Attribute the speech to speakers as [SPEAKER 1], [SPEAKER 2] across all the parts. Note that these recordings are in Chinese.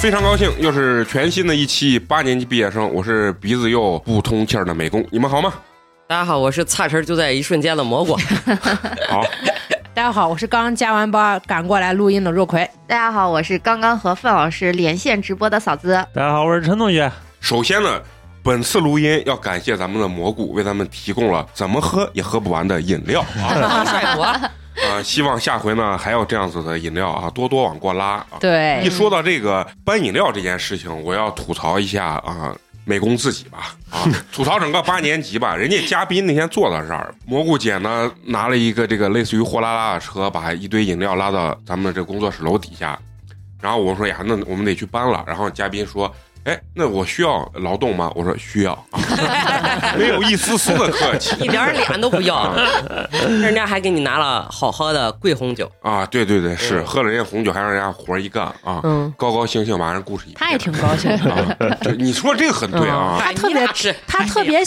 [SPEAKER 1] 非常高兴，又是全新的一期八年级毕业生，我是鼻子又不通气儿的美工，你们好吗？
[SPEAKER 2] 大家好，我是差池就在一瞬间的 蘑菇。
[SPEAKER 1] 好，
[SPEAKER 3] 大家好，我是刚加完班赶过来录音的若葵。
[SPEAKER 4] 大家好，我是刚刚和范老师连线直播的嫂子。
[SPEAKER 5] 大家好，我是陈同学。
[SPEAKER 1] 首先呢，本次录音要感谢咱们的蘑菇为咱们提供了怎么喝也喝不完的饮料啊
[SPEAKER 2] 帅博，
[SPEAKER 1] 啊！希望下回呢还有这样子的饮料啊，多多往过拉啊。
[SPEAKER 3] 对
[SPEAKER 1] 一说到这个搬饮料这件事情，我要吐槽一下啊。美工自己吧， 啊，吐槽整个八年级吧。人家嘉宾那天坐到这儿，蘑菇姐呢拿了一个这个类似于货拉拉的车，把一堆饮料拉到咱们这工作室楼底下。然后我说哎呀，那我们得去搬了。然后嘉宾说，哎，那我需要劳动吗？我说需 要，啊没有一丝丝的客气。
[SPEAKER 2] 一点脸都不要
[SPEAKER 1] 啊，
[SPEAKER 2] 人家还给你拿了好喝的贵红酒，
[SPEAKER 1] 啊，对对对，是喝了人家红酒，还让人家活儿一干啊，
[SPEAKER 3] 嗯，
[SPEAKER 1] 高高兴兴把人故事一
[SPEAKER 3] 他也挺嗯高兴的，
[SPEAKER 1] 啊，这你说这个很对啊。
[SPEAKER 3] 他特别
[SPEAKER 2] 哎你俩是
[SPEAKER 3] 他特别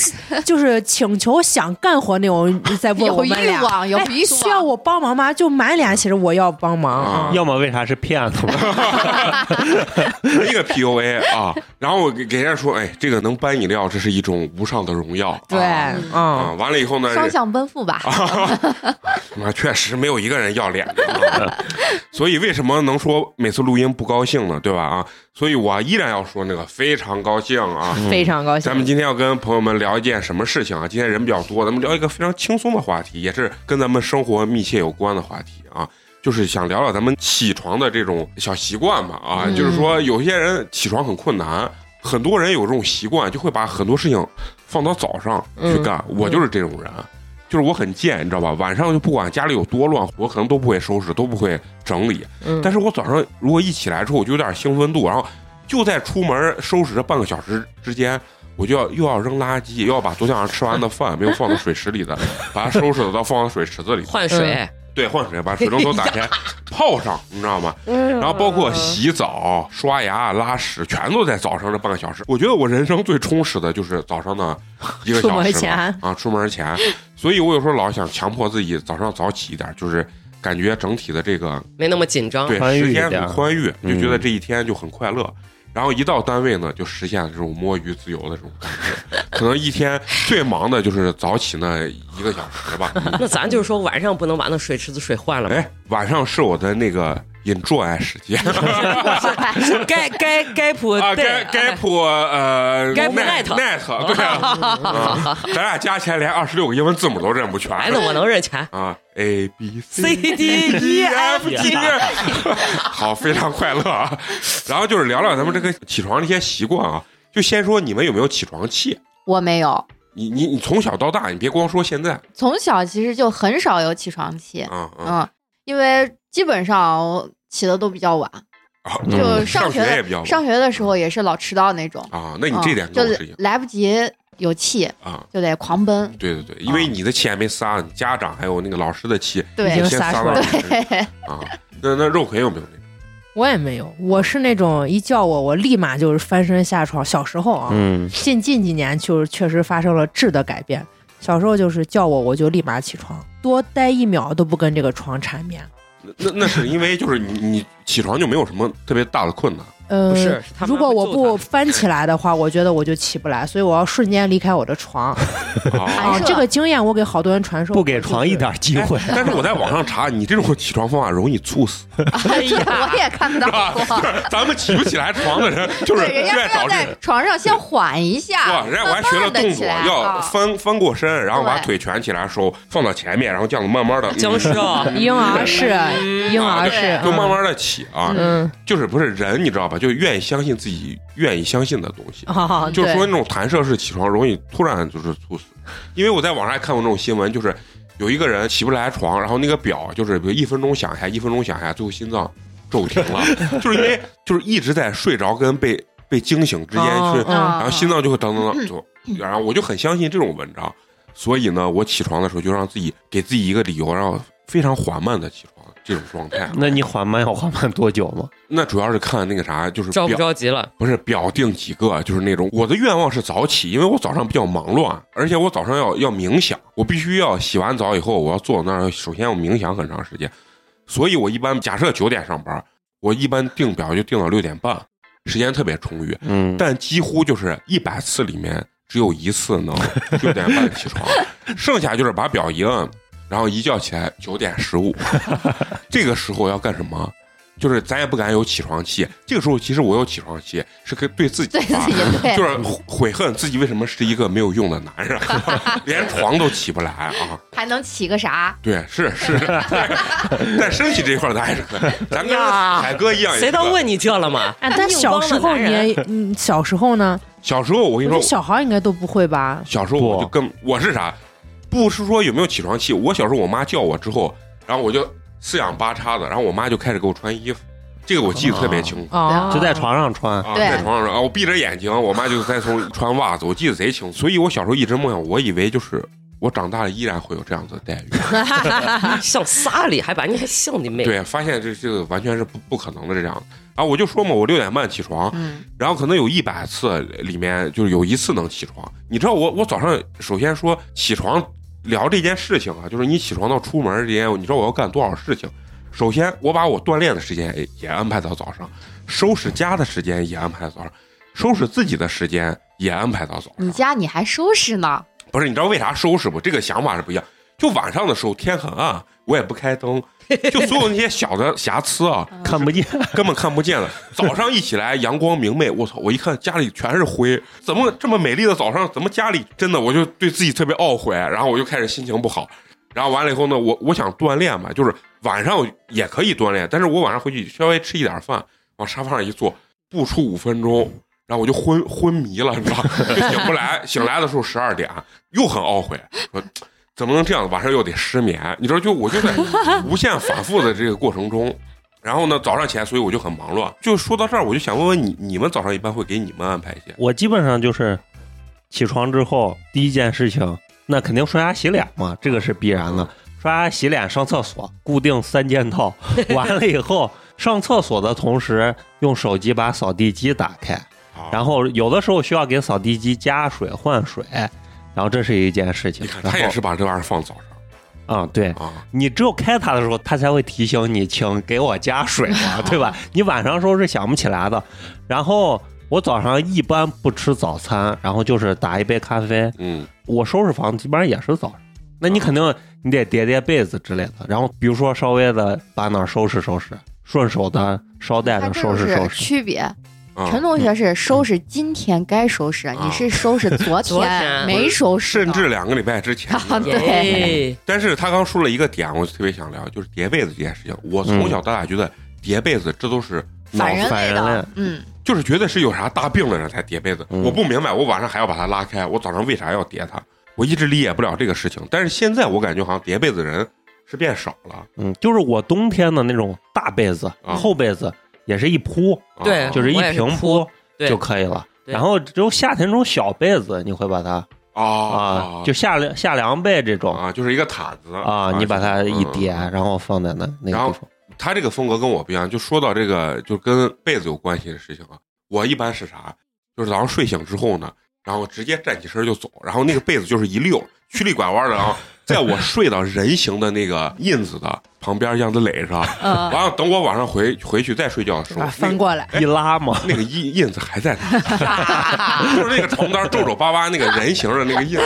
[SPEAKER 3] 就是请求想干活那种，在问我们俩
[SPEAKER 4] 有欲望有
[SPEAKER 3] 哎
[SPEAKER 4] 欲望
[SPEAKER 3] 需要我帮忙吗？就满脸写着我要帮忙
[SPEAKER 1] 啊
[SPEAKER 3] 啊。
[SPEAKER 5] 要么为啥是骗子嘛？
[SPEAKER 1] 一个 PUA 啊，然后我给给人家说，哎，这个能搬饮料，这是一种无上的荣耀。
[SPEAKER 3] 对，
[SPEAKER 1] 啊，
[SPEAKER 3] 嗯，
[SPEAKER 1] 啊完了以后呢，
[SPEAKER 4] 双
[SPEAKER 1] 人
[SPEAKER 4] 向奔赴吧，
[SPEAKER 1] 妈确实没有一个人要脸的啊，所以为什么能说每次录音不高兴呢？对吧？啊，所以我依然要说那个非常高兴啊。
[SPEAKER 3] 非常高兴
[SPEAKER 1] 咱。们今天要跟朋友们聊一件什么事情啊？今天人比较多，咱们聊一个非常轻松的话题，也是跟咱们生活密切有关的话题啊。就是想聊聊咱们起床的这种小习惯吧啊，
[SPEAKER 3] 嗯
[SPEAKER 1] 就是说有些人起床很困难，很多人有这种习惯，就会把很多事情放到早上去干。
[SPEAKER 3] 嗯
[SPEAKER 1] 我就是这种人，啊就是我很贱，你知道吧？晚上就不管家里有多乱，我可能都不会收拾，都不会整理。
[SPEAKER 3] 嗯
[SPEAKER 1] 但是我早上如果一起来之后，我就有点兴奋度，然后就在出门收拾这半个小时之间，我就要又要扔垃圾，又要把昨天晚上吃完的饭没有放到水池里的，把它收拾了，到放到水池子里。
[SPEAKER 2] 换水，
[SPEAKER 1] 对，换水，把水龙头打开，泡上，你知道吗？然后包括洗澡、刷牙、拉屎，全都在早上这半个小时。我觉得我人生最充实的就是早上的一个小时
[SPEAKER 3] 出门
[SPEAKER 1] 吧
[SPEAKER 3] 前
[SPEAKER 1] 啊，出门前。所以我有时候老想强迫自己早上早起一点，就是感觉整体的这个
[SPEAKER 2] 没那么紧张。
[SPEAKER 1] 对，
[SPEAKER 5] 宽裕
[SPEAKER 1] 时
[SPEAKER 5] 一
[SPEAKER 1] 间
[SPEAKER 5] 点
[SPEAKER 1] 很宽裕，就
[SPEAKER 5] 嗯
[SPEAKER 1] 觉得这一天就很快乐。然后一到单位呢，就实现了这种摸鱼自由的这种感觉。可能一天最忙的就是早起那一个小时吧。
[SPEAKER 2] 那咱就是说晚上不能把那水池子水换了吗？
[SPEAKER 1] 哎，晚上是我的那个 enjoy 时间
[SPEAKER 2] 哦该该该普
[SPEAKER 1] 啊，该该普呃
[SPEAKER 2] 该普
[SPEAKER 1] net
[SPEAKER 2] net
[SPEAKER 1] net 对啊， 啊咱俩加起来连二十六个英文字母都认不全。
[SPEAKER 2] 孩子哎我能认全。
[SPEAKER 1] 啊，A B
[SPEAKER 2] C D E F G，
[SPEAKER 1] 好，非常快乐啊。然后就是聊聊咱们这个起床的一些习惯啊，就先说你们有没有起床气？
[SPEAKER 4] 我没有。
[SPEAKER 1] 你你你从小到大，你别光说现在
[SPEAKER 4] 从小其实就很少有起床气，
[SPEAKER 1] 啊啊，
[SPEAKER 4] 嗯，因为基本上我起的都比较晚，
[SPEAKER 1] 啊
[SPEAKER 5] 嗯
[SPEAKER 4] 就
[SPEAKER 1] 上
[SPEAKER 4] 上学的
[SPEAKER 1] 也比较晚
[SPEAKER 4] 上学的时候也是老迟到那种。
[SPEAKER 1] 啊。那你这点
[SPEAKER 4] 嗯
[SPEAKER 1] 跟我
[SPEAKER 4] 就是
[SPEAKER 1] 一样
[SPEAKER 4] 来不及有气，
[SPEAKER 1] 啊。
[SPEAKER 4] 就得狂奔。
[SPEAKER 1] 对对对，因为你的气还没撒，你家长还有那个老师的气
[SPEAKER 3] 已
[SPEAKER 4] 对
[SPEAKER 3] 经
[SPEAKER 1] 先撒
[SPEAKER 3] 撒
[SPEAKER 1] 到
[SPEAKER 3] 出
[SPEAKER 1] 你
[SPEAKER 3] 来
[SPEAKER 1] 身上
[SPEAKER 4] 对，
[SPEAKER 1] 啊。那那肉葵有没有那个？
[SPEAKER 3] 我也没有，我是那种一叫我，我立马就是翻身下床。小时候啊，
[SPEAKER 5] 嗯，
[SPEAKER 3] 近近几年就是确实发生了质的改变。小时候就是叫我，我就立马起床，多待一秒都不跟这个床缠绵。
[SPEAKER 1] 那那那是因为就是你你起床就没有什么特别大的困 难
[SPEAKER 3] 呃，
[SPEAKER 2] 不是他妈
[SPEAKER 3] 如果我
[SPEAKER 2] 会揍
[SPEAKER 3] 不翻起来的话，我觉得我就起不来，所以我要瞬间离开我的床。
[SPEAKER 1] 啊。
[SPEAKER 4] 还
[SPEAKER 3] 啊
[SPEAKER 4] 是，
[SPEAKER 3] 这个经验我给好多人传授。
[SPEAKER 5] 不给床一点机会。
[SPEAKER 1] 但是我在网上查，你这种起床方法容易猝死。
[SPEAKER 2] 哎
[SPEAKER 4] 对
[SPEAKER 2] 呀
[SPEAKER 4] 我，也看到过。
[SPEAKER 1] 啊咱们起不起来床的 人，就是
[SPEAKER 4] 对，
[SPEAKER 1] 就
[SPEAKER 4] 人家
[SPEAKER 1] 爱
[SPEAKER 4] 非
[SPEAKER 1] 找
[SPEAKER 4] 要
[SPEAKER 1] 这
[SPEAKER 4] 在
[SPEAKER 1] 个。
[SPEAKER 4] 床上先缓一
[SPEAKER 1] 哇，
[SPEAKER 4] 下，
[SPEAKER 1] 人家我还学了
[SPEAKER 4] 慢慢地
[SPEAKER 1] 动
[SPEAKER 4] 起
[SPEAKER 1] 作，
[SPEAKER 4] 来
[SPEAKER 1] 要
[SPEAKER 4] 啊
[SPEAKER 1] 翻翻过身，然后把腿
[SPEAKER 4] 对
[SPEAKER 1] 蜷起来，手放到前面，然后这样子慢慢的，
[SPEAKER 2] 僵尸 啊，
[SPEAKER 3] 婴儿式，
[SPEAKER 1] 嗯
[SPEAKER 3] 婴儿式
[SPEAKER 4] 对，
[SPEAKER 2] 嗯
[SPEAKER 1] 就慢慢的起啊，
[SPEAKER 3] 嗯，
[SPEAKER 1] 就是不是人，你知道吧？就愿意相信自己愿意相信的东西。
[SPEAKER 3] 啊，
[SPEAKER 1] 就
[SPEAKER 4] 对
[SPEAKER 1] 说那种弹射式起床容易突然就是猝死，因为我在网上还看过那种新闻，就是有一个人起不来床，然后那个表就是比如一分钟响一下，一分钟响一下，最后心脏骤停 了，就是因为就是一直在睡着跟被被惊醒之间是，
[SPEAKER 3] 嗯
[SPEAKER 4] 啊
[SPEAKER 1] 然后心脏就会噔噔噔 就，然后我就很相信这种文章，所以呢，我起床的时候就让自己给自己一个理由，然后非常缓慢的起床这种状态，
[SPEAKER 5] 那你缓慢要缓慢多久吗？
[SPEAKER 1] 那主要是看那个啥，就是
[SPEAKER 2] 着不
[SPEAKER 1] 表
[SPEAKER 2] 着急了？
[SPEAKER 1] 不是表定几个，就是那种我的愿望是早起，因为我早上比较忙乱，而且我早上要要冥想，我必须要洗完澡以后，我要坐那儿，首先要冥想很长时间，所以我一般假设九点上班，我一般定表就定到六点半，时间特别充裕，
[SPEAKER 5] 嗯，
[SPEAKER 1] 但几乎就是一百次里面只有一次能六点半起 床，剩下就是把表一摁，然后一觉起来九点十 五。这个时候要干什么？就是咱也不敢有起床气。这个时候其实我有起床气，是可以对自己
[SPEAKER 4] 对自
[SPEAKER 1] 发
[SPEAKER 4] 己对
[SPEAKER 1] 就是悔悔恨自己为什么是一个没有用的男 人，连床都起不来啊！
[SPEAKER 4] 还能起个啥？
[SPEAKER 1] 对，是是， 对但身体这一块儿咱还是可以，咱跟
[SPEAKER 2] 呀
[SPEAKER 1] 海哥一样也是个。
[SPEAKER 2] 谁都问你这了吗？
[SPEAKER 3] 哎，但小时候你也，嗯，小时候呢？
[SPEAKER 1] 小时候我
[SPEAKER 3] 我
[SPEAKER 1] 跟
[SPEAKER 3] 觉
[SPEAKER 1] 你
[SPEAKER 3] 得
[SPEAKER 1] 说，
[SPEAKER 3] 小孩应该都不会吧？
[SPEAKER 1] 小时候我就跟我是啥，不是说有没有起床气，我小时候我妈叫我之后，然后我就四仰八叉的，然后我妈就开始给我穿衣服，这个我记得特别清楚。
[SPEAKER 3] 啊，
[SPEAKER 5] 就在床上穿，
[SPEAKER 1] 啊，
[SPEAKER 4] 对
[SPEAKER 1] 在床上啊，我闭着眼睛，我妈就在从穿袜子，我记得贼清。所以我小时候一直梦想，我以为就是我长大了依然会有这样子的待遇。
[SPEAKER 2] 像仨里还把你还像你妹，
[SPEAKER 1] 对，发现这这个完全是不不可能的这样。啊，我就说嘛，我六点半起床，
[SPEAKER 4] 嗯，
[SPEAKER 1] 然后可能有一百次里面就是有一次能起床。你知道我我早上首先说起床聊这件事情啊，就是你起床到出门之间，你知道我要干多少事情。首先，我把我锻炼的时间也也安排到早上，收拾家的时间也安排到早上，收拾自己的时间也安排到早
[SPEAKER 4] 你
[SPEAKER 1] 上。
[SPEAKER 4] 家你还收拾呢？
[SPEAKER 1] 不是，你知道为啥收拾不？这个想法是不一样。就晚上的时候天很暗，我也不开灯，就所有那些小的瑕疵啊，
[SPEAKER 5] 看不见，
[SPEAKER 1] 根本看不见了。早上一起来，阳光明媚，我操！我一看家里全是灰，怎么这么美丽的早上，怎么家里真的我就对自己特别懊悔，然后我就开始心情不好。然后完了以后呢，我我想锻炼嘛，就是晚上也可以锻炼，但是我晚上回去稍微吃一点饭，往沙发上一坐，不出五分钟，然后我就昏昏迷了，你知道吗， 就醒不来。醒来的时候十二点，又很懊悔，说怎么能这样？晚上又得失眠，你知道，就我就在无限反复的这个过程中。然后呢，早上起来，所以我就很忙乱。就说到这儿，我就想问问你，你们早上一般会给你们安排一些？
[SPEAKER 5] 我基本上就是起床之后第一件事情，那肯定刷牙洗脸嘛，这个是必然的。刷牙洗脸、上厕所，固定三件套。完了以后，上厕所的同时用手机把扫地机打开，
[SPEAKER 1] 哦
[SPEAKER 5] 然
[SPEAKER 1] 后
[SPEAKER 5] 后有的时候需要给扫地机加水换水，然后这是一件事情
[SPEAKER 1] 你看。
[SPEAKER 5] 然
[SPEAKER 1] 他
[SPEAKER 5] 后
[SPEAKER 1] 也是把这玩意儿放早
[SPEAKER 5] 啊、对
[SPEAKER 1] 上啊，
[SPEAKER 5] 你只有开它的时候，它才会提醒你，请给我加水 嘛，对吧？你晚上的时候是想不起来的。然后我早上一般不吃早餐，然后就是打一杯咖啡。
[SPEAKER 1] 嗯，
[SPEAKER 5] 我收拾房基本上也是早上，那你肯定你得叠叠被子之类的。然后比如说稍微的把哪儿收拾收拾，顺手的捎带
[SPEAKER 4] 它
[SPEAKER 5] 着
[SPEAKER 4] 这
[SPEAKER 5] 哎
[SPEAKER 4] 就
[SPEAKER 5] 收拾收
[SPEAKER 4] 是
[SPEAKER 5] 拾。
[SPEAKER 4] 区别。
[SPEAKER 1] 啊
[SPEAKER 4] 陈同
[SPEAKER 5] 嗯
[SPEAKER 4] 学是收拾今天该收拾，
[SPEAKER 1] 啊
[SPEAKER 4] 你是收拾 昨
[SPEAKER 2] 昨天
[SPEAKER 4] 没收拾
[SPEAKER 1] 甚
[SPEAKER 4] 呢，
[SPEAKER 1] 至两个礼拜之前
[SPEAKER 4] 啊对
[SPEAKER 2] 耶，
[SPEAKER 1] 但是他刚说了一个点，我就特别想聊，就是叠被子这件事情。我从小到大觉得叠被子这都是脑
[SPEAKER 4] 反人
[SPEAKER 5] 反
[SPEAKER 4] 类
[SPEAKER 5] 人类
[SPEAKER 4] 的，嗯，
[SPEAKER 1] 就是觉得是有啥大病的人才叠被子。
[SPEAKER 5] 嗯
[SPEAKER 1] 我不明白，我晚上还要把它拉开，我早上为啥要叠它？我一直理解不了这个事情。但是现在我感觉好像叠被子的人是变少了。
[SPEAKER 5] 嗯，就是我冬天的那种大被子、
[SPEAKER 1] 啊
[SPEAKER 5] 厚被子，也是一铺，
[SPEAKER 1] 啊
[SPEAKER 2] 对
[SPEAKER 5] 就是一
[SPEAKER 2] 我也是
[SPEAKER 5] 平
[SPEAKER 2] 铺
[SPEAKER 5] 铺
[SPEAKER 2] 对
[SPEAKER 5] 就可以了。
[SPEAKER 2] 对
[SPEAKER 5] 然后只有夏天这种小被子，你会把它
[SPEAKER 1] 啊
[SPEAKER 5] 啊，就夏凉夏凉被这种
[SPEAKER 1] 啊，就是一个毯子
[SPEAKER 5] 啊，你把它一叠，
[SPEAKER 1] 嗯嗯
[SPEAKER 5] 然后放在那那
[SPEAKER 1] 然后
[SPEAKER 5] 个地方。
[SPEAKER 1] 他这个风格跟我不一样。就说到这个，就跟被子有关系的事情啊。我一般是啥？就是早上睡醒之后呢，然后直接站起身就走，然后那个被子就是一溜曲里拐弯的，然后在我睡到人形的那个印子的旁边样子垒上，
[SPEAKER 4] 呃，
[SPEAKER 1] 完了等我晚上回回去再睡觉的时候
[SPEAKER 3] 把它，嗯啊翻过来，
[SPEAKER 5] 一拉嘛，
[SPEAKER 1] 那个。那个印印子还在那 儿，就是那个床单皱皱巴巴那个人形的那个印子，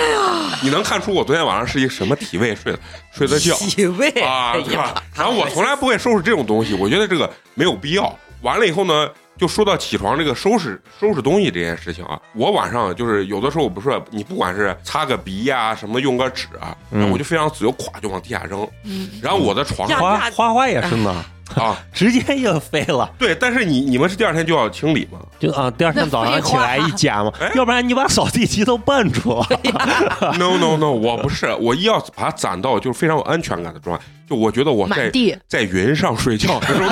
[SPEAKER 1] 你能看出我昨天晚上是一个什么体位睡的睡的觉。
[SPEAKER 2] 几位
[SPEAKER 1] 啊，
[SPEAKER 2] 哎
[SPEAKER 1] 对
[SPEAKER 2] 呀
[SPEAKER 1] 吧？然后我从来不会收拾这种东西，我觉得这个没有必要。完了以后呢，就说到起床这个收拾收拾东西这件事情啊，我晚上就是有的时候我不是你不管是擦个鼻呀、什么用个纸啊，
[SPEAKER 5] 嗯
[SPEAKER 1] 然后我就非常自由，咵就往地下扔。
[SPEAKER 4] 嗯
[SPEAKER 1] 然后我的床
[SPEAKER 2] 呀
[SPEAKER 1] 上
[SPEAKER 5] 花花花也是呢，
[SPEAKER 1] 啊，
[SPEAKER 5] 直接就飞了，
[SPEAKER 1] 对，但是你你们是第二天就要清理嘛？
[SPEAKER 5] 就啊，第二天早上起来一捡嘛
[SPEAKER 1] 哎，
[SPEAKER 5] 要不然你把扫地机都绊住了。
[SPEAKER 1] No No No，我不是，我一要把它攒到就是非常有安全感的状态，就我觉得我在
[SPEAKER 3] 满地
[SPEAKER 1] 在云上睡觉的时候，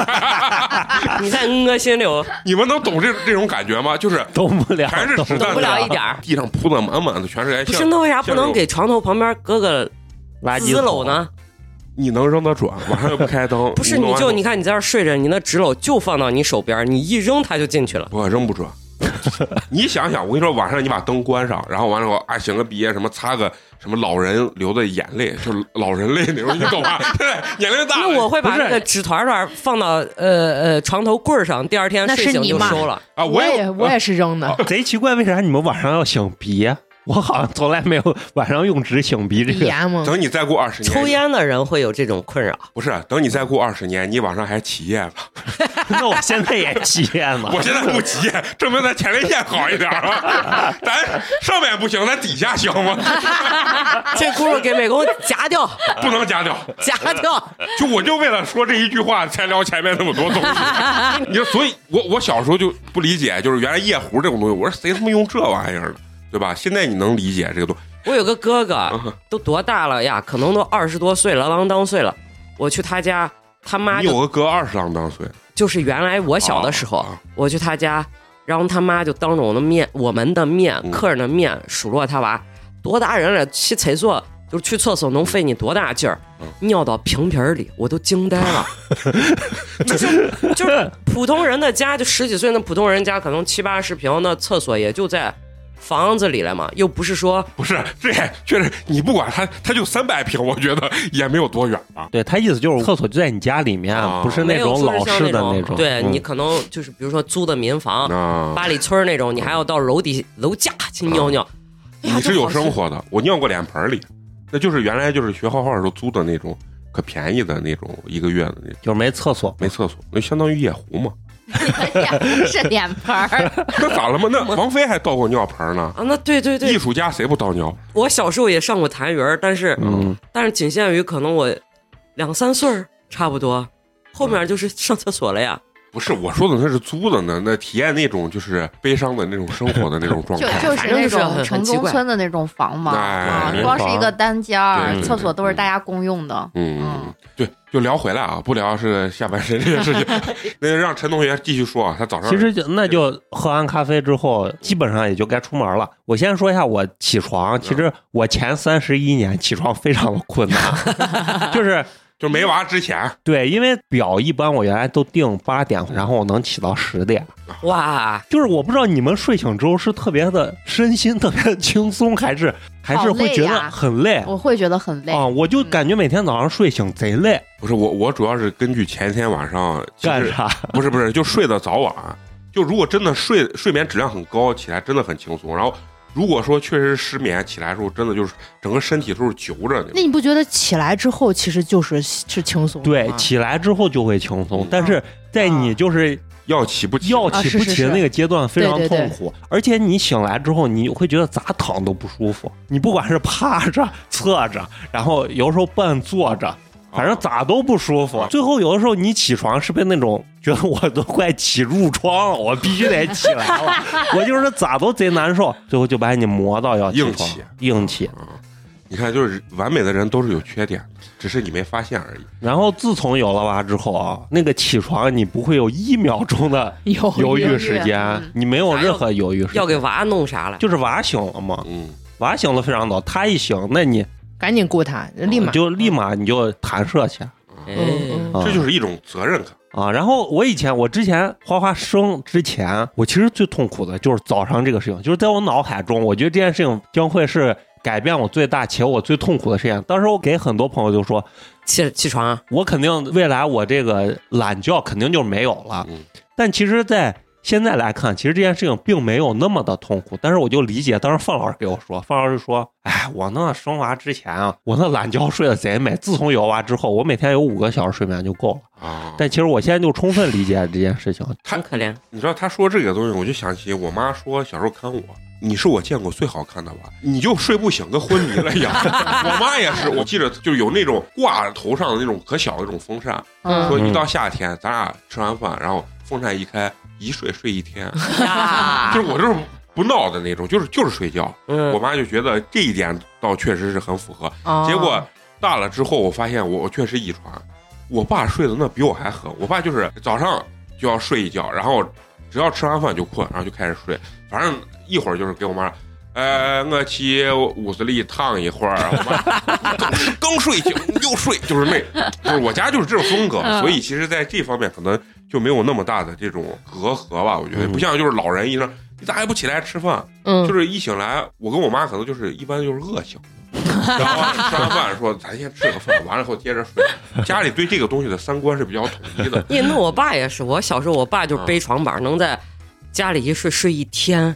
[SPEAKER 2] 你在嗯个心里我
[SPEAKER 1] 你们能懂这这种感觉吗？就是
[SPEAKER 5] 动不了，
[SPEAKER 1] 全是
[SPEAKER 5] 动
[SPEAKER 1] 子
[SPEAKER 2] 懂
[SPEAKER 1] 弹
[SPEAKER 2] 不
[SPEAKER 1] 的
[SPEAKER 2] 了一点儿。
[SPEAKER 1] 地上铺的满满的全是哎，
[SPEAKER 2] 不
[SPEAKER 1] 像
[SPEAKER 2] 是那为啥不
[SPEAKER 1] 像这
[SPEAKER 2] 能
[SPEAKER 1] 种
[SPEAKER 2] 给床头旁边搁个
[SPEAKER 5] 垃圾
[SPEAKER 2] 纸篓？呢？
[SPEAKER 1] 你能扔得准，晚上又不开灯，
[SPEAKER 2] 不是，
[SPEAKER 1] 弄
[SPEAKER 2] 你
[SPEAKER 1] 完
[SPEAKER 2] 就
[SPEAKER 1] 后
[SPEAKER 2] 你看你在这儿睡着，你那纸篓就放到你手边儿，你一扔它就进去了。
[SPEAKER 1] 我扔不准，你想想，我跟你说，晚上你把灯关上，然后完了以后，啊，擤个鼻，什么擦个什么老人流的眼泪，就是老人泪那种，你懂吧？ 对，眼泪大
[SPEAKER 2] 那
[SPEAKER 1] 了。
[SPEAKER 2] 我会把
[SPEAKER 5] 不是
[SPEAKER 2] 那个纸团团放到呃呃床头柜儿上，第二天
[SPEAKER 3] 那是
[SPEAKER 2] 睡醒
[SPEAKER 3] 你
[SPEAKER 2] 就
[SPEAKER 3] 骂
[SPEAKER 2] 收了。
[SPEAKER 1] 啊，
[SPEAKER 3] 我
[SPEAKER 1] 也
[SPEAKER 3] 也我也是扔的，
[SPEAKER 5] 贼奇怪，为啥你们晚上要擤鼻？我好像从来没有晚上用纸擤鼻
[SPEAKER 2] 哎
[SPEAKER 5] 这个。
[SPEAKER 3] 盐嘛，
[SPEAKER 1] 啊等你再过二十年，
[SPEAKER 2] 抽烟的人会有这种困扰，
[SPEAKER 1] 不是？等你再过二十年，你晚上还起夜吧？
[SPEAKER 5] 那我现在也吸烟了。
[SPEAKER 1] 我现在不急，证明咱前列腺好一点儿啊。 咱上面不行，咱底下行吗？
[SPEAKER 2] 这轱辘给美工夹掉，
[SPEAKER 1] 不能夹掉。
[SPEAKER 2] 夹掉。
[SPEAKER 1] 就我就为了说这一句话，才聊前面那么多东 西。你说，所以我我小时候就不理解，就是原来夜壶这种东西，我说谁他妈用这玩意儿呢？对吧？现在你能理解这个东西，
[SPEAKER 2] 我有个哥哥，都多大了呀？可能都二十多岁了，锒铛岁了。我去他家，他妈
[SPEAKER 1] 你有
[SPEAKER 2] 就
[SPEAKER 1] 个哥二十郎当岁，
[SPEAKER 2] 就是原来我小
[SPEAKER 5] 哦
[SPEAKER 2] 的时候
[SPEAKER 1] 啊啊，
[SPEAKER 2] 我去他家，然后他妈就当着我的面，我们的面
[SPEAKER 1] 嗯，
[SPEAKER 2] 客人的面数落他娃，多大人了，去厕所就是去厕所能费你多大劲儿
[SPEAKER 1] 嗯，
[SPEAKER 2] 尿到瓶瓶儿里，我都惊呆 了。就是就是普通人的家，就十几岁那普通人家，可能七八十平，那厕所也就在房子里了嘛，又不是说
[SPEAKER 1] 不是这也确实，你不管他，他就三百平，我觉得也没有多远吧。
[SPEAKER 5] 对他意思就是厕所就在你家里面，
[SPEAKER 1] 啊
[SPEAKER 5] 不是那种老式的
[SPEAKER 2] 那
[SPEAKER 5] 种。
[SPEAKER 2] 对
[SPEAKER 5] 嗯
[SPEAKER 2] 你可能就是比如说租的民房，
[SPEAKER 1] 啊，
[SPEAKER 2] 八里村儿那种，你还要到楼底楼下去
[SPEAKER 5] 嗯
[SPEAKER 2] 尿尿。哎呀
[SPEAKER 1] 你是有生。
[SPEAKER 2] 这好
[SPEAKER 1] 活的，我尿过脸盆里，那就是原来就是学画画的时候租的那种可便宜的那种，一个月的那种
[SPEAKER 5] 就是没厕所。
[SPEAKER 1] 没厕所，那相当于夜壶嘛。
[SPEAKER 4] 是脸盆 儿，
[SPEAKER 1] 那咋了嘛？ 那王菲还倒过尿盆呢。
[SPEAKER 2] 啊，那对对
[SPEAKER 1] 艺
[SPEAKER 2] 对，
[SPEAKER 1] 术家谁不倒尿？
[SPEAKER 2] 我小时候也上过痰盂儿，但是、
[SPEAKER 5] 嗯，
[SPEAKER 2] 但是仅限于可能我两三岁儿差不多，后面就是上厕所了呀。
[SPEAKER 1] 不是我说的，那是租的呢，那体验那种就是悲伤的那种生活的那种状
[SPEAKER 4] 就
[SPEAKER 5] 哎
[SPEAKER 1] 态。
[SPEAKER 4] 就是那
[SPEAKER 2] 反正就是
[SPEAKER 4] 种
[SPEAKER 2] 很
[SPEAKER 4] 城中村的那种房嘛，
[SPEAKER 1] 哎
[SPEAKER 4] 啊，
[SPEAKER 1] 民
[SPEAKER 4] 光是
[SPEAKER 5] 房嗯
[SPEAKER 4] 一个单间儿
[SPEAKER 1] 对，
[SPEAKER 4] 厕所都是大家公用的。
[SPEAKER 1] 嗯
[SPEAKER 4] 嗯，
[SPEAKER 1] 对，就聊回来啊，不聊是下半身这件 事情，那让陈同学继续说啊。他早上
[SPEAKER 5] 其实就那就喝完咖啡之后，基本上也就该出门了。我先说一下我起
[SPEAKER 4] 嗯
[SPEAKER 5] 床，其实我前三十一年起床非常的困难， 就是
[SPEAKER 1] 就没娃之前
[SPEAKER 5] 对，因为表一般我原来都定八点，然后我能起到十点。
[SPEAKER 1] 嗯
[SPEAKER 2] 哇，
[SPEAKER 5] 就是我不知道你们睡醒之后是特别的身心特别的轻松，还是还是会觉
[SPEAKER 4] 好累
[SPEAKER 5] 得
[SPEAKER 4] 呀
[SPEAKER 5] 很累
[SPEAKER 4] 我会觉得很累，嗯
[SPEAKER 5] 啊？我就感觉每天早上睡醒贼累，
[SPEAKER 1] 不是我，我主要是根据前天晚上其
[SPEAKER 5] 干
[SPEAKER 1] 实
[SPEAKER 5] 啥？
[SPEAKER 4] 嗯
[SPEAKER 1] 不是不是，就睡得早晚。就如果真的睡睡眠质量很高，起来真的很轻松。然后如果说确实是失眠，起来的时候真的就是整个身体都是揪着的。
[SPEAKER 3] 那你不觉得起来之后其实就是是轻松的
[SPEAKER 5] 对，
[SPEAKER 3] 吗
[SPEAKER 5] 起来之后就会轻松
[SPEAKER 1] 嗯，
[SPEAKER 5] 但是在
[SPEAKER 4] 啊
[SPEAKER 5] 你就是
[SPEAKER 1] 要起不起？
[SPEAKER 5] 要起不
[SPEAKER 3] 啊是是
[SPEAKER 5] 起
[SPEAKER 3] 是
[SPEAKER 5] 的那个阶段非常
[SPEAKER 3] 对对
[SPEAKER 5] 痛
[SPEAKER 3] 对
[SPEAKER 5] 苦，而且你醒来之后，你会觉得咋躺都不舒服，你不管是趴着、 侧着，然后有时候半坐着。反正咋都不舒服
[SPEAKER 1] 啊，
[SPEAKER 5] 最后有的时候你起床是被那种觉得我都快起褥疮了，我必须得起来了，我就是咋都贼难受，最后就把你磨到要起
[SPEAKER 1] 硬
[SPEAKER 5] 床
[SPEAKER 1] 气
[SPEAKER 5] 硬气。
[SPEAKER 1] 你看，就是完美的人都是有缺点的，只是你没发现而已。
[SPEAKER 5] 然后自从有了娃之后啊，那个起床你不会有一秒钟的
[SPEAKER 3] 哦有
[SPEAKER 5] 犹
[SPEAKER 4] 犹
[SPEAKER 5] 豫
[SPEAKER 4] 豫
[SPEAKER 5] 时间
[SPEAKER 4] 嗯，
[SPEAKER 5] 你没有任何犹豫时间，
[SPEAKER 2] 要给娃弄啥了？
[SPEAKER 5] 就是娃醒了嘛，
[SPEAKER 1] 嗯，
[SPEAKER 5] 娃醒了非常早，他一醒，那你
[SPEAKER 3] 赶紧雇他，立马
[SPEAKER 5] 就立马你就弹射去啊
[SPEAKER 2] 哎
[SPEAKER 3] 嗯嗯
[SPEAKER 1] 这就是一种责任感。
[SPEAKER 5] 啊！然后我以前我之前花花生之前，我其实最痛苦的就是早上这个事情，就是在我脑海中，我觉得这件事情将会是改变我最大且我最痛苦的事情。当时我给很多朋友就说，
[SPEAKER 2] 起起床啊，
[SPEAKER 5] 我肯定未来我这个懒觉肯定就没有了
[SPEAKER 1] 嗯。
[SPEAKER 5] 但其实，在现在来看，其实这件事情并没有那么的痛苦。但是我就理解，当时范老师给我说，范老师说：“哎，我那生娃之前啊，我那懒觉睡得贼美。自从有娃之后，我每天有五个小时睡眠就够了。
[SPEAKER 1] 啊，
[SPEAKER 5] 但其实我现在就充分理解这件事情。
[SPEAKER 1] 他
[SPEAKER 2] 很 可怜。
[SPEAKER 1] 你知道他说这个东西，我就想起我妈说小时候看我，你是我见过最好看的娃，你就睡不醒，跟昏迷了一样。 我妈也是，我记得就有那种挂头上的那种可小的那种风扇，说
[SPEAKER 4] 嗯，
[SPEAKER 1] 一到夏天，咱俩吃完饭，然后风扇一开，一睡睡一天，
[SPEAKER 2] 呀
[SPEAKER 1] 就是我就是不闹的那种，就是就是睡觉。我
[SPEAKER 2] 啊嗯，
[SPEAKER 1] 妈就觉得这一点倒确实是很符合。
[SPEAKER 3] 啊
[SPEAKER 1] 结果大了之后，我发现我我确实遗传，我爸睡的那比我还狠。我爸就是早上就要睡一觉，然后只要吃完饭就困，然后就开始睡，反正一会儿就是给我妈。呃，我去屋子里躺一会儿，我妈刚刚睡 醒又睡，就是那，就是我家就是这种风格，
[SPEAKER 2] 嗯
[SPEAKER 1] 所以其实在这方面可能就没有那么大的这种隔阂吧。我觉得
[SPEAKER 5] 嗯
[SPEAKER 1] 不像就是老人一上你咋也不起来吃饭？
[SPEAKER 3] 嗯
[SPEAKER 1] 就是一醒来，我跟我妈可能就是一般就是饿醒，然后吃完饭说咱先吃个饭，完了以后接着睡。家里对这个东西的三观是比较统一的，
[SPEAKER 2] 因为那我爸也是，我小时候我爸就是背床板，能在家里一睡睡一天，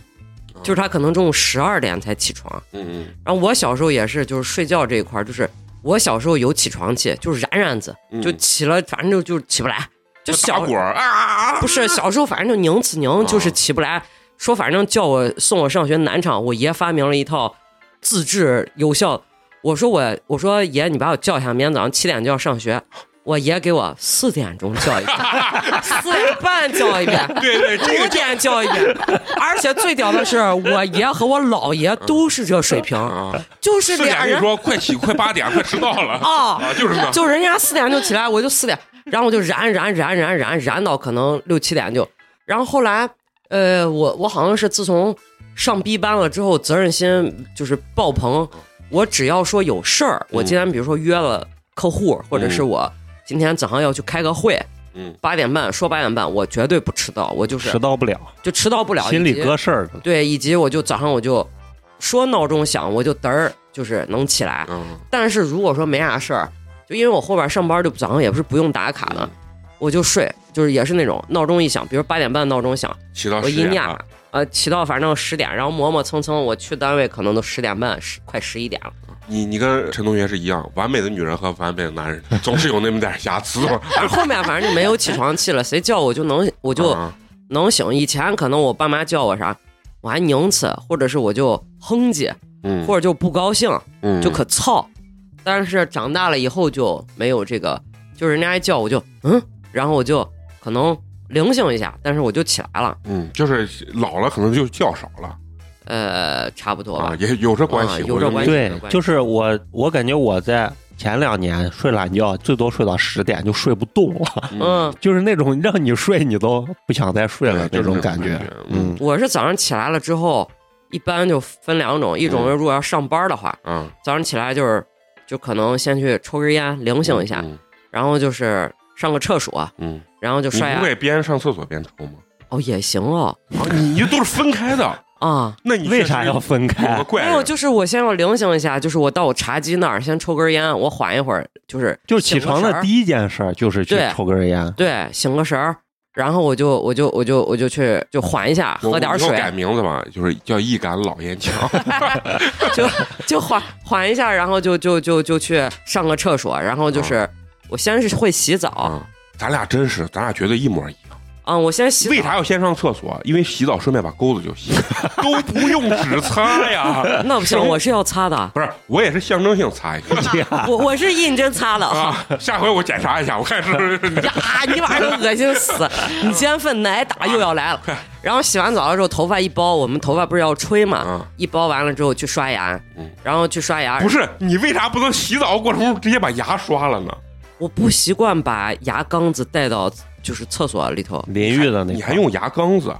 [SPEAKER 2] 就是他可能中午十二点才起床。
[SPEAKER 1] 嗯
[SPEAKER 2] 然后我小时候也是，就是睡觉这一块儿，就是我小时候有起床气，就是冉冉子
[SPEAKER 1] 嗯，
[SPEAKER 2] 就起了，反正就就起不来，就
[SPEAKER 1] 打
[SPEAKER 2] 小
[SPEAKER 1] 滚儿啊啊啊！
[SPEAKER 2] 不是小时候，反正就拧次拧，就是起不来。说反正叫我送我上学南昌，我爷发明了一套自制有效。我说我我说爷，你把我叫一下，明天早上七点就要上学。我爷给我四点钟叫 一遍，四点半叫一遍，
[SPEAKER 1] 对对，这
[SPEAKER 2] 五
[SPEAKER 1] 个
[SPEAKER 2] 点叫一遍。而且最屌的是，我爷和我姥爷都是这水平，
[SPEAKER 1] 啊，
[SPEAKER 2] 就是
[SPEAKER 1] 四
[SPEAKER 2] 俩
[SPEAKER 1] 点
[SPEAKER 2] 人
[SPEAKER 1] 就说快起，快八点，快迟到了
[SPEAKER 2] 哦
[SPEAKER 1] 啊，就是呢，
[SPEAKER 2] 就人家四点就起来，我就四点， 然后我就燃燃燃燃燃燃到可能六七点就，然后后来呃，我我好像是自从上 B 班了之后，责任心就是爆棚，我只要说有事儿，我今天比如说约了客户，或者是我今天早上要去开个会，
[SPEAKER 1] 嗯，
[SPEAKER 2] 八点半说八点半，我绝对不迟到，我就是
[SPEAKER 5] 迟到不了，
[SPEAKER 2] 就迟到不了，
[SPEAKER 5] 心
[SPEAKER 2] 以
[SPEAKER 5] 里
[SPEAKER 2] 及
[SPEAKER 5] 搁事儿了。
[SPEAKER 2] 对，以及我就早上我就说闹钟响，我就嘚儿就是能起来，
[SPEAKER 1] 嗯，
[SPEAKER 2] 但是如果说没啥事儿，就因为我后边上班就早上也不是不用打卡
[SPEAKER 1] 嗯
[SPEAKER 2] 的，我就睡，就是也是那种闹钟一响，比如八点半闹钟响，
[SPEAKER 1] 起到
[SPEAKER 2] 我
[SPEAKER 1] 啊十
[SPEAKER 2] 一
[SPEAKER 1] 点
[SPEAKER 2] 念
[SPEAKER 1] 了，，
[SPEAKER 2] 呃，起到反正十点，然后磨磨蹭蹭，我去单位可能都十点半，十快十 一点了。
[SPEAKER 1] 你你跟陈同学是一样，完美的女人和完美的男人总是有那么点瑕疵嘛，
[SPEAKER 2] 但是后面反正就没有起床气了，谁叫我就能我 就
[SPEAKER 1] 啊
[SPEAKER 2] 能醒。以前可能我爸妈叫我啥，我还拧次，或者是我就哼唧，
[SPEAKER 1] 嗯，
[SPEAKER 2] 或者就不高兴，
[SPEAKER 1] 嗯
[SPEAKER 2] 就可操。但是长大了以后就没有这个，就是人家一叫我就嗯，然后我就可能灵性一下，但是我就起来了，
[SPEAKER 1] 嗯，就是老了可能就觉少了
[SPEAKER 2] 呃，差不多吧。
[SPEAKER 1] 啊，也有这关
[SPEAKER 2] 啊
[SPEAKER 1] 系，
[SPEAKER 2] 有
[SPEAKER 1] 我
[SPEAKER 2] 这
[SPEAKER 1] 就
[SPEAKER 2] 关系
[SPEAKER 5] 对
[SPEAKER 2] 关，系
[SPEAKER 5] 就是我，我感觉我在前两年睡懒觉，最多睡到十点就睡不动了，
[SPEAKER 1] 啊
[SPEAKER 2] 嗯，
[SPEAKER 5] 就是那种让你睡你都不想再睡了
[SPEAKER 1] 对就
[SPEAKER 5] 那
[SPEAKER 1] 是
[SPEAKER 5] 种
[SPEAKER 1] 那种
[SPEAKER 5] 感觉
[SPEAKER 1] 感觉。
[SPEAKER 5] 嗯，
[SPEAKER 2] 我是早上起来了之后，一般就分两种，一种
[SPEAKER 1] 嗯
[SPEAKER 2] 是如果要上班的话，
[SPEAKER 1] 啊，
[SPEAKER 2] 早上起来就是就可能先去抽根烟灵性一下，
[SPEAKER 1] 嗯
[SPEAKER 2] 然后就是上个厕所，
[SPEAKER 1] 嗯，
[SPEAKER 2] 然后就啊
[SPEAKER 1] 你
[SPEAKER 2] 刷
[SPEAKER 1] 不
[SPEAKER 2] 牙。
[SPEAKER 1] 会边上厕所边抽 吗？
[SPEAKER 2] 哦，也行哦
[SPEAKER 1] 啊，你你都是分开的，
[SPEAKER 2] 啊，
[SPEAKER 1] 那你
[SPEAKER 5] 为啥要分
[SPEAKER 1] 有
[SPEAKER 5] 开啊
[SPEAKER 1] 个？怪
[SPEAKER 2] 没
[SPEAKER 1] 人？
[SPEAKER 2] 有，就是我先要灵性一下，就是我到我茶几那儿先抽根烟，我缓一会儿，就是
[SPEAKER 5] 就是起床的
[SPEAKER 2] 第。
[SPEAKER 5] 第一件事儿就是去
[SPEAKER 2] 对
[SPEAKER 5] 抽根烟。
[SPEAKER 2] 对，醒个神儿，然后我就我就我就我就去就缓一下，
[SPEAKER 1] 我
[SPEAKER 2] 喝点儿
[SPEAKER 1] 我以后
[SPEAKER 2] 水
[SPEAKER 1] 改，名字吧，就是叫一杆老烟 枪。
[SPEAKER 2] 就就缓缓一下，然后就就就就去上个厕所，然后就是、我先是会洗澡，
[SPEAKER 1] 啊，咱俩真是，咱俩绝对一模一样。
[SPEAKER 2] 嗯，我先洗
[SPEAKER 1] 为
[SPEAKER 2] 澡，
[SPEAKER 1] 啥要先上厕所？因为洗澡顺便把钩子就 洗，了，都不用纸擦呀。
[SPEAKER 2] 那不行，我是要 擦的，
[SPEAKER 1] 不是，我也是象征性擦一 下
[SPEAKER 2] 我我是认真擦的。
[SPEAKER 1] 啊。下回我检查一下，我看是不是
[SPEAKER 2] 呀，你晚上恶心死！你今天份奶打又要来了。
[SPEAKER 1] 啊
[SPEAKER 2] 然后洗完澡的时候，头发一包，我们头发不是要吹嘛
[SPEAKER 1] 啊？
[SPEAKER 2] 一包完了之后去刷牙
[SPEAKER 1] 嗯，
[SPEAKER 2] 然后去刷牙。
[SPEAKER 1] 不是你为啥不能洗澡过程中直接把牙刷了呢？
[SPEAKER 2] 我不习惯把牙缸子带到就是厕所里头
[SPEAKER 5] 淋浴的那
[SPEAKER 1] 你
[SPEAKER 5] 块
[SPEAKER 1] 还用牙缸子？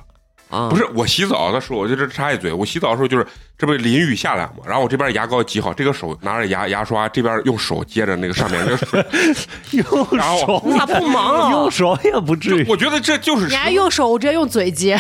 [SPEAKER 2] 啊。
[SPEAKER 1] 不是我洗澡的时候，我就这插一嘴，我洗澡的时候就是这不是淋雨下来嘛，然后我这边牙膏挤好，这个手拿着牙牙刷，这边用手接着那个上面那个 水，
[SPEAKER 5] 用
[SPEAKER 1] 然后
[SPEAKER 5] 手，
[SPEAKER 2] 那不忙 啊
[SPEAKER 5] 用手也不至于。
[SPEAKER 1] 我觉得这就是
[SPEAKER 3] 你还用手，我直接用嘴接。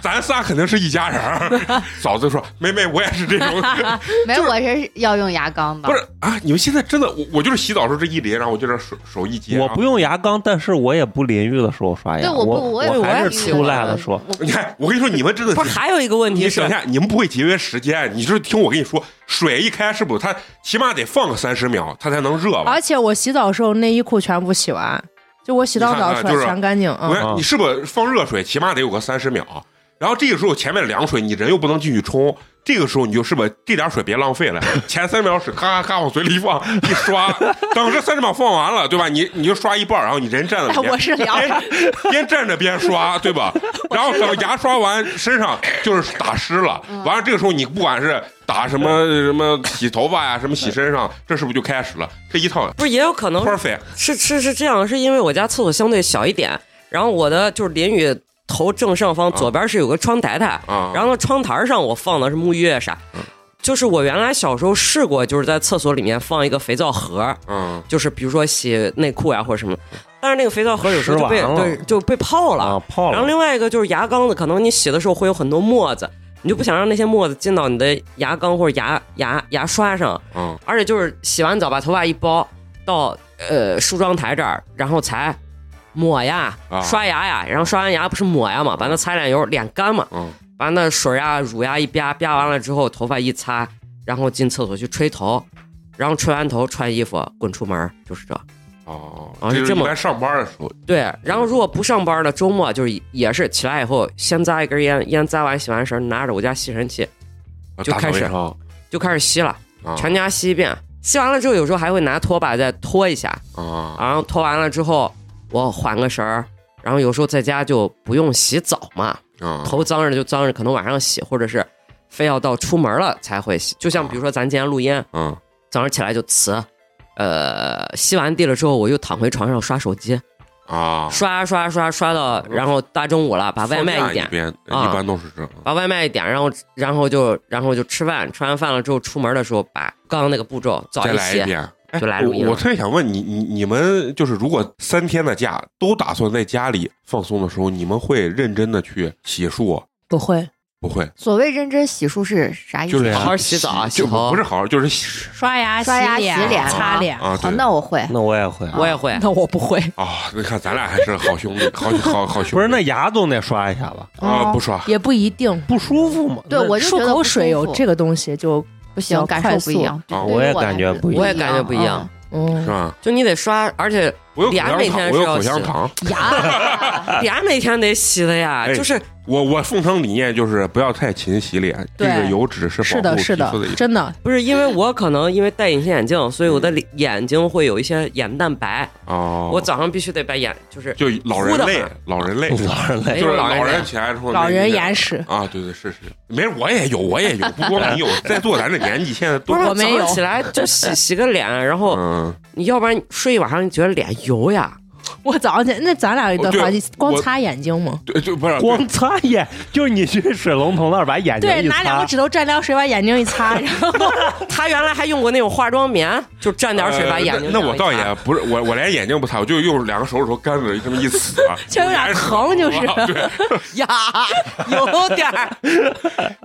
[SPEAKER 1] 咱仨肯定是一家人 儿。嫂子说：“妹妹，我也是这种，
[SPEAKER 4] 没有，我是要用牙膏的
[SPEAKER 1] 不。是啊？你们现在真的，我我就是洗澡的时候这一淋，然后我就这手手一接、啊
[SPEAKER 5] 我不，用牙膏，但是我也不淋浴的时候刷牙。
[SPEAKER 4] 对，
[SPEAKER 5] 我
[SPEAKER 4] 不，
[SPEAKER 5] 我
[SPEAKER 4] 也
[SPEAKER 5] 还是
[SPEAKER 4] 不
[SPEAKER 5] 出来了说，
[SPEAKER 1] 你看，我跟你说，你们真的
[SPEAKER 2] 不是还有一个问
[SPEAKER 1] 你
[SPEAKER 2] 题
[SPEAKER 1] 想一
[SPEAKER 2] 是，
[SPEAKER 1] 下，你们不会节约时间，你就是听我跟你说，水一开是不是它起码得放个三十秒，它才能热吧？
[SPEAKER 3] 而且我洗澡的时候内衣裤全部洗完，就我洗到
[SPEAKER 1] 你看
[SPEAKER 3] 澡出
[SPEAKER 1] 啊
[SPEAKER 3] 来
[SPEAKER 1] 就是
[SPEAKER 3] 全干净。
[SPEAKER 1] 我
[SPEAKER 3] 嗯，
[SPEAKER 1] 说你是不是放热水起码得有个三十秒？然后这个时候前面凉水你人又不能进去冲，这个时候你就是把这点水别浪费了， 前三十秒水咔咔咔往嘴里一放一刷，等这三十秒放完了，对吧？你你就刷一半，然后你人站在里面，
[SPEAKER 3] 我是凉
[SPEAKER 1] 边边站着边刷，对 吧？然后等牙刷完，身上就是打湿了，
[SPEAKER 2] 嗯
[SPEAKER 1] 完了这个时候你不管是打什么什么洗头发呀、什么洗身
[SPEAKER 2] 嗯
[SPEAKER 1] 上，这是不是就开始了？这一套
[SPEAKER 2] 不是也有可能
[SPEAKER 1] perfect，
[SPEAKER 2] 是是是这样，是因为我家厕所相对小一点，然后我的就是淋雨头正上方左边是有个窗台台，
[SPEAKER 1] 啊
[SPEAKER 2] 然后窗台上我放的是沐浴液啥。就是我原来小时候试过，就是在厕所里面放一个肥皂盒儿，
[SPEAKER 1] 嗯，
[SPEAKER 2] 就是比如说洗内裤啊呀、或者什么，但是那个肥皂盒有时候就被
[SPEAKER 5] 吃完了
[SPEAKER 2] 对就被泡了。
[SPEAKER 5] 啊，泡
[SPEAKER 2] 然后
[SPEAKER 5] 了，
[SPEAKER 2] 另外一个就是牙缸子，可能你洗的时候会有很多沫子，你就不想让那些沫子进到你的牙缸或者牙牙牙刷上，
[SPEAKER 1] 嗯，
[SPEAKER 2] 而且就是洗完澡把头发一包到呃梳妆台这儿，然后才抹呀、
[SPEAKER 1] 啊
[SPEAKER 2] 刷牙呀，然后刷完牙不是抹呀嘛，把那擦脸油脸干嘛，
[SPEAKER 1] 嗯
[SPEAKER 2] 把那水呀、乳呀一啪啪完了之后，头发一擦，然后进厕所去吹头，然后吹完头穿衣服滚出门，就是这。
[SPEAKER 1] 哦，
[SPEAKER 2] 啊
[SPEAKER 1] 这
[SPEAKER 2] 是
[SPEAKER 1] 就是
[SPEAKER 2] 这
[SPEAKER 1] 一
[SPEAKER 2] 么
[SPEAKER 1] 般上班的时候，
[SPEAKER 2] 对，然后如果不上班的周末就是也是起来以后先扎一根烟，烟扎完洗完神，拿着我家吸尘器
[SPEAKER 1] 啊
[SPEAKER 2] 就
[SPEAKER 1] 打扫
[SPEAKER 2] 开始
[SPEAKER 1] 卫生
[SPEAKER 2] 就开始吸了，
[SPEAKER 1] 啊
[SPEAKER 2] 全家吸一遍。吸完了之后，有时候还会拿拖把再拖一下，
[SPEAKER 1] 啊
[SPEAKER 2] 然后拖完了之后我缓个神儿，然后有时候在家就不用洗澡嘛，
[SPEAKER 1] 啊，
[SPEAKER 2] 头脏着就脏着，可能晚上洗，或者是非要到出门了才会洗。就像比如说咱今天录音，
[SPEAKER 1] 嗯
[SPEAKER 2] 早上起来就呲，呃，吸完地了之后我又躺回床上刷手机，
[SPEAKER 1] 啊，
[SPEAKER 2] 刷刷刷刷到，然后大中午了，把外卖
[SPEAKER 1] 放假
[SPEAKER 2] 一
[SPEAKER 1] 一
[SPEAKER 2] 点，
[SPEAKER 1] 边
[SPEAKER 2] 啊
[SPEAKER 1] 一般都是这样，
[SPEAKER 2] 把外卖一点，然后然后就然后就吃饭，吃完饭了之后出门的时候，把刚刚那个步骤早
[SPEAKER 1] 再
[SPEAKER 2] 一
[SPEAKER 1] 来一
[SPEAKER 2] 些，
[SPEAKER 1] 遍。哎
[SPEAKER 2] 就来录音
[SPEAKER 1] 我
[SPEAKER 2] 了
[SPEAKER 1] 我特别想问你，你你们就是如果三天的假都打算在家里放松的时候，你们会认真的去洗漱？啊
[SPEAKER 3] 不会
[SPEAKER 1] 不会，
[SPEAKER 4] 所谓认真洗漱是啥意思？
[SPEAKER 5] 就是呀
[SPEAKER 2] 好好洗澡啊，洗
[SPEAKER 1] 就
[SPEAKER 2] 头
[SPEAKER 1] 不是。好好，就是洗
[SPEAKER 3] 刷牙、
[SPEAKER 4] 刷牙
[SPEAKER 3] 脸、
[SPEAKER 4] 洗脸
[SPEAKER 3] 擦脸。
[SPEAKER 1] 啊。
[SPEAKER 4] 哦
[SPEAKER 1] 对，
[SPEAKER 4] 那我会，
[SPEAKER 5] 那我也会。啊
[SPEAKER 2] 我也会，
[SPEAKER 3] 那我不会，
[SPEAKER 1] 啊，你看咱俩还是好兄弟，好好好兄弟。
[SPEAKER 5] 不是，那牙总得刷一下吧？
[SPEAKER 1] 啊，
[SPEAKER 4] 哦
[SPEAKER 1] 不刷
[SPEAKER 3] 也不一定。
[SPEAKER 5] 不舒服嘛？
[SPEAKER 4] 对
[SPEAKER 5] 那
[SPEAKER 4] 我就觉
[SPEAKER 3] 漱
[SPEAKER 4] 得
[SPEAKER 3] 口
[SPEAKER 4] 不舒
[SPEAKER 3] 水有
[SPEAKER 4] 服
[SPEAKER 3] 这个东西就
[SPEAKER 4] 不行，感受不一样。
[SPEAKER 1] 啊
[SPEAKER 4] 对于
[SPEAKER 5] 我也
[SPEAKER 4] 来
[SPEAKER 5] 感觉
[SPEAKER 4] 说
[SPEAKER 5] 不一啊
[SPEAKER 2] 样我也感觉不一样。
[SPEAKER 1] 是
[SPEAKER 3] 嗯，
[SPEAKER 1] 吧？
[SPEAKER 2] 就你得刷，而且
[SPEAKER 1] 我有口
[SPEAKER 2] 俩
[SPEAKER 1] 香
[SPEAKER 2] 每天
[SPEAKER 1] 糖，
[SPEAKER 2] 是
[SPEAKER 1] 我有
[SPEAKER 2] 要
[SPEAKER 1] 口香
[SPEAKER 2] 洗
[SPEAKER 1] 糖，
[SPEAKER 4] 牙
[SPEAKER 2] 牙每天得洗的呀，
[SPEAKER 1] 哎
[SPEAKER 2] 就是
[SPEAKER 1] 我我奉承理念就是不要太勤洗脸，这
[SPEAKER 3] 对
[SPEAKER 1] 个油脂是
[SPEAKER 3] 是
[SPEAKER 1] 保护
[SPEAKER 3] 的，
[SPEAKER 1] 皮
[SPEAKER 3] 是
[SPEAKER 1] 肤的
[SPEAKER 3] 的
[SPEAKER 1] 一，
[SPEAKER 3] 真的，
[SPEAKER 2] 不是因为我可能因为戴隐形眼镜，所以我的脸眼睛会有一些眼蛋白，
[SPEAKER 1] 嗯哦，
[SPEAKER 2] 我早上必须得把眼就是
[SPEAKER 1] 就老人类，老人类，
[SPEAKER 5] 老人累
[SPEAKER 2] 没
[SPEAKER 1] 就
[SPEAKER 2] 有
[SPEAKER 1] 是
[SPEAKER 2] 老人
[SPEAKER 1] 老
[SPEAKER 2] 类
[SPEAKER 1] 人起来之后，
[SPEAKER 3] 老人眼屎，
[SPEAKER 1] 啊，对对是是，没事，我也有，我也有，不光 你有，在座咱这年纪现在都
[SPEAKER 2] 不是
[SPEAKER 3] 我没有
[SPEAKER 2] 早上起来就 洗洗个脸，然后
[SPEAKER 1] 嗯，
[SPEAKER 2] 你要不然睡一晚上你觉得脸油呀，
[SPEAKER 3] 我早上起来那咱俩的
[SPEAKER 1] 哦对
[SPEAKER 3] 话，就光
[SPEAKER 1] 我
[SPEAKER 3] 擦眼睛嘛，
[SPEAKER 1] 对对，不是
[SPEAKER 5] 光擦眼，就是你去水龙头那儿把眼睛
[SPEAKER 3] 对，
[SPEAKER 5] 一
[SPEAKER 3] 拿两
[SPEAKER 5] 擦
[SPEAKER 3] 个，指头蘸凉水把眼睛一擦，然后
[SPEAKER 2] 他原来还用过那种化妆棉，就蘸点水把眼睛、
[SPEAKER 1] 呃那我倒也不是，我我连眼睛不擦，我就用两个手指头干着这么一啊呲，
[SPEAKER 3] 就有点疼，就是
[SPEAKER 1] 对，
[SPEAKER 2] 呀，有点儿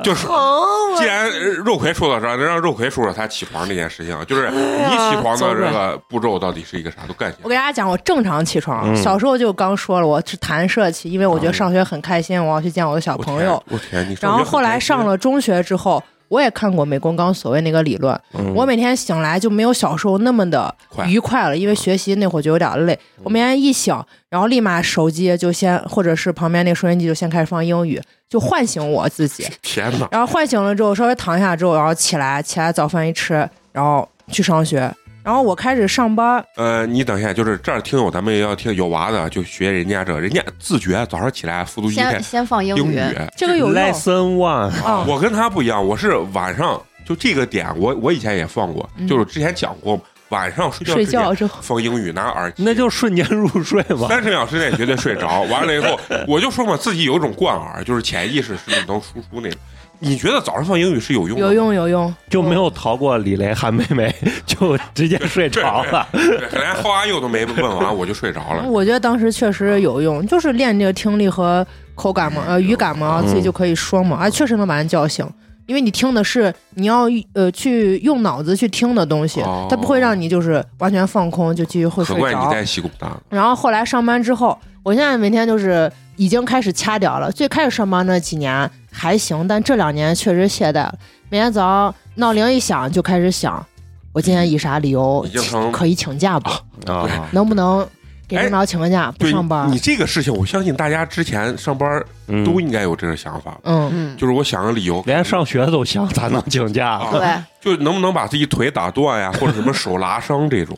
[SPEAKER 1] 就是
[SPEAKER 3] 啊
[SPEAKER 2] 疼
[SPEAKER 1] 既然呃肉葵说到这儿，能让肉葵说说他起床这件事情，啊
[SPEAKER 3] 哎
[SPEAKER 1] 就是你起床的这个步骤到底是一个啥？都干些
[SPEAKER 3] 我给大家讲，我正常起床，
[SPEAKER 5] 嗯
[SPEAKER 3] 小时候就刚说了，我是弹射起，因为我觉得上学很开心，我要去见我的小
[SPEAKER 1] 我
[SPEAKER 3] 朋友。
[SPEAKER 1] 天，我天，哦你
[SPEAKER 3] 然后后来上了中学之后，我也看过美工刚所谓那个理论，我每天醒来就没有小时候那么的
[SPEAKER 1] 快嗯
[SPEAKER 3] 愉快了，因为学习那会儿就有点累。我每天一醒，然后立马手机就先，或者是旁边那个收音机就先开始放英语，就唤醒我自己。
[SPEAKER 1] 天哪，
[SPEAKER 3] 然后唤醒了之后，稍微躺一下之后，然后起来，起来早饭一吃，然后去上学。然后我开始上班，
[SPEAKER 1] 呃，你等一下，就是这儿听友咱们也要听有娃的，就学人家这，人家自觉早上起来复读一
[SPEAKER 4] 先
[SPEAKER 1] 遍
[SPEAKER 4] 先放英
[SPEAKER 1] 英
[SPEAKER 4] 语
[SPEAKER 1] 语。
[SPEAKER 3] 这个有用
[SPEAKER 5] lesson one
[SPEAKER 3] 啊。
[SPEAKER 1] 我跟他不一样，我是晚上就这个点，我我以前也放过，
[SPEAKER 3] 嗯
[SPEAKER 1] 就是之前讲过，晚上睡觉
[SPEAKER 3] 睡
[SPEAKER 1] 之前
[SPEAKER 3] 觉之后，
[SPEAKER 1] 放英语拿耳机，
[SPEAKER 5] 那就瞬间入睡吧。
[SPEAKER 1] 三十秒之内绝对睡着。完了以后，我就说嘛，自己有一种惯耳，就是潜意识是能输出那种。你觉得早上放英语是有用的吗？
[SPEAKER 3] 有用有用，
[SPEAKER 5] 就没有逃过李雷韩妹妹，就直接睡着了。
[SPEAKER 1] 对，可能后阿佑都没问完，我就睡着了。
[SPEAKER 3] 我觉得当时确实有用，就是练这个听力和口感嘛，呃，语感嘛，
[SPEAKER 5] 嗯
[SPEAKER 3] 自己就可以说嘛，啊，确实能把人叫醒，因为你听的是你要呃去用脑子去听的东西，
[SPEAKER 1] 哦
[SPEAKER 3] 它不会让你就是完全放空就继续会
[SPEAKER 1] 可
[SPEAKER 3] 睡
[SPEAKER 1] 怪你
[SPEAKER 3] 着。
[SPEAKER 1] 在西工大呢
[SPEAKER 3] 然后后来上班之后，我现在每天就是已经开始掐掉了。最开始上班那几年还行，但这两年确实懈怠了。每天早上闹铃一响就开始想，我今天以啥理由
[SPEAKER 1] 已经成
[SPEAKER 3] 可以请假不？
[SPEAKER 5] 啊，
[SPEAKER 3] 能不能给领导请个假，不
[SPEAKER 1] 哎对
[SPEAKER 3] 上班？
[SPEAKER 1] 你这个事情，我相信大家之前上班
[SPEAKER 5] 嗯
[SPEAKER 1] 都应该有这个想法，
[SPEAKER 3] 嗯，
[SPEAKER 4] 嗯，
[SPEAKER 1] 就是我想个理由，
[SPEAKER 5] 连上学都想咋能请假？啊
[SPEAKER 4] 对，
[SPEAKER 1] 就能不能把自己腿打断呀，或者什么手拉伤这 种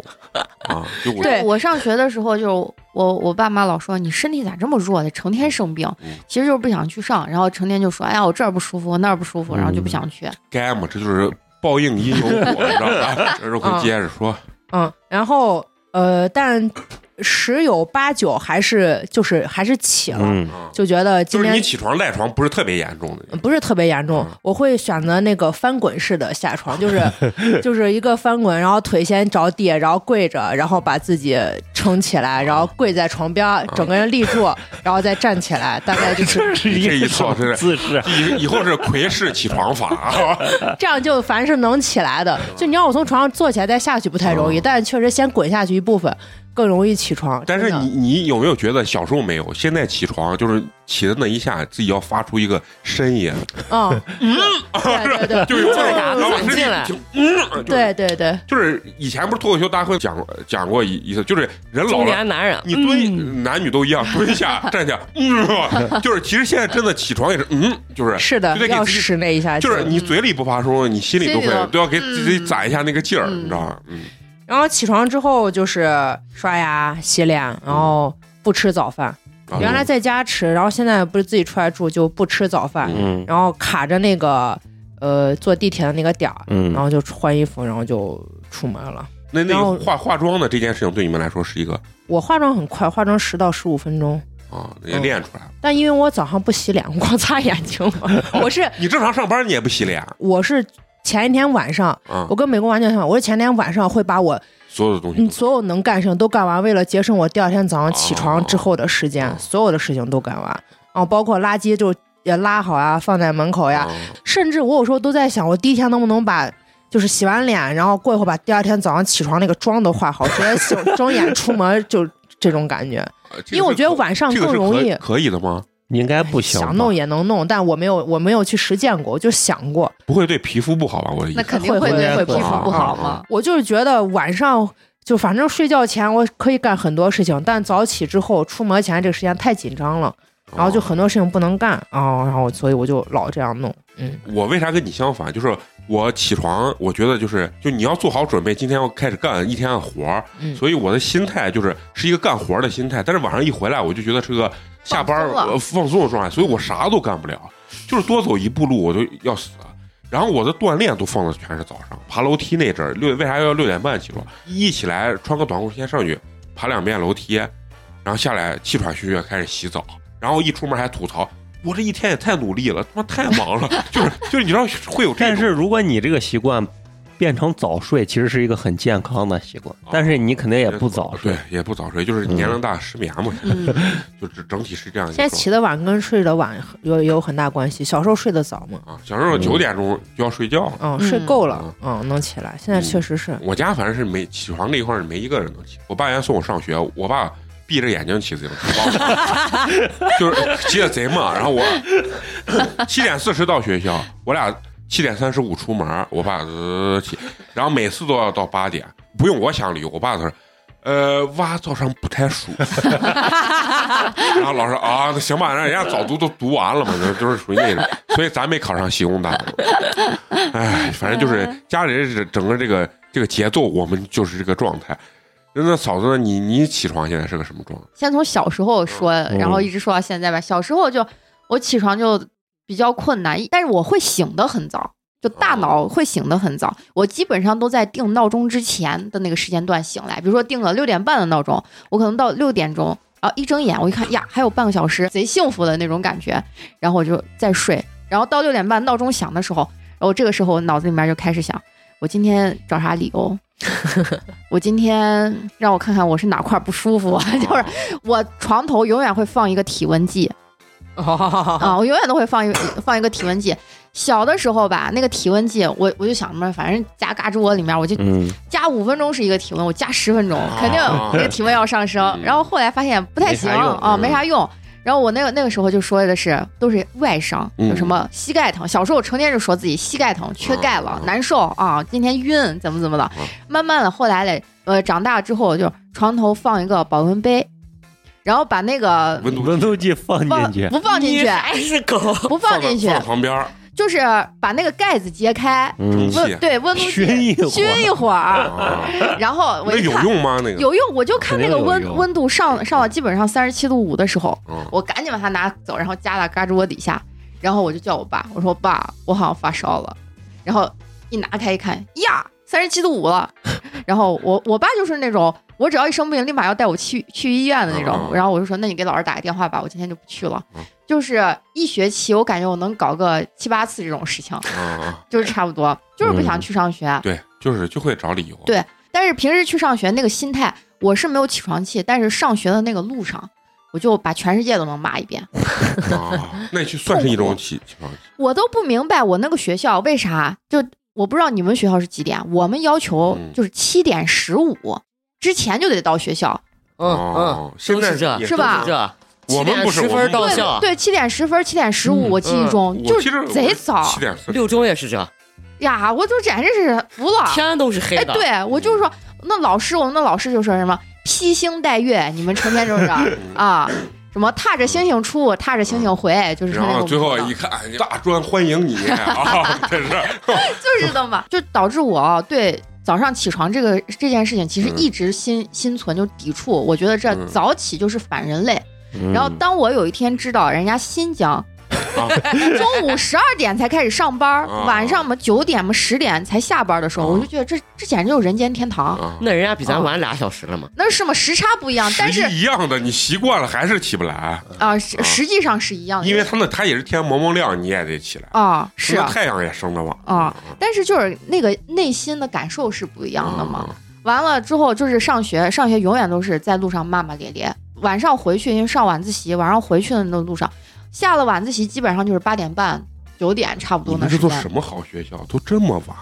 [SPEAKER 1] 啊？就我
[SPEAKER 3] 对
[SPEAKER 4] 我上学的时候就是我我爸妈老说你身体咋这么弱的，成天生病
[SPEAKER 1] 嗯，
[SPEAKER 4] 其实就是不想去上，然后成天就说哎呀我这儿不舒服，我那儿不舒服，然后就不想去。
[SPEAKER 1] 该嘛，这就是报应
[SPEAKER 3] 啊
[SPEAKER 1] 因有果，你知道吧？这是会接着说，
[SPEAKER 3] 嗯，然后呃，但十有八九还是就是还是起了，
[SPEAKER 5] 嗯，
[SPEAKER 1] 啊，
[SPEAKER 3] 就觉得今
[SPEAKER 1] 就是
[SPEAKER 3] 天
[SPEAKER 1] 你起床赖床不是特别严重的，
[SPEAKER 3] 不是特别严重
[SPEAKER 1] 嗯，
[SPEAKER 3] 我会选择那个翻滚式的下床，就是 就是一个翻滚，然后腿先着地，然后跪着，然后把自己撑起来，然后跪在床
[SPEAKER 1] 嗯
[SPEAKER 3] 边，整个人立住，然后再站起来，大概 就是
[SPEAKER 5] 这是
[SPEAKER 1] 这一
[SPEAKER 5] 一
[SPEAKER 1] 套真是
[SPEAKER 5] 姿势，
[SPEAKER 1] 以以后是魁式起床法 啊，
[SPEAKER 3] 这样就凡是能起来的，就你让我从床上坐起来再下去不太容易，但是确实先滚下去一部分更容易
[SPEAKER 1] 嗯
[SPEAKER 3] 起床。
[SPEAKER 1] 但是
[SPEAKER 3] 真的
[SPEAKER 1] 你你有没有觉得小时候没有，现在起床就是起的那一下，自己要发出一个呻吟，
[SPEAKER 3] 嗯 对对对，
[SPEAKER 1] 嗯就有
[SPEAKER 2] 就是打
[SPEAKER 1] 然后身体
[SPEAKER 2] 进来
[SPEAKER 3] 啊
[SPEAKER 1] 就嗯，就是
[SPEAKER 3] 对对 对，
[SPEAKER 1] 就是以前不是脱口秀大会讲讲过一一次，就是人 老
[SPEAKER 2] 中
[SPEAKER 1] 了。
[SPEAKER 2] 年男人，
[SPEAKER 1] 你蹲，
[SPEAKER 3] 嗯
[SPEAKER 1] 男女都一样，蹲下、 站下，嗯，就是其实现在真的起床也是，嗯，就是
[SPEAKER 3] 是啊的
[SPEAKER 1] 就得，给
[SPEAKER 3] 要
[SPEAKER 1] 自己
[SPEAKER 3] 使那一下劲
[SPEAKER 1] 就
[SPEAKER 3] 儿，
[SPEAKER 1] 是你嘴里不发声，你心里都
[SPEAKER 4] 心里
[SPEAKER 1] 会
[SPEAKER 4] 头
[SPEAKER 1] 都要给自己
[SPEAKER 4] 嗯
[SPEAKER 1] 攒一下那个劲儿，
[SPEAKER 4] 嗯
[SPEAKER 1] 你知道吧？嗯，
[SPEAKER 3] 然后起床之后就是刷牙、洗脸，然后不吃早饭。
[SPEAKER 1] 啊
[SPEAKER 3] 原来在家吃，然后现在不是自己出来住就不吃早饭，
[SPEAKER 5] 嗯
[SPEAKER 3] 然后卡着那个呃坐地铁的那个点儿，然
[SPEAKER 5] 嗯，
[SPEAKER 3] 后就换衣服，然后就出门了。
[SPEAKER 1] 那那
[SPEAKER 3] 然后
[SPEAKER 1] 个化化妆的这件事情对你们来说是一个
[SPEAKER 3] 我化妆很快，化妆十到十五分钟，
[SPEAKER 1] 啊，也
[SPEAKER 3] 嗯
[SPEAKER 1] 练出来了。
[SPEAKER 3] 但因为我早上不洗脸，我光擦眼睛 了。我是
[SPEAKER 1] 你正常上班你也不洗脸
[SPEAKER 3] 我是前一天晚上，
[SPEAKER 1] 啊
[SPEAKER 3] 我，跟美国完全相反，我是前天晚上会把我
[SPEAKER 1] 所有的东西
[SPEAKER 3] 嗯
[SPEAKER 1] 都
[SPEAKER 3] 所有能干事情都干完，为了节省我第二天早上起床之后的时间，
[SPEAKER 1] 哦
[SPEAKER 3] 所有的事情都干完，啊，包括垃圾就也拉好呀，放在门口呀，
[SPEAKER 1] 啊
[SPEAKER 3] 甚至我有时候都在想，我第一天能不能把。就是洗完脸，然后过一会儿把第二天早上起床那个妆都化好，直接洗 睁眼出门就这种感觉。
[SPEAKER 1] 呃这个
[SPEAKER 3] 因为我
[SPEAKER 1] 是
[SPEAKER 3] 觉得
[SPEAKER 1] 可
[SPEAKER 3] 晚上
[SPEAKER 1] 这个
[SPEAKER 3] 更
[SPEAKER 1] 是
[SPEAKER 3] 容易
[SPEAKER 1] 可，可以的吗？
[SPEAKER 5] 你应该不行吧，
[SPEAKER 3] 想弄也能弄，但我没有我没有去实践过，我就想过，
[SPEAKER 1] 不会对皮肤不好吧？我的意
[SPEAKER 4] 那
[SPEAKER 1] 思。
[SPEAKER 4] 肯定
[SPEAKER 3] 会
[SPEAKER 4] 会
[SPEAKER 3] 会
[SPEAKER 4] 对
[SPEAKER 3] 会
[SPEAKER 4] 皮肤不好啊嘛。
[SPEAKER 3] 我就是觉得晚上就反正睡觉前我可以干很多事情，但早起之后出门前这个时间太紧张了，然后就
[SPEAKER 1] 哦
[SPEAKER 3] 很多事情不能干啊、然后所以我就老这样弄，嗯，
[SPEAKER 1] 我为啥跟你相反？就是我起床，我觉得就是就你要做好准备，今天要开始干一天的活儿，
[SPEAKER 3] 嗯
[SPEAKER 1] 所以我的心态就是是一个干活儿的心态。但是晚上一回来，我就觉得是个下班儿
[SPEAKER 4] 放松啊了
[SPEAKER 1] 呃放松的状态，所以我啥都干不了，就是多走一步路我就要死。然后我的锻炼都放的全是早上，爬楼梯那阵儿六为啥要六点半起床？一起来穿个短裤先上去，爬两遍楼梯，然后下来气喘吁吁开始洗澡，然后一出门还吐槽。我这一天也太努力了，他妈太忙了， 就是就是，你知道会有这
[SPEAKER 5] 但
[SPEAKER 1] 种
[SPEAKER 5] 是如果你这个习惯变成早睡，其实是一个很健康的习惯
[SPEAKER 1] 啊，
[SPEAKER 5] 但是你肯定也不早睡
[SPEAKER 1] 哦对。，也不早睡，就是年龄大失眠嘛，
[SPEAKER 4] 嗯，
[SPEAKER 1] 就整整体是这样一
[SPEAKER 3] 现在
[SPEAKER 1] 个
[SPEAKER 3] 起得晚跟睡得晚有有很大关系，小时候睡得早嘛，
[SPEAKER 1] 状态啊。小时候
[SPEAKER 5] 嗯
[SPEAKER 1] 九点钟就要睡觉了，
[SPEAKER 3] 嗯，
[SPEAKER 4] 嗯
[SPEAKER 3] 睡够了，嗯，能起来，现在确实是，
[SPEAKER 1] 我家反正是没起床这一块儿是没一个人能起。我爸原来送我上学，我爸闭着眼睛骑自行车，就是骑的贼慢。然后我七点四十到学校，我俩七点三十五出门，我爸呃起，然后每次都要到八点，不用我想理由，我爸他说。呃，娃早上不太舒服，然后老师啊，那行吧，让人家早读都读完了嘛，就就是属于那种，所以咱没考上西工大。哎，反正就是
[SPEAKER 4] 嗯
[SPEAKER 1] 家里人整个这个这个节奏，我们就是这个状态。那嫂子呢？你你起床现在是个什么状态？
[SPEAKER 4] 先从小时候说，然后一直说到现在吧。小时候就我起床就比较困难，但是我会醒得很早，就大脑会醒得很早。我基本上都在定闹钟之前的那个时间段醒来，比如说定了六点半的闹钟，我可能到六点钟，然后一睁眼我一看呀，还有半个小时，贼幸福的那种感觉，然后我就再睡，然后到六点半闹钟响的时候，然后这个时候我脑子里面就开始想，我今天找啥理由？ 我今天让我看看我是哪块儿不舒服，啊 就是
[SPEAKER 1] 啊
[SPEAKER 4] 我床头永远会放一个体温计
[SPEAKER 2] 哦
[SPEAKER 4] 啊，我永远都会放一 放一个体温计。小的时候吧，那个体温计，我我就想着，反正加嘎吱窝里面，我就
[SPEAKER 5] 嗯，
[SPEAKER 4] 加五分钟是一个体温，我加十分钟，肯定
[SPEAKER 1] 啊
[SPEAKER 4] 那个体温要上升
[SPEAKER 1] 嗯。
[SPEAKER 4] 然后后来发现不太行
[SPEAKER 5] 没啥用
[SPEAKER 4] 啊，
[SPEAKER 5] 嗯
[SPEAKER 4] 没啥用。然后我那个那个时候就说的是都是外伤，
[SPEAKER 1] 嗯
[SPEAKER 4] 有什么膝盖疼。小时候我成天就说自己膝盖疼、缺钙了、难受啊，今天晕，怎么怎么的
[SPEAKER 1] 嗯。
[SPEAKER 4] 慢慢的后来嘞，呃，长大之后我就床头放一个保温杯，然后把那个
[SPEAKER 1] 温度
[SPEAKER 5] 温度计放
[SPEAKER 4] 放
[SPEAKER 5] 进去，
[SPEAKER 4] 不放进
[SPEAKER 2] 你
[SPEAKER 4] 去，
[SPEAKER 2] 还是狗，
[SPEAKER 4] 不放进去
[SPEAKER 1] 放，到床边儿
[SPEAKER 4] 就是把那个盖子揭开，
[SPEAKER 5] 嗯
[SPEAKER 1] 气
[SPEAKER 4] 温对温度计
[SPEAKER 5] 熏一会儿
[SPEAKER 4] 熏一会儿，
[SPEAKER 1] 啊，
[SPEAKER 4] 然后 我
[SPEAKER 1] 那
[SPEAKER 4] 一
[SPEAKER 1] 有
[SPEAKER 4] 看。
[SPEAKER 1] 用吗？那个
[SPEAKER 4] 有用，我就看那个
[SPEAKER 5] 肯定有
[SPEAKER 4] 温
[SPEAKER 5] 用
[SPEAKER 4] 温度上上到基本上三十七度五的时候，
[SPEAKER 1] 嗯
[SPEAKER 4] 我赶紧把它拿走，然后夹到胳肢窝底下，然后我就叫我爸，我说爸，我好像发烧了，然后一拿开一看，呀，三十七度五了。 然后我我爸就是那种，我只要一生病，立马要带我去去医院的那种
[SPEAKER 1] 嗯。嗯
[SPEAKER 4] 然后我就说，那你给老师打个电话吧，我今天就不去了
[SPEAKER 1] 嗯。
[SPEAKER 4] 就是一学期，我感觉我能搞个七八次这种事情，
[SPEAKER 1] 啊，
[SPEAKER 4] 就是差不多，就是不想去上学。
[SPEAKER 1] 嗯对，就是就会找理由。
[SPEAKER 4] 对但是平时去上学那个心态，我是没有起床气，但是上学的那个路上，我就把全世界都能骂一遍。
[SPEAKER 1] 啊，那就算是一种起起床气
[SPEAKER 4] 我都不明白我那个学校为啥就我不知道你们学校是几点，我们要求
[SPEAKER 1] 嗯
[SPEAKER 4] 就是七点十五之前就得到学校。
[SPEAKER 2] 嗯嗯，
[SPEAKER 1] 哦现在
[SPEAKER 2] 都是这
[SPEAKER 1] 也
[SPEAKER 4] 是吧
[SPEAKER 2] 是这
[SPEAKER 1] 我们不是
[SPEAKER 2] 7点10
[SPEAKER 1] 我们
[SPEAKER 2] 分到
[SPEAKER 1] 不是
[SPEAKER 2] 校，
[SPEAKER 4] 对，七点十分、七点十五，
[SPEAKER 5] 嗯
[SPEAKER 4] 我记忆中、
[SPEAKER 1] 我
[SPEAKER 4] 就
[SPEAKER 1] 记着
[SPEAKER 4] 是贼早
[SPEAKER 1] 七点四
[SPEAKER 2] 六中也是这，
[SPEAKER 4] 呀，我就简直是服了。
[SPEAKER 2] 天都是黑
[SPEAKER 4] 哎，
[SPEAKER 2] 的。
[SPEAKER 4] 对我就是说，那老师，我们的老师就说什么披星戴月，你们成天就是 啊，什么踏着星星出，踏着星星回，就是
[SPEAKER 1] 然
[SPEAKER 4] 那
[SPEAKER 1] 后
[SPEAKER 4] 种
[SPEAKER 1] 最后
[SPEAKER 4] 说的
[SPEAKER 1] 一看，哎大专欢迎 你啊！这是
[SPEAKER 4] 就是这么，就导致我啊对早上起床这个这件事情，其实一直心、心存就抵触。我觉得这
[SPEAKER 1] 嗯
[SPEAKER 4] 早起就是反人类。
[SPEAKER 5] 嗯
[SPEAKER 4] 然后当我有一天知道人家新疆。
[SPEAKER 1] 啊
[SPEAKER 4] 中午十二点才开始上班，
[SPEAKER 1] 啊
[SPEAKER 4] 晚上嘛九点嘛十点才下班的时候，
[SPEAKER 1] 啊
[SPEAKER 4] 我就觉得这这简直就是人间天堂。
[SPEAKER 1] 啊，
[SPEAKER 2] 那人家比咱晚俩小时了嘛。
[SPEAKER 4] 那是嘛时差不一样，但是
[SPEAKER 1] 实际一样的，你习惯了还是起不来，
[SPEAKER 4] 啊，实
[SPEAKER 1] 啊
[SPEAKER 4] 实际上是一样的，
[SPEAKER 1] 因为他那他也是天蒙蒙亮，你也得起来。
[SPEAKER 4] 啊是
[SPEAKER 1] 那
[SPEAKER 4] 啊，
[SPEAKER 1] 太阳也升得晚
[SPEAKER 4] 啊
[SPEAKER 1] 嗯
[SPEAKER 4] 但是就是那个内心的感受是不一样的嘛。
[SPEAKER 1] 嗯
[SPEAKER 4] 完了之后就是上学，上学永远都是在路上骂骂咧咧。晚上回去，因为上晚自习，晚上回去的那路上，下了晚自习基本上就是八点半、九点差不
[SPEAKER 1] 你
[SPEAKER 4] 多
[SPEAKER 1] 们
[SPEAKER 4] 那
[SPEAKER 1] 这
[SPEAKER 4] 时啊
[SPEAKER 1] 都
[SPEAKER 4] 间，
[SPEAKER 1] 什么好学校？都这么晚？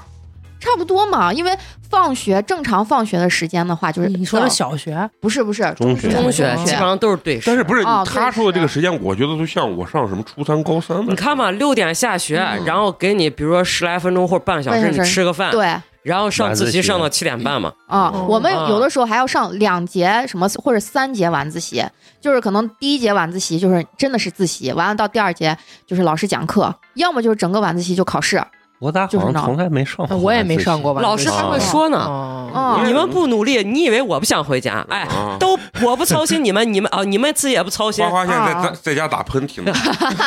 [SPEAKER 4] 差不多嘛。因为放学正常放学的时间嗯的话，就是
[SPEAKER 3] 你说的
[SPEAKER 4] 到
[SPEAKER 3] 小学，
[SPEAKER 4] 不是不是
[SPEAKER 5] 中
[SPEAKER 4] 学
[SPEAKER 5] 学
[SPEAKER 2] 中
[SPEAKER 4] 中
[SPEAKER 2] 学
[SPEAKER 3] 中
[SPEAKER 2] 基
[SPEAKER 3] 学
[SPEAKER 2] 本上都是对时，
[SPEAKER 1] 但是不是
[SPEAKER 4] 哦
[SPEAKER 1] 他说的
[SPEAKER 4] 对
[SPEAKER 1] 这个时间？我觉得都像我上什么初三、高三的。
[SPEAKER 2] 你看嘛，六点下学，
[SPEAKER 1] 嗯
[SPEAKER 2] 然后给你比如说十来分钟或者半小时，
[SPEAKER 4] 半小时
[SPEAKER 2] 你吃个饭，
[SPEAKER 4] 对
[SPEAKER 2] 然后上自习
[SPEAKER 5] 晚自习
[SPEAKER 2] 上到七点半嘛。
[SPEAKER 4] 啊、
[SPEAKER 1] 哦
[SPEAKER 4] 我们
[SPEAKER 2] 啊
[SPEAKER 4] 有的时候还要上两节什么或者三节晚自习，就是可能第一节晚自习就是真的是自习，完了到第二节就是老师讲课，要么就是整个晚自习就考试。
[SPEAKER 5] 我咋好像从来没上过晚自习？
[SPEAKER 3] 呃我也没上过吧？
[SPEAKER 2] 老师他会
[SPEAKER 5] 啊
[SPEAKER 2] 说呢，
[SPEAKER 3] 呢，
[SPEAKER 4] 嗯，
[SPEAKER 2] 你们不努力，你以为我不想回家？哎
[SPEAKER 1] 啊，
[SPEAKER 2] 都我不操心你们，你们啊，你们自己也不操心
[SPEAKER 1] 花。花现在在
[SPEAKER 4] 啊
[SPEAKER 1] 在家打喷嚏呢，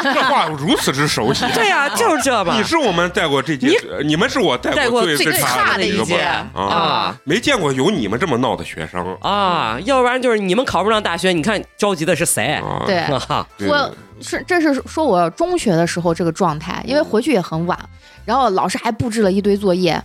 [SPEAKER 1] 这话如此之熟悉。
[SPEAKER 2] 对呀，就是这
[SPEAKER 4] 啊
[SPEAKER 2] 吧
[SPEAKER 1] 你。是我们带过这届，呃你们是我带
[SPEAKER 2] 带过
[SPEAKER 1] 最
[SPEAKER 2] 最
[SPEAKER 1] 差
[SPEAKER 4] 差的
[SPEAKER 1] 一
[SPEAKER 4] 一
[SPEAKER 1] 个
[SPEAKER 4] 届
[SPEAKER 1] 班啊
[SPEAKER 2] 啊，
[SPEAKER 1] 没见过有你们这么闹的学生
[SPEAKER 2] 啊，要不然就是你们考不上大学，你看着急的是谁？
[SPEAKER 1] 啊！
[SPEAKER 4] 对，
[SPEAKER 2] 啊，
[SPEAKER 1] 对，
[SPEAKER 4] 我是这是说我中学的时候这个状态，因为回去也很晚，然后老师还布置了一堆作业，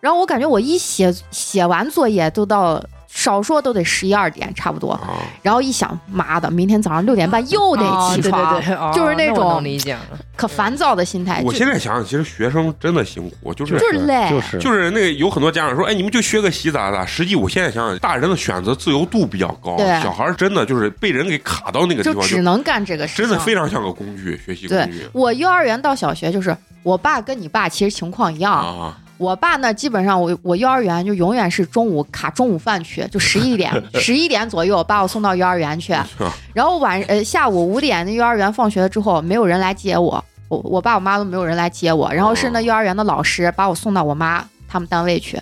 [SPEAKER 4] 然后我感觉我一写写完作业都到少说都得十一二点差不多，
[SPEAKER 1] 啊
[SPEAKER 4] 然后一想，妈的，明天早上六点半又得起床，
[SPEAKER 3] 哦对对对哦
[SPEAKER 4] 就是那
[SPEAKER 3] 那
[SPEAKER 4] 种
[SPEAKER 3] 我能理解了。
[SPEAKER 4] 可烦躁的心态，
[SPEAKER 1] 我
[SPEAKER 4] 就
[SPEAKER 1] 现在想想，其实学生真的辛苦，就是
[SPEAKER 4] 哎就是累
[SPEAKER 5] 就是
[SPEAKER 1] 就是那个有很多家长说，哎，你们就学个习咋咋。实际我现在想想，大人的选择自由度比较高，啊
[SPEAKER 4] 对
[SPEAKER 1] 小孩儿真的就是被人给卡到那个地
[SPEAKER 4] 就
[SPEAKER 1] 方，
[SPEAKER 4] 只
[SPEAKER 1] 就
[SPEAKER 4] 能干这个事情，
[SPEAKER 1] 真的非常像个工具，学习工
[SPEAKER 4] 对
[SPEAKER 1] 具。
[SPEAKER 4] 我幼儿园到小学就是。我爸跟你爸其实情况一样，
[SPEAKER 1] 啊，
[SPEAKER 4] 我爸那基本上我我幼儿园就永远是中午卡中午饭去，就十一点十一点左右把我送到幼儿园去，然后晚呃下午五点那幼儿园放学之后没有人来接我，我我爸我妈都没有人来接我，然后是那幼儿园的老师把我送到我妈他们单位去，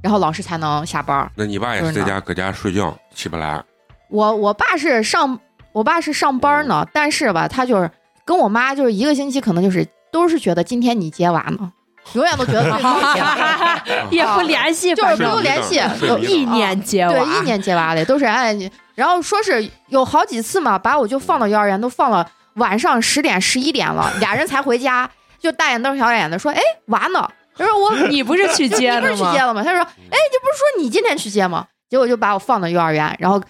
[SPEAKER 4] 然后老师才能下班儿。
[SPEAKER 1] 那你爸也是在家搁家睡觉，起不
[SPEAKER 4] 啊
[SPEAKER 1] 来。
[SPEAKER 4] 我我爸是上我爸是上班呢，但是吧他就是跟我妈就是一个星期可能就是都是觉得今天你接娃呢，永远都觉得自己接娃
[SPEAKER 6] 也不联 系，
[SPEAKER 4] 就是
[SPEAKER 6] 反
[SPEAKER 4] 没
[SPEAKER 6] 正
[SPEAKER 4] 有联系，
[SPEAKER 1] 睡
[SPEAKER 4] 有
[SPEAKER 1] 迷
[SPEAKER 6] 一年接娃，
[SPEAKER 4] 对，一年接娃嘞，都是哎你，然后说是有好几次嘛，把我就放到幼儿园，都放了晚上十点十一点了，俩人才回家，就大眼瞪小眼的说，哎，娃呢？他说我
[SPEAKER 6] 你不是去
[SPEAKER 4] 就
[SPEAKER 6] 接
[SPEAKER 4] 你不
[SPEAKER 6] 的
[SPEAKER 4] 是去
[SPEAKER 6] 吗
[SPEAKER 4] 接？了吗？他说，哎，你不是说你今天去接吗？结果就把我放到幼儿园，然后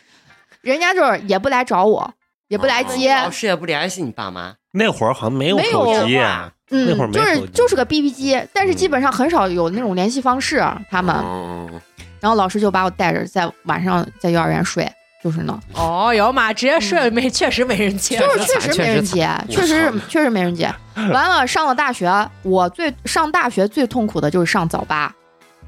[SPEAKER 4] 人家就是也不来找我，也不来接，
[SPEAKER 2] 老师也不联系你爸妈，
[SPEAKER 5] 那会儿好像没有
[SPEAKER 4] 没有
[SPEAKER 5] 手机，啊那会儿
[SPEAKER 4] 嗯，
[SPEAKER 5] 没
[SPEAKER 4] 就
[SPEAKER 5] 手
[SPEAKER 4] 是
[SPEAKER 5] 机
[SPEAKER 4] 就是个 BB 机，但是基本上很少有那种联系方式，他们，
[SPEAKER 1] 嗯，
[SPEAKER 4] 然后老师就把我带着在晚上在幼儿园睡，就是呢。
[SPEAKER 6] 哦哟妈，直接睡
[SPEAKER 3] 嗯
[SPEAKER 6] 没，确实没人接。
[SPEAKER 4] 就是确实没人接，确实是确实没人 接。完了，上了大学，我最上大学最痛苦的就是上早八，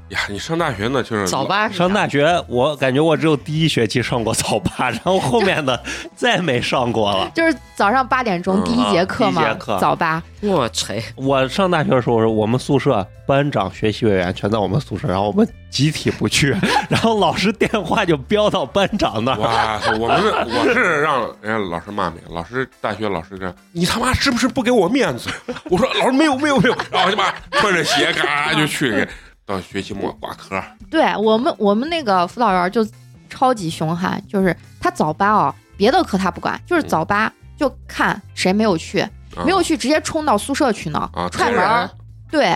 [SPEAKER 1] 呀，你上大学呢，就是
[SPEAKER 2] 早八是啥
[SPEAKER 5] 上大学，我感觉我只有第一学期上过早八，然后后面的再没上过了。
[SPEAKER 4] 就是早上八点钟
[SPEAKER 1] 嗯
[SPEAKER 4] 第一节课嘛，
[SPEAKER 5] 第一节课
[SPEAKER 4] 早八。
[SPEAKER 2] 我去，
[SPEAKER 5] 我上大学的时候，我们宿舍班长、学习委员全在我们宿舍，然后我们集体不去， 然后老师电话就飙到班长那儿。
[SPEAKER 1] 哇塞，我们是我是让人家老师骂没，老师大学老师这样，你他妈是不是不给我面子？我说老师没有没有没有，然后我就把穿着鞋嘎就去给到学期末挂科，啊
[SPEAKER 4] 对我们我们那个辅导员就超级凶悍，就是他早八啊、别的课他不管，
[SPEAKER 5] 嗯
[SPEAKER 4] 就是早八就看谁没有去，
[SPEAKER 1] 啊
[SPEAKER 4] 没有去直接冲到宿舍去呢，
[SPEAKER 1] 啊，
[SPEAKER 4] 踹门
[SPEAKER 1] 人
[SPEAKER 4] 儿，对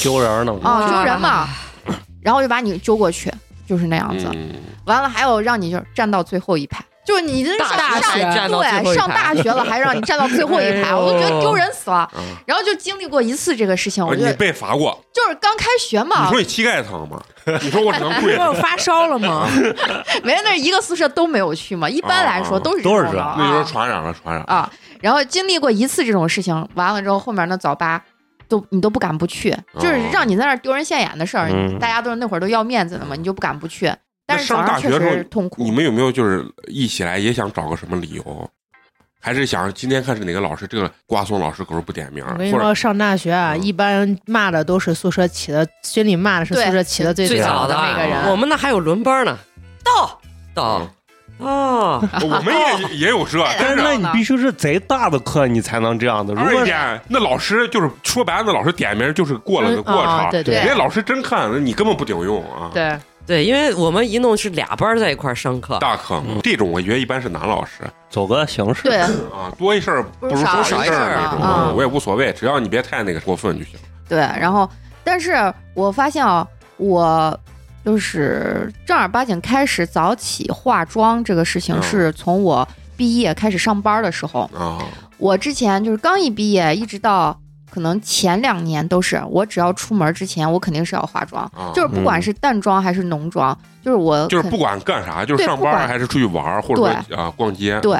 [SPEAKER 5] 揪人呢嘛。
[SPEAKER 4] 啊，揪人嘛，
[SPEAKER 5] 嗯
[SPEAKER 4] 然后就把你揪过去，就是那样子。
[SPEAKER 1] 嗯，
[SPEAKER 4] 完了还有让你就是站到最后一排，就是你这上
[SPEAKER 2] 大学
[SPEAKER 4] 上
[SPEAKER 2] 站到最后
[SPEAKER 4] 对
[SPEAKER 2] 一排
[SPEAKER 4] 上大学了还让你站到最后一
[SPEAKER 2] 哎
[SPEAKER 4] 排，
[SPEAKER 2] 呦
[SPEAKER 4] 我都觉得丢人死了。
[SPEAKER 1] 啊，
[SPEAKER 4] 然后就经历过一次这个事情，我觉
[SPEAKER 1] 你
[SPEAKER 4] 得
[SPEAKER 1] 被罚过？
[SPEAKER 4] 就是刚开学
[SPEAKER 1] 你
[SPEAKER 4] 嘛
[SPEAKER 1] 说，你膝盖疼吗？你说我只能跪着
[SPEAKER 6] 不是发烧了吗？
[SPEAKER 4] 没那一个宿舍都没有去嘛，一般来说
[SPEAKER 1] 啊
[SPEAKER 4] 都是
[SPEAKER 5] 都是
[SPEAKER 4] 这种的
[SPEAKER 5] 这样
[SPEAKER 1] 那就是
[SPEAKER 4] 啊
[SPEAKER 1] 传染了，传染了。
[SPEAKER 4] 啊。然后经历过一次这种事情，完了之后后面那早八都你都不敢不去，
[SPEAKER 1] 哦
[SPEAKER 4] 就是让你在那儿丢人现眼的事儿，
[SPEAKER 5] 嗯
[SPEAKER 4] 大家都是那会儿都要面子的嘛，你就不敢不去。但是
[SPEAKER 1] 那
[SPEAKER 4] 早
[SPEAKER 1] 上
[SPEAKER 4] 上
[SPEAKER 1] 大
[SPEAKER 4] 确
[SPEAKER 1] 学的时候
[SPEAKER 4] 实痛苦。
[SPEAKER 1] 你们有没有就是一起来也想找个什么理由？还是想今天看是哪个老师，这个瓜怂老师可是不点名儿，
[SPEAKER 3] 我跟你
[SPEAKER 1] 或者
[SPEAKER 3] 说，上大学啊，
[SPEAKER 1] 嗯
[SPEAKER 3] 一般骂的都是宿舍起的，心里骂的是
[SPEAKER 4] 对
[SPEAKER 3] 宿舍起的最
[SPEAKER 2] 最早
[SPEAKER 3] 早的
[SPEAKER 2] 的
[SPEAKER 3] 那个
[SPEAKER 2] 我
[SPEAKER 3] 人。
[SPEAKER 2] 们那还有轮班呢，到到哦，
[SPEAKER 1] 我们也也有这，
[SPEAKER 4] 对
[SPEAKER 5] 但
[SPEAKER 1] 但
[SPEAKER 5] 是
[SPEAKER 1] 是
[SPEAKER 5] 那你必须是贼大的课，你才能这样的。如
[SPEAKER 1] 而
[SPEAKER 5] 果
[SPEAKER 1] 且那老师就是说白了，那老师点名就是过了个过
[SPEAKER 3] 嗯
[SPEAKER 1] 场
[SPEAKER 3] 啊，对对
[SPEAKER 1] 人家老师真看，你根本不顶用啊。
[SPEAKER 3] 对，
[SPEAKER 2] 对，因为我们一弄是俩班在一块儿上
[SPEAKER 4] 嗯
[SPEAKER 2] 课，
[SPEAKER 1] 大坑，这种我觉得一般是男老师
[SPEAKER 5] 走个形式，
[SPEAKER 4] 对
[SPEAKER 1] 啊，多一事儿不如
[SPEAKER 4] 少
[SPEAKER 1] 少
[SPEAKER 2] 一
[SPEAKER 1] 事
[SPEAKER 2] 事
[SPEAKER 1] 儿
[SPEAKER 2] 儿
[SPEAKER 1] 那
[SPEAKER 2] 啊
[SPEAKER 1] 种，
[SPEAKER 4] 啊
[SPEAKER 1] 我也无所谓，只要你别太那个过分就行。
[SPEAKER 4] 对，然后但是我发现啊，我就是正儿八经开始早起化妆这个事情，
[SPEAKER 1] 嗯
[SPEAKER 4] 是从我毕业开始上班的时候。
[SPEAKER 1] 啊，
[SPEAKER 4] 我之前就是刚一毕业，一直到可能前两年都是，我只要出门之前，我肯定是要化妆，
[SPEAKER 1] 啊
[SPEAKER 4] 就是不管是淡妆还是浓妆，就是我
[SPEAKER 1] 就是
[SPEAKER 4] 肯
[SPEAKER 1] 不管干啥，就是
[SPEAKER 4] 对
[SPEAKER 1] 上
[SPEAKER 4] 不管
[SPEAKER 1] 班还是出去玩儿，或者说啊逛街，
[SPEAKER 4] 对，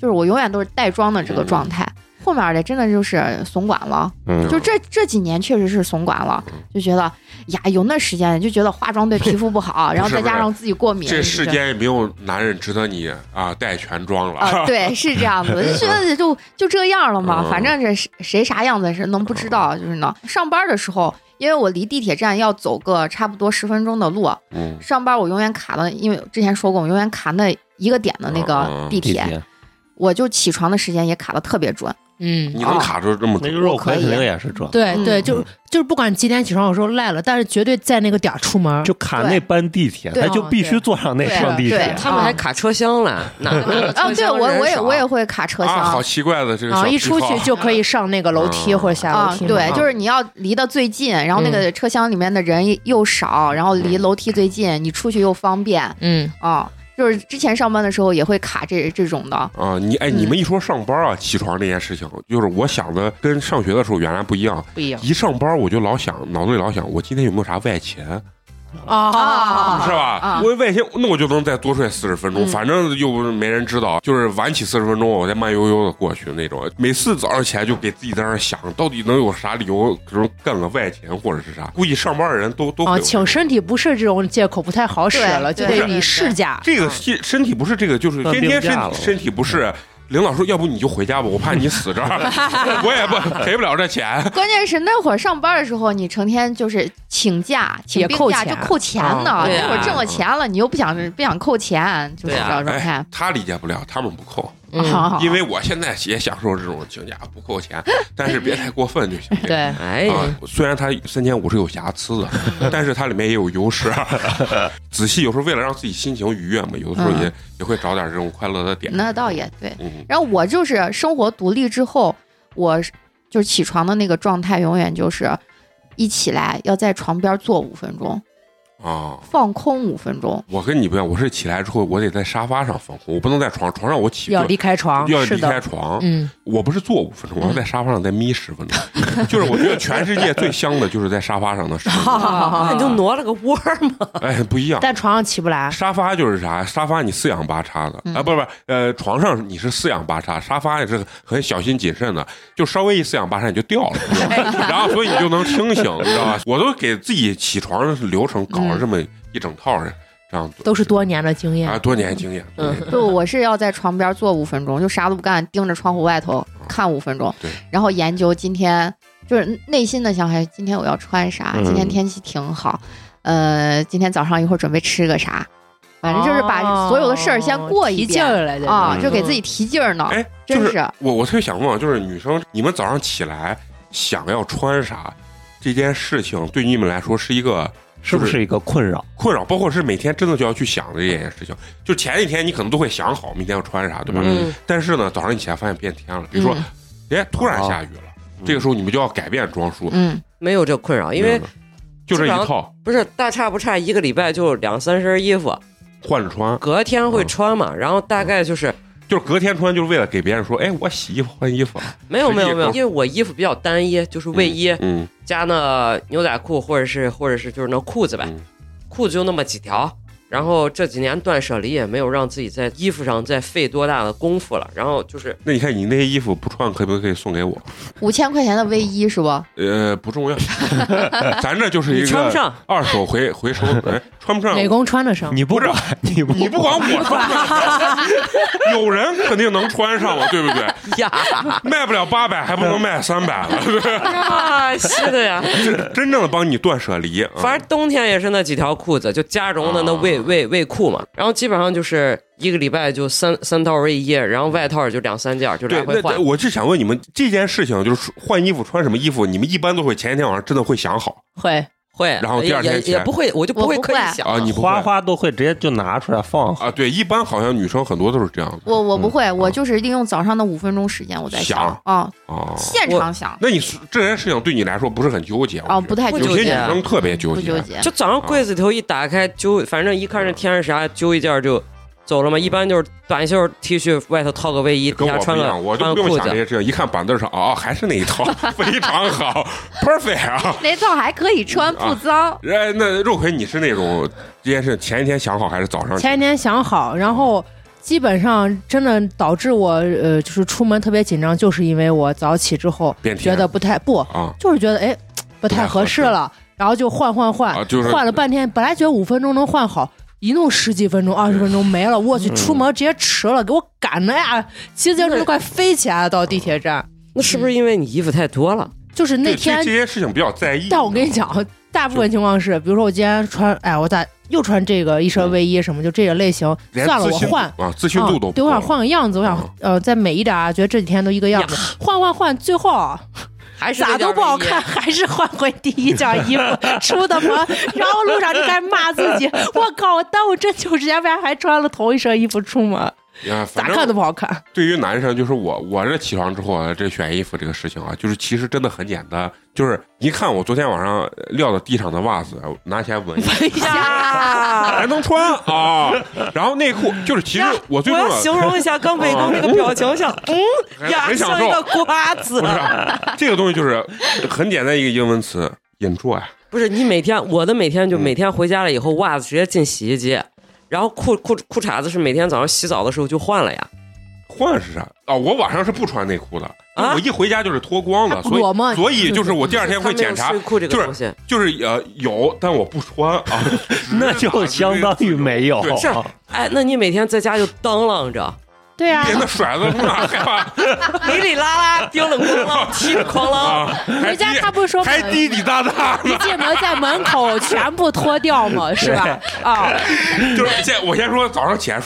[SPEAKER 4] 就是我永远都是带妆的这个
[SPEAKER 1] 嗯
[SPEAKER 4] 状态。后面的真的就是怂管了，
[SPEAKER 5] 嗯
[SPEAKER 4] 就这这几年确实是怂管了，就觉得呀有那时间就觉得化妆对皮肤不好，然后再加上自己过敏，
[SPEAKER 1] 这
[SPEAKER 4] 就是
[SPEAKER 1] 世间也没有男人值得你啊带全妆了。
[SPEAKER 4] 啊，对，是这样子，就觉得就就这样了嘛，
[SPEAKER 1] 嗯
[SPEAKER 4] 反正这是谁啥样子是能不知道，就是呢。上班的时候，因为我离地铁站要走个差不多十分钟的路，
[SPEAKER 1] 嗯，
[SPEAKER 4] 上班我永远卡的，因为之前说过，我永远卡那一个点的那
[SPEAKER 1] 嗯
[SPEAKER 4] 个
[SPEAKER 1] 嗯
[SPEAKER 4] 地
[SPEAKER 5] 地
[SPEAKER 4] 铁，
[SPEAKER 5] 铁，
[SPEAKER 4] 我就起床的时间也卡的特别准，
[SPEAKER 3] 嗯，
[SPEAKER 1] 你能卡住这么
[SPEAKER 5] 那
[SPEAKER 1] 准？
[SPEAKER 5] 就是我
[SPEAKER 4] 可以
[SPEAKER 5] 肯定也是这，
[SPEAKER 3] 对对，
[SPEAKER 4] 嗯
[SPEAKER 3] 就就是不管几点起床，有时候赖了，但是绝对在那个点儿出门。
[SPEAKER 5] 就卡那班地铁，
[SPEAKER 3] 对
[SPEAKER 5] 他就必须坐上那趟地
[SPEAKER 4] 对
[SPEAKER 5] 铁
[SPEAKER 4] 对。
[SPEAKER 2] 他们还卡车厢 了，哪哪有
[SPEAKER 4] 啊，
[SPEAKER 2] 呃车
[SPEAKER 4] 对
[SPEAKER 2] 厢
[SPEAKER 4] 我
[SPEAKER 2] 人
[SPEAKER 4] 我也
[SPEAKER 2] 少
[SPEAKER 4] 我也会卡车
[SPEAKER 1] 啊，
[SPEAKER 4] 厢
[SPEAKER 1] 好。奇怪的这个
[SPEAKER 3] 啊，
[SPEAKER 1] 小
[SPEAKER 3] 一出
[SPEAKER 1] 癖好
[SPEAKER 3] 去就可以上那个楼梯
[SPEAKER 1] 嗯
[SPEAKER 3] 或者下
[SPEAKER 4] 啊
[SPEAKER 3] 楼，梯嘛。嗯
[SPEAKER 4] 对，
[SPEAKER 3] 啊
[SPEAKER 4] 就是你要离得最近，然后那个车厢里面的人又少，然后离楼梯最近，你出去又方便
[SPEAKER 3] 嗯，
[SPEAKER 4] 啊。就是之前上班的时候也会卡这这种的，
[SPEAKER 1] 啊，你哎，
[SPEAKER 4] 嗯
[SPEAKER 1] 你们一说上班啊，起床这件事情，就是我想的跟上学的时候原来不一样。
[SPEAKER 3] 不一样
[SPEAKER 1] 一上班我就老想，脑子里老想，我今天有没有啥外勤，
[SPEAKER 3] 啊
[SPEAKER 4] 啊
[SPEAKER 1] 是吧
[SPEAKER 4] 啊？
[SPEAKER 1] 我外勤，那我就能再多睡四十分钟，
[SPEAKER 4] 嗯
[SPEAKER 1] 反正又不是没人知道，就是晚起四十分钟，我再慢悠悠的过去那种。每次早上起来就给自己在那儿想，到底能有啥理由，可能干个外勤或者是啥？估计上班的人都都会
[SPEAKER 3] 啊，
[SPEAKER 1] 有
[SPEAKER 3] 请身体不适这种借口不太好使
[SPEAKER 4] 对
[SPEAKER 3] 了，就
[SPEAKER 4] 对
[SPEAKER 3] 得
[SPEAKER 4] 对
[SPEAKER 3] 你
[SPEAKER 4] 对
[SPEAKER 3] 事假。
[SPEAKER 1] 这个身身体不是这个，就是
[SPEAKER 5] 算
[SPEAKER 1] 天天身
[SPEAKER 5] 病假了
[SPEAKER 1] 身体不适。领导说：“要不你就回家吧，我怕你死这儿，我也不赔不了这钱。
[SPEAKER 4] 关键是那会儿上班的时候，你成天就是请假、请
[SPEAKER 3] 也
[SPEAKER 4] 病
[SPEAKER 3] 扣
[SPEAKER 4] 假就
[SPEAKER 3] 钱嗯
[SPEAKER 4] 扣钱呢。
[SPEAKER 2] 啊对
[SPEAKER 4] 那会儿
[SPEAKER 2] 啊
[SPEAKER 4] 挣了钱了，你又不想不想扣钱，就
[SPEAKER 2] 对
[SPEAKER 4] 是这
[SPEAKER 2] 啊
[SPEAKER 4] 种”状
[SPEAKER 1] 哎
[SPEAKER 4] 态。，
[SPEAKER 1] 他理解不了，他们不扣，
[SPEAKER 3] 嗯
[SPEAKER 4] 啊
[SPEAKER 1] 因为我现在也享受这种请假不扣钱，但是别太过分就行。
[SPEAKER 3] 对，
[SPEAKER 2] 哎，
[SPEAKER 4] 嗯
[SPEAKER 1] 啊，虽然它三千五是有瑕疵 的，但是它里面也有优势。啊 仔细有时候为了让自己心情愉悦嘛，有的时候
[SPEAKER 3] 嗯
[SPEAKER 1] 也、也会找点这种快乐的点。
[SPEAKER 4] 那倒也对。
[SPEAKER 1] 嗯，
[SPEAKER 4] 然后我就是生活独立之后，我是就是起床的那个状态，永远就是一起来要在床边坐五分钟，
[SPEAKER 1] 啊，
[SPEAKER 4] 放空五 分钟。
[SPEAKER 1] 我跟你不一样，我是起来之后我得在沙发上放空，我不能在床床上我起
[SPEAKER 3] 要
[SPEAKER 1] 就
[SPEAKER 3] 离开床，
[SPEAKER 1] 要
[SPEAKER 3] 是
[SPEAKER 1] 离开
[SPEAKER 3] 的，
[SPEAKER 1] 床，
[SPEAKER 3] 嗯，
[SPEAKER 1] 我不是坐五分钟，我要在沙发上再眯十 分钟。就是我觉得全世界最香的就是在沙发上的 时候，
[SPEAKER 3] 好好好
[SPEAKER 2] 那
[SPEAKER 3] 好
[SPEAKER 2] 你就挪了个窝儿嘛，
[SPEAKER 1] 哎，不一样。
[SPEAKER 3] 但床上起不来。
[SPEAKER 1] 沙发就是啥？沙发你四仰八叉的、
[SPEAKER 4] 嗯
[SPEAKER 1] 啊，不是不是，呃，床上你是四仰八叉，沙发也是很小心谨慎的，就稍微一四仰八叉你就掉 了，你知道吧然后所以你就能清醒，你知道吧？我都给自己起床的流程搞了这么一整套儿，这样子
[SPEAKER 3] 嗯都是多年的经验
[SPEAKER 1] 啊，，多年经验，
[SPEAKER 3] 嗯
[SPEAKER 1] 对
[SPEAKER 4] 就我是要在床边坐五分钟，就啥都不干，盯着窗户外头看五分钟
[SPEAKER 1] 啊对，
[SPEAKER 4] 然后研究今天就是内心的想，哎，今天我要穿啥？
[SPEAKER 5] 嗯
[SPEAKER 4] 今天天气挺好，呃，今天早上一会儿准备吃个啥？反正就是把所有的事儿先过一
[SPEAKER 3] 哦提劲
[SPEAKER 4] 遍
[SPEAKER 3] 儿来的
[SPEAKER 4] 啊，
[SPEAKER 5] 嗯
[SPEAKER 4] 就给自己提劲儿呢。
[SPEAKER 1] 哎，
[SPEAKER 4] 真
[SPEAKER 1] 就是
[SPEAKER 4] 是
[SPEAKER 1] 啊我我特别想问啊，就是女生，你们早上起来想要穿啥？这件事情对你们来说是一个
[SPEAKER 5] 是不是一个困扰？
[SPEAKER 1] 困扰，包括是每天真的就要去想的这件事情。就前一天你可能都会想好明天要穿啥，对吧？
[SPEAKER 2] 嗯
[SPEAKER 1] 但是呢，早上你起来发现变天了，比如说，哎、突然下雨了，这个时候你们就要改变装束，
[SPEAKER 4] 嗯，
[SPEAKER 2] 没有这困扰，嗯因为
[SPEAKER 1] 明白吗就这一套
[SPEAKER 2] 不是大差不差一个礼拜就两三身衣服，
[SPEAKER 1] 换着穿，
[SPEAKER 2] 隔天
[SPEAKER 4] 嗯
[SPEAKER 2] 会穿嘛，然后大概就是
[SPEAKER 1] 就是隔天穿，就是为了给别人说，哎，我洗衣服换衣服了，
[SPEAKER 2] 没
[SPEAKER 1] 实
[SPEAKER 2] 有
[SPEAKER 1] 际
[SPEAKER 2] 没有没有，
[SPEAKER 1] 上
[SPEAKER 2] 因为我衣服比较单一，就是卫衣、
[SPEAKER 1] 嗯
[SPEAKER 2] 加那牛仔裤或者是或者是就是那裤子呗，
[SPEAKER 1] 嗯
[SPEAKER 2] 裤子就那么几条。然后这几年断舍离也没有让自己在衣服上再费多大的功夫了。然后 就是
[SPEAKER 1] 那你看你那些衣服不穿，可不可以送给我？
[SPEAKER 4] 五千块钱的卫衣是不？
[SPEAKER 1] 呃，不 重要，咱这就是一
[SPEAKER 2] 你穿不
[SPEAKER 1] 个
[SPEAKER 2] 上，
[SPEAKER 1] 二手回回 收，哎，穿不上。
[SPEAKER 3] 美工穿得
[SPEAKER 1] 嗯
[SPEAKER 3] 上，
[SPEAKER 5] 你不管， 你不
[SPEAKER 1] 你不管我穿不 上，有人肯定能穿上嘛，对不对？
[SPEAKER 2] 呀，
[SPEAKER 1] 卖不了八百，还不能卖三百了，对不对
[SPEAKER 2] 啊，是的呀。
[SPEAKER 1] 真正的帮你断舍离。啊
[SPEAKER 2] 反正冬天也是那几条裤子，就加绒的那卫卫卫裤嘛。然后基本上就是一个礼拜就三三套卫衣，然后外套就两三件儿，就来
[SPEAKER 1] 对，
[SPEAKER 2] 回
[SPEAKER 1] 那
[SPEAKER 2] 换
[SPEAKER 1] 那。我就想问你们这件事情，就是换衣服穿什么衣服，你们一般都会前一天晚上真的会想好
[SPEAKER 3] 会
[SPEAKER 2] 会，
[SPEAKER 1] 然后第二天
[SPEAKER 2] 也也
[SPEAKER 1] 起
[SPEAKER 2] 也
[SPEAKER 1] 来
[SPEAKER 2] 不会，我就不会
[SPEAKER 4] 我不
[SPEAKER 2] 刻
[SPEAKER 4] 会
[SPEAKER 2] 意想
[SPEAKER 1] 啊？你不会
[SPEAKER 5] 花花都会直接就拿出来放。
[SPEAKER 1] 啊？对，一般好像女生很多都是这样的
[SPEAKER 4] 我我不会，我
[SPEAKER 1] 嗯
[SPEAKER 4] 就是利用早上的五分钟时间我在
[SPEAKER 1] 想
[SPEAKER 4] 啊，
[SPEAKER 1] 啊。
[SPEAKER 4] 现场想
[SPEAKER 1] 那你这件事情对你来说不是很纠结
[SPEAKER 4] 啊，不太
[SPEAKER 2] 不
[SPEAKER 1] 有
[SPEAKER 4] 纠
[SPEAKER 1] 些女
[SPEAKER 2] 纠结
[SPEAKER 4] 结，
[SPEAKER 1] 生特别纠
[SPEAKER 4] 不
[SPEAKER 1] 结，
[SPEAKER 4] 纠结。
[SPEAKER 2] 就早上柜子头一打开，揪，反正一看这天是啥，揪一件就走了嘛。一般就是短袖 T 恤，外头套个卫衣，底
[SPEAKER 1] 跟
[SPEAKER 2] 下
[SPEAKER 1] 我不
[SPEAKER 2] 穿
[SPEAKER 1] 一
[SPEAKER 2] 个
[SPEAKER 1] 样，我就
[SPEAKER 2] 穿
[SPEAKER 1] 不
[SPEAKER 2] 个
[SPEAKER 1] 用
[SPEAKER 2] 裤
[SPEAKER 1] 想这
[SPEAKER 2] 子。
[SPEAKER 1] 些事情，一看板凳上啊，还是那一套，非常好，perfect 啊。
[SPEAKER 4] 那套还可以
[SPEAKER 1] 嗯
[SPEAKER 4] 穿，不脏。
[SPEAKER 1] 哎，那肉葵，你是那种这件事前一天想好，还是早上？
[SPEAKER 3] 前一天想好，然后基本上真的导致我呃，就是出门特别紧张，就是因为我早起之后
[SPEAKER 1] 变天
[SPEAKER 3] 觉得不太不，
[SPEAKER 1] 啊
[SPEAKER 3] 就是觉得哎不
[SPEAKER 1] 太
[SPEAKER 3] 太
[SPEAKER 1] 合
[SPEAKER 3] 合适
[SPEAKER 1] 适
[SPEAKER 3] 了，然后就换换换，
[SPEAKER 1] 啊，就是
[SPEAKER 3] 换了半天，本来觉得五分钟能换好。一弄十几分钟、二十分钟没了，我
[SPEAKER 1] 嗯
[SPEAKER 3] 去，出门直接迟了，给我赶的呀！骑自行车都快飞起来了，到地铁站。
[SPEAKER 2] 那是不是因为你衣服太多了？
[SPEAKER 3] 就是那
[SPEAKER 1] 对
[SPEAKER 3] 天
[SPEAKER 1] 对这些事情比较在意。
[SPEAKER 3] 但我跟
[SPEAKER 1] 嗯
[SPEAKER 3] 你讲，大部分情况是，比如说我今天穿，哎，我咋又穿这个一身卫衣什么，就这个类型，
[SPEAKER 1] 嗯连
[SPEAKER 3] 算了，
[SPEAKER 1] 自
[SPEAKER 3] 我
[SPEAKER 1] 信
[SPEAKER 3] 换。
[SPEAKER 1] 啊，自信度都
[SPEAKER 3] 啊
[SPEAKER 1] 不
[SPEAKER 3] 对，我
[SPEAKER 1] 够
[SPEAKER 3] 想换个样子，我
[SPEAKER 1] 嗯
[SPEAKER 3] 想呃再美一点啊，觉得这几天都一个样子，换换换，最后啊
[SPEAKER 2] 还是
[SPEAKER 3] 咋
[SPEAKER 2] 那件
[SPEAKER 3] 都不好
[SPEAKER 2] 卫衣啊
[SPEAKER 3] 看，还是换回第一件衣服，出的门，然后路上就该骂自己，我靠，我耽误这久时间，为啥还穿了同一身衣服出门？
[SPEAKER 1] 啊，
[SPEAKER 3] 咋
[SPEAKER 1] 反
[SPEAKER 3] 看都
[SPEAKER 1] 正
[SPEAKER 3] 不 好看。
[SPEAKER 1] 对于男生，就是我，我这起床之后啊，这选衣服这个事情啊，就是其实真的很简单，就是一看我昨天晚上撂到地上的袜子，拿起来闻一下
[SPEAKER 2] 呀！
[SPEAKER 1] 还能穿啊，然后内裤就是其实我最重
[SPEAKER 2] 我要
[SPEAKER 1] 要的哎
[SPEAKER 2] 形容一下刚美工那个表情，像 嗯
[SPEAKER 1] 呀
[SPEAKER 2] 呀，
[SPEAKER 1] 很享
[SPEAKER 2] 像
[SPEAKER 1] 受
[SPEAKER 2] 一个瓜 子
[SPEAKER 1] 不。是啊这个东西就是很简单一个英文词，enjoy 啊
[SPEAKER 2] 不是你每天，我的每天就
[SPEAKER 1] 嗯
[SPEAKER 2] 每天回家了以后，袜子直接进洗衣机，然后裤裤裤衩子是每天早上洗澡的时候就换了呀。
[SPEAKER 1] 换是啥啊？我晚上是不穿内裤的，因为
[SPEAKER 2] 啊
[SPEAKER 1] 我一回家就是脱光的，所以
[SPEAKER 3] 裸吗
[SPEAKER 1] 所以就是我第二天会
[SPEAKER 2] 他没有
[SPEAKER 1] 检查
[SPEAKER 2] 睡裤这
[SPEAKER 1] 就
[SPEAKER 2] 个
[SPEAKER 1] 是
[SPEAKER 2] 东西。
[SPEAKER 1] 就是呃有，但我不穿啊，
[SPEAKER 5] 那就相当于没有。啊
[SPEAKER 1] 对
[SPEAKER 2] 是哎，那你每天在家就当啷着，
[SPEAKER 3] 对啊，
[SPEAKER 1] 别那甩子嘛，害怕
[SPEAKER 2] 里里拉拉，叮了咣 啷，踢了哐啷。
[SPEAKER 1] 啊！
[SPEAKER 3] 回
[SPEAKER 1] 回
[SPEAKER 3] 家他不是说
[SPEAKER 1] 还
[SPEAKER 3] 门
[SPEAKER 1] 滴滴答答
[SPEAKER 3] 一
[SPEAKER 1] 呢，
[SPEAKER 3] 进门在门口全部脱掉嘛，是吧？啊，
[SPEAKER 1] 就是先我先说早上起来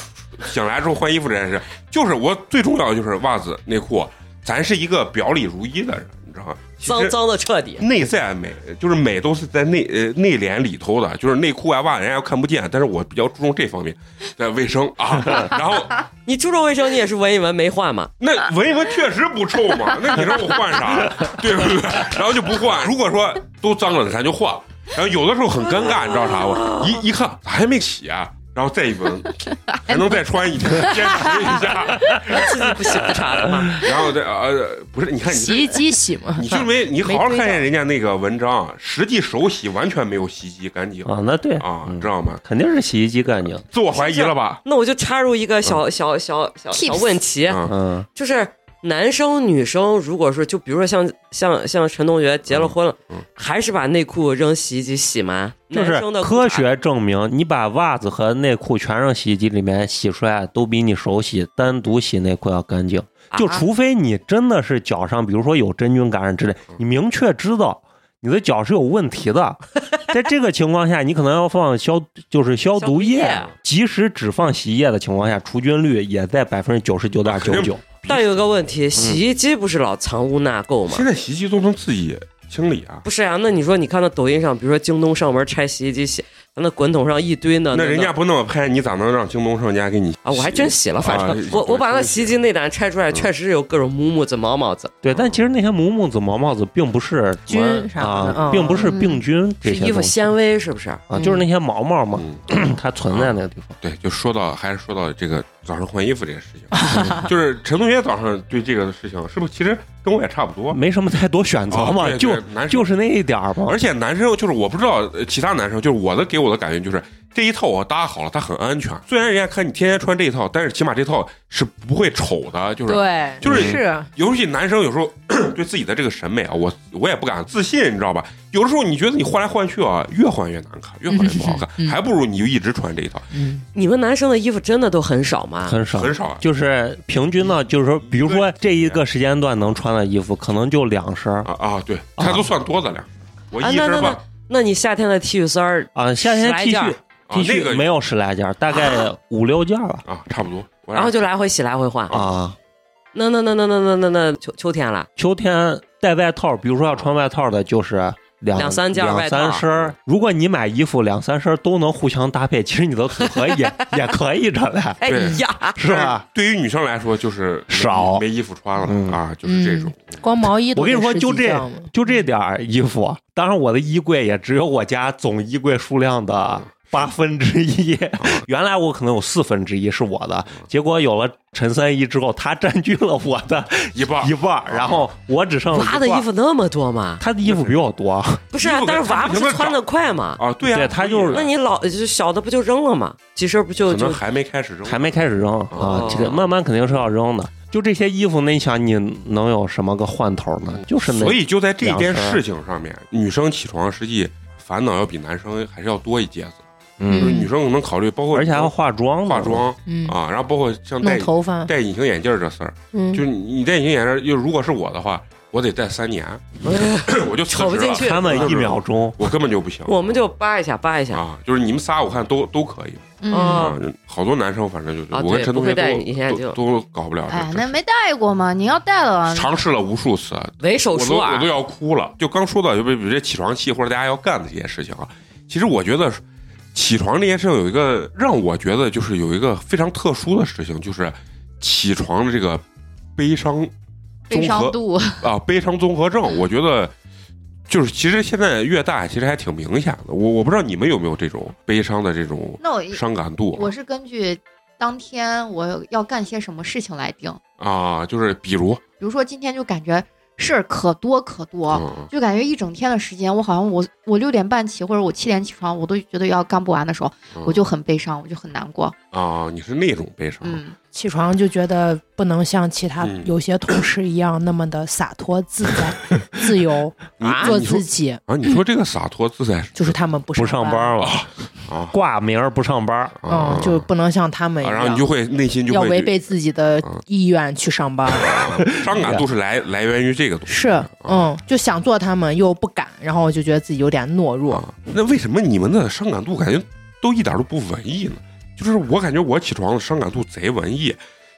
[SPEAKER 1] 醒来之后换衣服这件事，就是我最重要的就是袜子内裤，咱是一个表里如一的人，你知道吗？其实
[SPEAKER 2] 脏脏的彻底。
[SPEAKER 1] 内在美，就是美都是在内呃内敛里头的，就是内裤啊袜人家又看不见，但是我比较注重这方面的卫生 啊。然后
[SPEAKER 2] 你注重卫生，你也是闻一闻没换嘛？
[SPEAKER 1] 那闻一闻确实不臭嘛，那你让我换啥，对不对？然后就不换。如果说都脏了，咱就换。然后有的时候很尴尬，你知道啥不？一一看咋还没洗啊？然后再一闻，还能再穿一天，坚持一下。
[SPEAKER 2] 自己不洗不查的嘛？
[SPEAKER 1] 然后再呃，不是，你看你这
[SPEAKER 3] 洗衣机洗嘛，
[SPEAKER 1] 你就没你好好看一下人家那个文章，啊实际手洗完全没有洗衣机干净
[SPEAKER 5] 啊，那对，
[SPEAKER 1] 啊，你
[SPEAKER 5] 嗯
[SPEAKER 1] 知道吗？
[SPEAKER 5] 肯定是洗衣机干净。
[SPEAKER 1] 自我怀疑了吧？
[SPEAKER 2] 那我就插入一个小小小小小
[SPEAKER 4] Tips
[SPEAKER 2] 问题，
[SPEAKER 1] 嗯
[SPEAKER 5] 嗯，
[SPEAKER 2] 就是男生女生，如果说就比如说像像像陈同学结了婚了
[SPEAKER 1] 嗯嗯，
[SPEAKER 2] 还是把内裤扔洗衣机洗吗？
[SPEAKER 5] 就是
[SPEAKER 2] 男生的裤衩
[SPEAKER 5] 科学证明，你把袜子和内裤全扔洗衣机里面洗出来，都比你手洗单独洗内裤要干净。就
[SPEAKER 2] 啊
[SPEAKER 5] 除非你真的是脚上，比如说有真菌感染之类，
[SPEAKER 2] 嗯
[SPEAKER 5] 你明确知道你的脚是有问 题的，在这个情况下，你可能要放消，就是消毒液
[SPEAKER 2] 消毒液。啊
[SPEAKER 5] 即使只放洗衣液的情况下，除菌率也在百分之九十九点九
[SPEAKER 1] 肯
[SPEAKER 2] 啊
[SPEAKER 1] 定
[SPEAKER 5] 九。
[SPEAKER 2] 但有个问题，洗衣机不是老藏污纳垢吗？
[SPEAKER 1] 现在洗衣机都能自己清理啊。
[SPEAKER 2] 不是呀、那你说你看到抖音上，比如说京东上门拆洗衣机洗，那滚筒上一堆呢。
[SPEAKER 1] 那
[SPEAKER 2] 个
[SPEAKER 1] 人家不那么拍，你咋能让京东上家给你洗
[SPEAKER 2] 嗯啊，我还真洗了，反正、
[SPEAKER 1] 啊
[SPEAKER 2] 我我把那
[SPEAKER 1] 真
[SPEAKER 2] 洗衣机内胆拆出来，确实有各种母母子、毛毛子，
[SPEAKER 5] 对，但其实那些母母子、毛毛子并不是什么
[SPEAKER 3] 菌啥的
[SPEAKER 5] 啊
[SPEAKER 2] 嗯，
[SPEAKER 5] 并不是病菌这
[SPEAKER 2] 是
[SPEAKER 5] 些
[SPEAKER 2] 衣服
[SPEAKER 5] 东西
[SPEAKER 2] 纤维是不是？
[SPEAKER 5] 啊，就是那些毛毛嘛，
[SPEAKER 1] 嗯，
[SPEAKER 5] 它存在那个地方。
[SPEAKER 1] 对，就说到还是说到这个早上换衣服这件事情，就是陈同学早上对这个事情是不是其实跟我也差不多？
[SPEAKER 5] 没什么太多选择
[SPEAKER 1] 啊
[SPEAKER 5] 嗯嘛，
[SPEAKER 1] 对
[SPEAKER 5] 就
[SPEAKER 1] 对男生
[SPEAKER 5] 就是那一点儿嘛。
[SPEAKER 1] 而且男生就是我不知道呃其他男生，就是我的给我的感觉就是这一套我搭好了，它很安全。虽然人家看你天天穿这一套，但是起码这套是不会丑的，就是。
[SPEAKER 6] 对，
[SPEAKER 1] 就是
[SPEAKER 6] 是
[SPEAKER 1] 尤其男生有时候 对自己的这个审美啊，我我也不敢自信，你知道吧？有的时候你觉得你换来换去啊，越换越难看，越换越不好看，
[SPEAKER 2] 嗯
[SPEAKER 1] 还不如你就一直穿这一套，
[SPEAKER 2] 你们男生的衣服真的都很少吗？
[SPEAKER 5] 很少，
[SPEAKER 1] 很少啊
[SPEAKER 5] 就是平均呢，就是说，比如说这一个时间段能穿的衣服，可能就两身儿
[SPEAKER 1] 啊啊！对，他都算多的了。我
[SPEAKER 2] 啊
[SPEAKER 1] 一
[SPEAKER 2] 那
[SPEAKER 1] 身
[SPEAKER 2] 那
[SPEAKER 1] 吧，
[SPEAKER 2] 那你夏天的 T 恤衫儿，
[SPEAKER 5] 啊。夏
[SPEAKER 2] 十
[SPEAKER 5] 天
[SPEAKER 2] 来
[SPEAKER 5] T
[SPEAKER 2] 件儿
[SPEAKER 5] 恤
[SPEAKER 1] 啊
[SPEAKER 5] T
[SPEAKER 1] 那个
[SPEAKER 5] 恤没有十来件儿，大概五六件儿吧。
[SPEAKER 1] 啊，差不多。我俩
[SPEAKER 2] 然后就来回洗来回换。
[SPEAKER 5] 啊，
[SPEAKER 2] 那那那那那那那那秋秋天了，
[SPEAKER 5] 秋天带外套，比如说要穿外套的，就是。两
[SPEAKER 2] 两三件儿外
[SPEAKER 5] 两
[SPEAKER 2] 套
[SPEAKER 5] 三身儿如果你买衣服两三身儿都能互相搭配，其实你的组合 也也可以着嘞，
[SPEAKER 2] 哎
[SPEAKER 1] 对
[SPEAKER 2] 呀，
[SPEAKER 5] 是吧？
[SPEAKER 1] 对于女生来说就是没
[SPEAKER 5] 少
[SPEAKER 1] 没衣服穿了、
[SPEAKER 5] 嗯
[SPEAKER 1] 啊，就是这种。
[SPEAKER 3] 光毛衣都
[SPEAKER 5] 我跟你
[SPEAKER 3] 得
[SPEAKER 5] 说，
[SPEAKER 3] 十
[SPEAKER 5] 就
[SPEAKER 3] 几
[SPEAKER 5] 这
[SPEAKER 3] 件嘛
[SPEAKER 5] 就这点儿衣服，啊当然我的衣柜也只有我家总衣柜数量的八分之一。
[SPEAKER 1] 嗯
[SPEAKER 5] 原来我可能有四分之一是我的，结果有了陈三一之后，他占据了我的
[SPEAKER 1] 一半儿
[SPEAKER 5] 一半儿，然
[SPEAKER 1] 啊
[SPEAKER 5] 后我只剩了
[SPEAKER 2] 娃的
[SPEAKER 5] 一半
[SPEAKER 2] 衣
[SPEAKER 5] 儿
[SPEAKER 2] 服那么多吗？
[SPEAKER 5] 他的衣服比我多，
[SPEAKER 2] 不是啊
[SPEAKER 1] 衣，服
[SPEAKER 2] 但是娃
[SPEAKER 1] 他
[SPEAKER 2] 不
[SPEAKER 1] 不停
[SPEAKER 2] 是
[SPEAKER 1] 地
[SPEAKER 2] 穿的快吗？
[SPEAKER 1] 啊，对呀、
[SPEAKER 5] 对他就是
[SPEAKER 2] 那你老就小的不就扔了吗？几身不就
[SPEAKER 1] 可
[SPEAKER 2] 就
[SPEAKER 1] 能还没开始扔，
[SPEAKER 5] 还没开始扔啊
[SPEAKER 1] 嗯
[SPEAKER 2] 哦，
[SPEAKER 5] 这个慢慢肯定是要扔的。就这些衣服，那你想你能有什么个换头呢？就是那
[SPEAKER 1] 所以就在这件
[SPEAKER 5] 两身儿
[SPEAKER 1] 事情上面，女生起床实际烦恼要比男生还是要多一截子。就是
[SPEAKER 5] 嗯，
[SPEAKER 1] 女生可能考虑包括
[SPEAKER 5] 而且还要化妆呢，
[SPEAKER 1] 化妆
[SPEAKER 3] 嗯
[SPEAKER 1] 啊，然后包括像戴
[SPEAKER 3] 弄头发，
[SPEAKER 1] 戴隐形眼镜儿这事儿，
[SPEAKER 3] 嗯
[SPEAKER 1] 就是你戴隐形眼镜儿，就如果是我的话，我得戴三年， 我就辞
[SPEAKER 2] 瞅不
[SPEAKER 1] 职
[SPEAKER 2] 进
[SPEAKER 1] 了，
[SPEAKER 2] 去。
[SPEAKER 5] 他们一秒钟
[SPEAKER 1] 我根本就不行
[SPEAKER 2] 我们就扒一下扒一下
[SPEAKER 1] 啊。就是你们仨，我看都都可以
[SPEAKER 4] 嗯，
[SPEAKER 2] 啊
[SPEAKER 1] 啊，，好多男生反正就是
[SPEAKER 2] 啊
[SPEAKER 1] 我跟
[SPEAKER 2] 对
[SPEAKER 1] 陈同
[SPEAKER 2] 不
[SPEAKER 1] 学
[SPEAKER 2] 会戴
[SPEAKER 1] 都
[SPEAKER 2] 隐形眼镜
[SPEAKER 1] 都都搞不了
[SPEAKER 4] 哎，
[SPEAKER 1] 这
[SPEAKER 4] 那
[SPEAKER 1] 事。
[SPEAKER 4] 没戴过吗？你要戴了，啊
[SPEAKER 1] 尝试了无数次，
[SPEAKER 2] 唯手啊
[SPEAKER 1] 我都
[SPEAKER 2] 熟
[SPEAKER 1] 我
[SPEAKER 2] 耳
[SPEAKER 1] 都。要哭了。就刚说到就比比这起床气或者大家要干的这些事情啊，其实我觉得起床这件事情有一个让我觉得就是有一个非常特殊的事情，就是起床的这个悲伤
[SPEAKER 4] 悲
[SPEAKER 1] 综合
[SPEAKER 4] 伤 度，
[SPEAKER 1] 啊悲伤综合症，我觉得。就是其实现在越大，其实还挺明显的。我我不知道你们有没有这种悲伤的这种
[SPEAKER 4] 那我
[SPEAKER 1] 伤感度
[SPEAKER 4] 我是根据当天我要干些什么事情来定。
[SPEAKER 1] 啊，就是比如，
[SPEAKER 4] 比如说今天就感觉事儿可多可多，
[SPEAKER 1] 嗯，
[SPEAKER 4] 就感觉一整天的时间，我好像我我六点半起或者我七点起床，我都觉得要干不完的时候，
[SPEAKER 1] 嗯
[SPEAKER 4] 我就很悲伤，我就很难过。
[SPEAKER 1] 啊，你是那种悲伤，
[SPEAKER 4] 嗯，
[SPEAKER 7] 起床就觉得不能像其他
[SPEAKER 1] 嗯
[SPEAKER 7] 有些同事一样那么的洒脱自在、自由
[SPEAKER 1] 你
[SPEAKER 7] 做
[SPEAKER 1] 你说
[SPEAKER 7] 自己，
[SPEAKER 1] 啊，你说这个洒脱自在
[SPEAKER 7] 就是他们不
[SPEAKER 5] 不上班儿了，
[SPEAKER 1] 啊
[SPEAKER 5] 挂名儿不上班儿，
[SPEAKER 1] 啊
[SPEAKER 7] 嗯，，就是不能像他们一
[SPEAKER 1] 啊，
[SPEAKER 7] 样，
[SPEAKER 1] 然后你就会内心就
[SPEAKER 7] 要
[SPEAKER 1] 会啊
[SPEAKER 7] 违背自己的意愿去上班。
[SPEAKER 1] 伤感度是来来源于这个东西。啊
[SPEAKER 7] 是，嗯，就想做他们又不敢，然后我就觉得自己有点懦弱。
[SPEAKER 1] 啊，那为什么你们的伤感度感觉都一点都不文艺呢？就是我感觉我起床的伤感度贼文艺，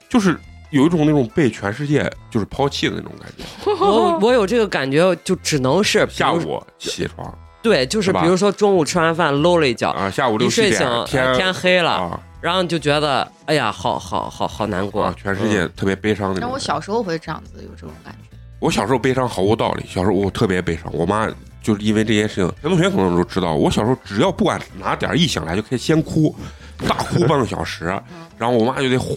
[SPEAKER 1] 就是有一种那种被全世界就是抛弃的那种感觉。
[SPEAKER 2] 我我有这个感觉，就只能是比如
[SPEAKER 1] 下午起床
[SPEAKER 2] 对，就是
[SPEAKER 1] 是吧
[SPEAKER 2] 比如说中午吃完饭搂了一觉，
[SPEAKER 1] 啊，下午
[SPEAKER 2] 一
[SPEAKER 1] 六七
[SPEAKER 2] 睡
[SPEAKER 1] 点
[SPEAKER 2] 醒呃
[SPEAKER 1] 天
[SPEAKER 2] 天黑了，
[SPEAKER 1] 啊
[SPEAKER 2] 然后你就觉得哎呀，好好好好难过
[SPEAKER 1] 啊，。全世界特别悲伤那
[SPEAKER 4] 那
[SPEAKER 1] 种
[SPEAKER 4] 我
[SPEAKER 1] 感觉。
[SPEAKER 4] 小时候会这样子，有这种感觉。
[SPEAKER 1] 我小时候悲伤毫无道理，小时候我特别悲伤，我妈就是因为这件事情，陈同学可能都知道，我小时候只要不管哪点儿一醒来就开始先哭，大哭半个小时，
[SPEAKER 7] 嗯
[SPEAKER 1] 然后我妈就得哄，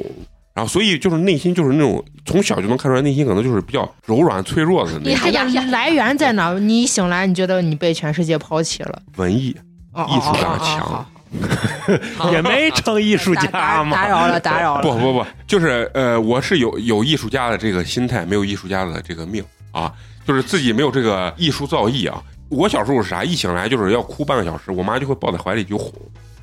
[SPEAKER 1] 然后所以就是内心就是那种从小就能看出来，内心可能就是比较柔软脆弱的那
[SPEAKER 7] 你
[SPEAKER 1] 种
[SPEAKER 7] 这
[SPEAKER 4] 呀
[SPEAKER 3] 哎
[SPEAKER 7] 个
[SPEAKER 4] 呀呀
[SPEAKER 7] 来源在哪儿？你一醒来，你觉得你被全世界抛弃了，
[SPEAKER 1] 文艺
[SPEAKER 7] 哦
[SPEAKER 1] 艺术
[SPEAKER 7] 哦
[SPEAKER 1] 感
[SPEAKER 7] 哦哦
[SPEAKER 1] 强
[SPEAKER 7] 好。
[SPEAKER 2] 好
[SPEAKER 5] 也没成艺术家
[SPEAKER 7] 打打
[SPEAKER 5] 嘛。
[SPEAKER 7] 扰了，打 扰了。
[SPEAKER 1] 不不不，就是呃，我是有有艺术家的这个心态，没有艺术家的这个命啊，就是自己没有这个艺术造诣啊。我小时候是啥，一醒来就是要哭半个小时，我妈就会抱在怀里就哄。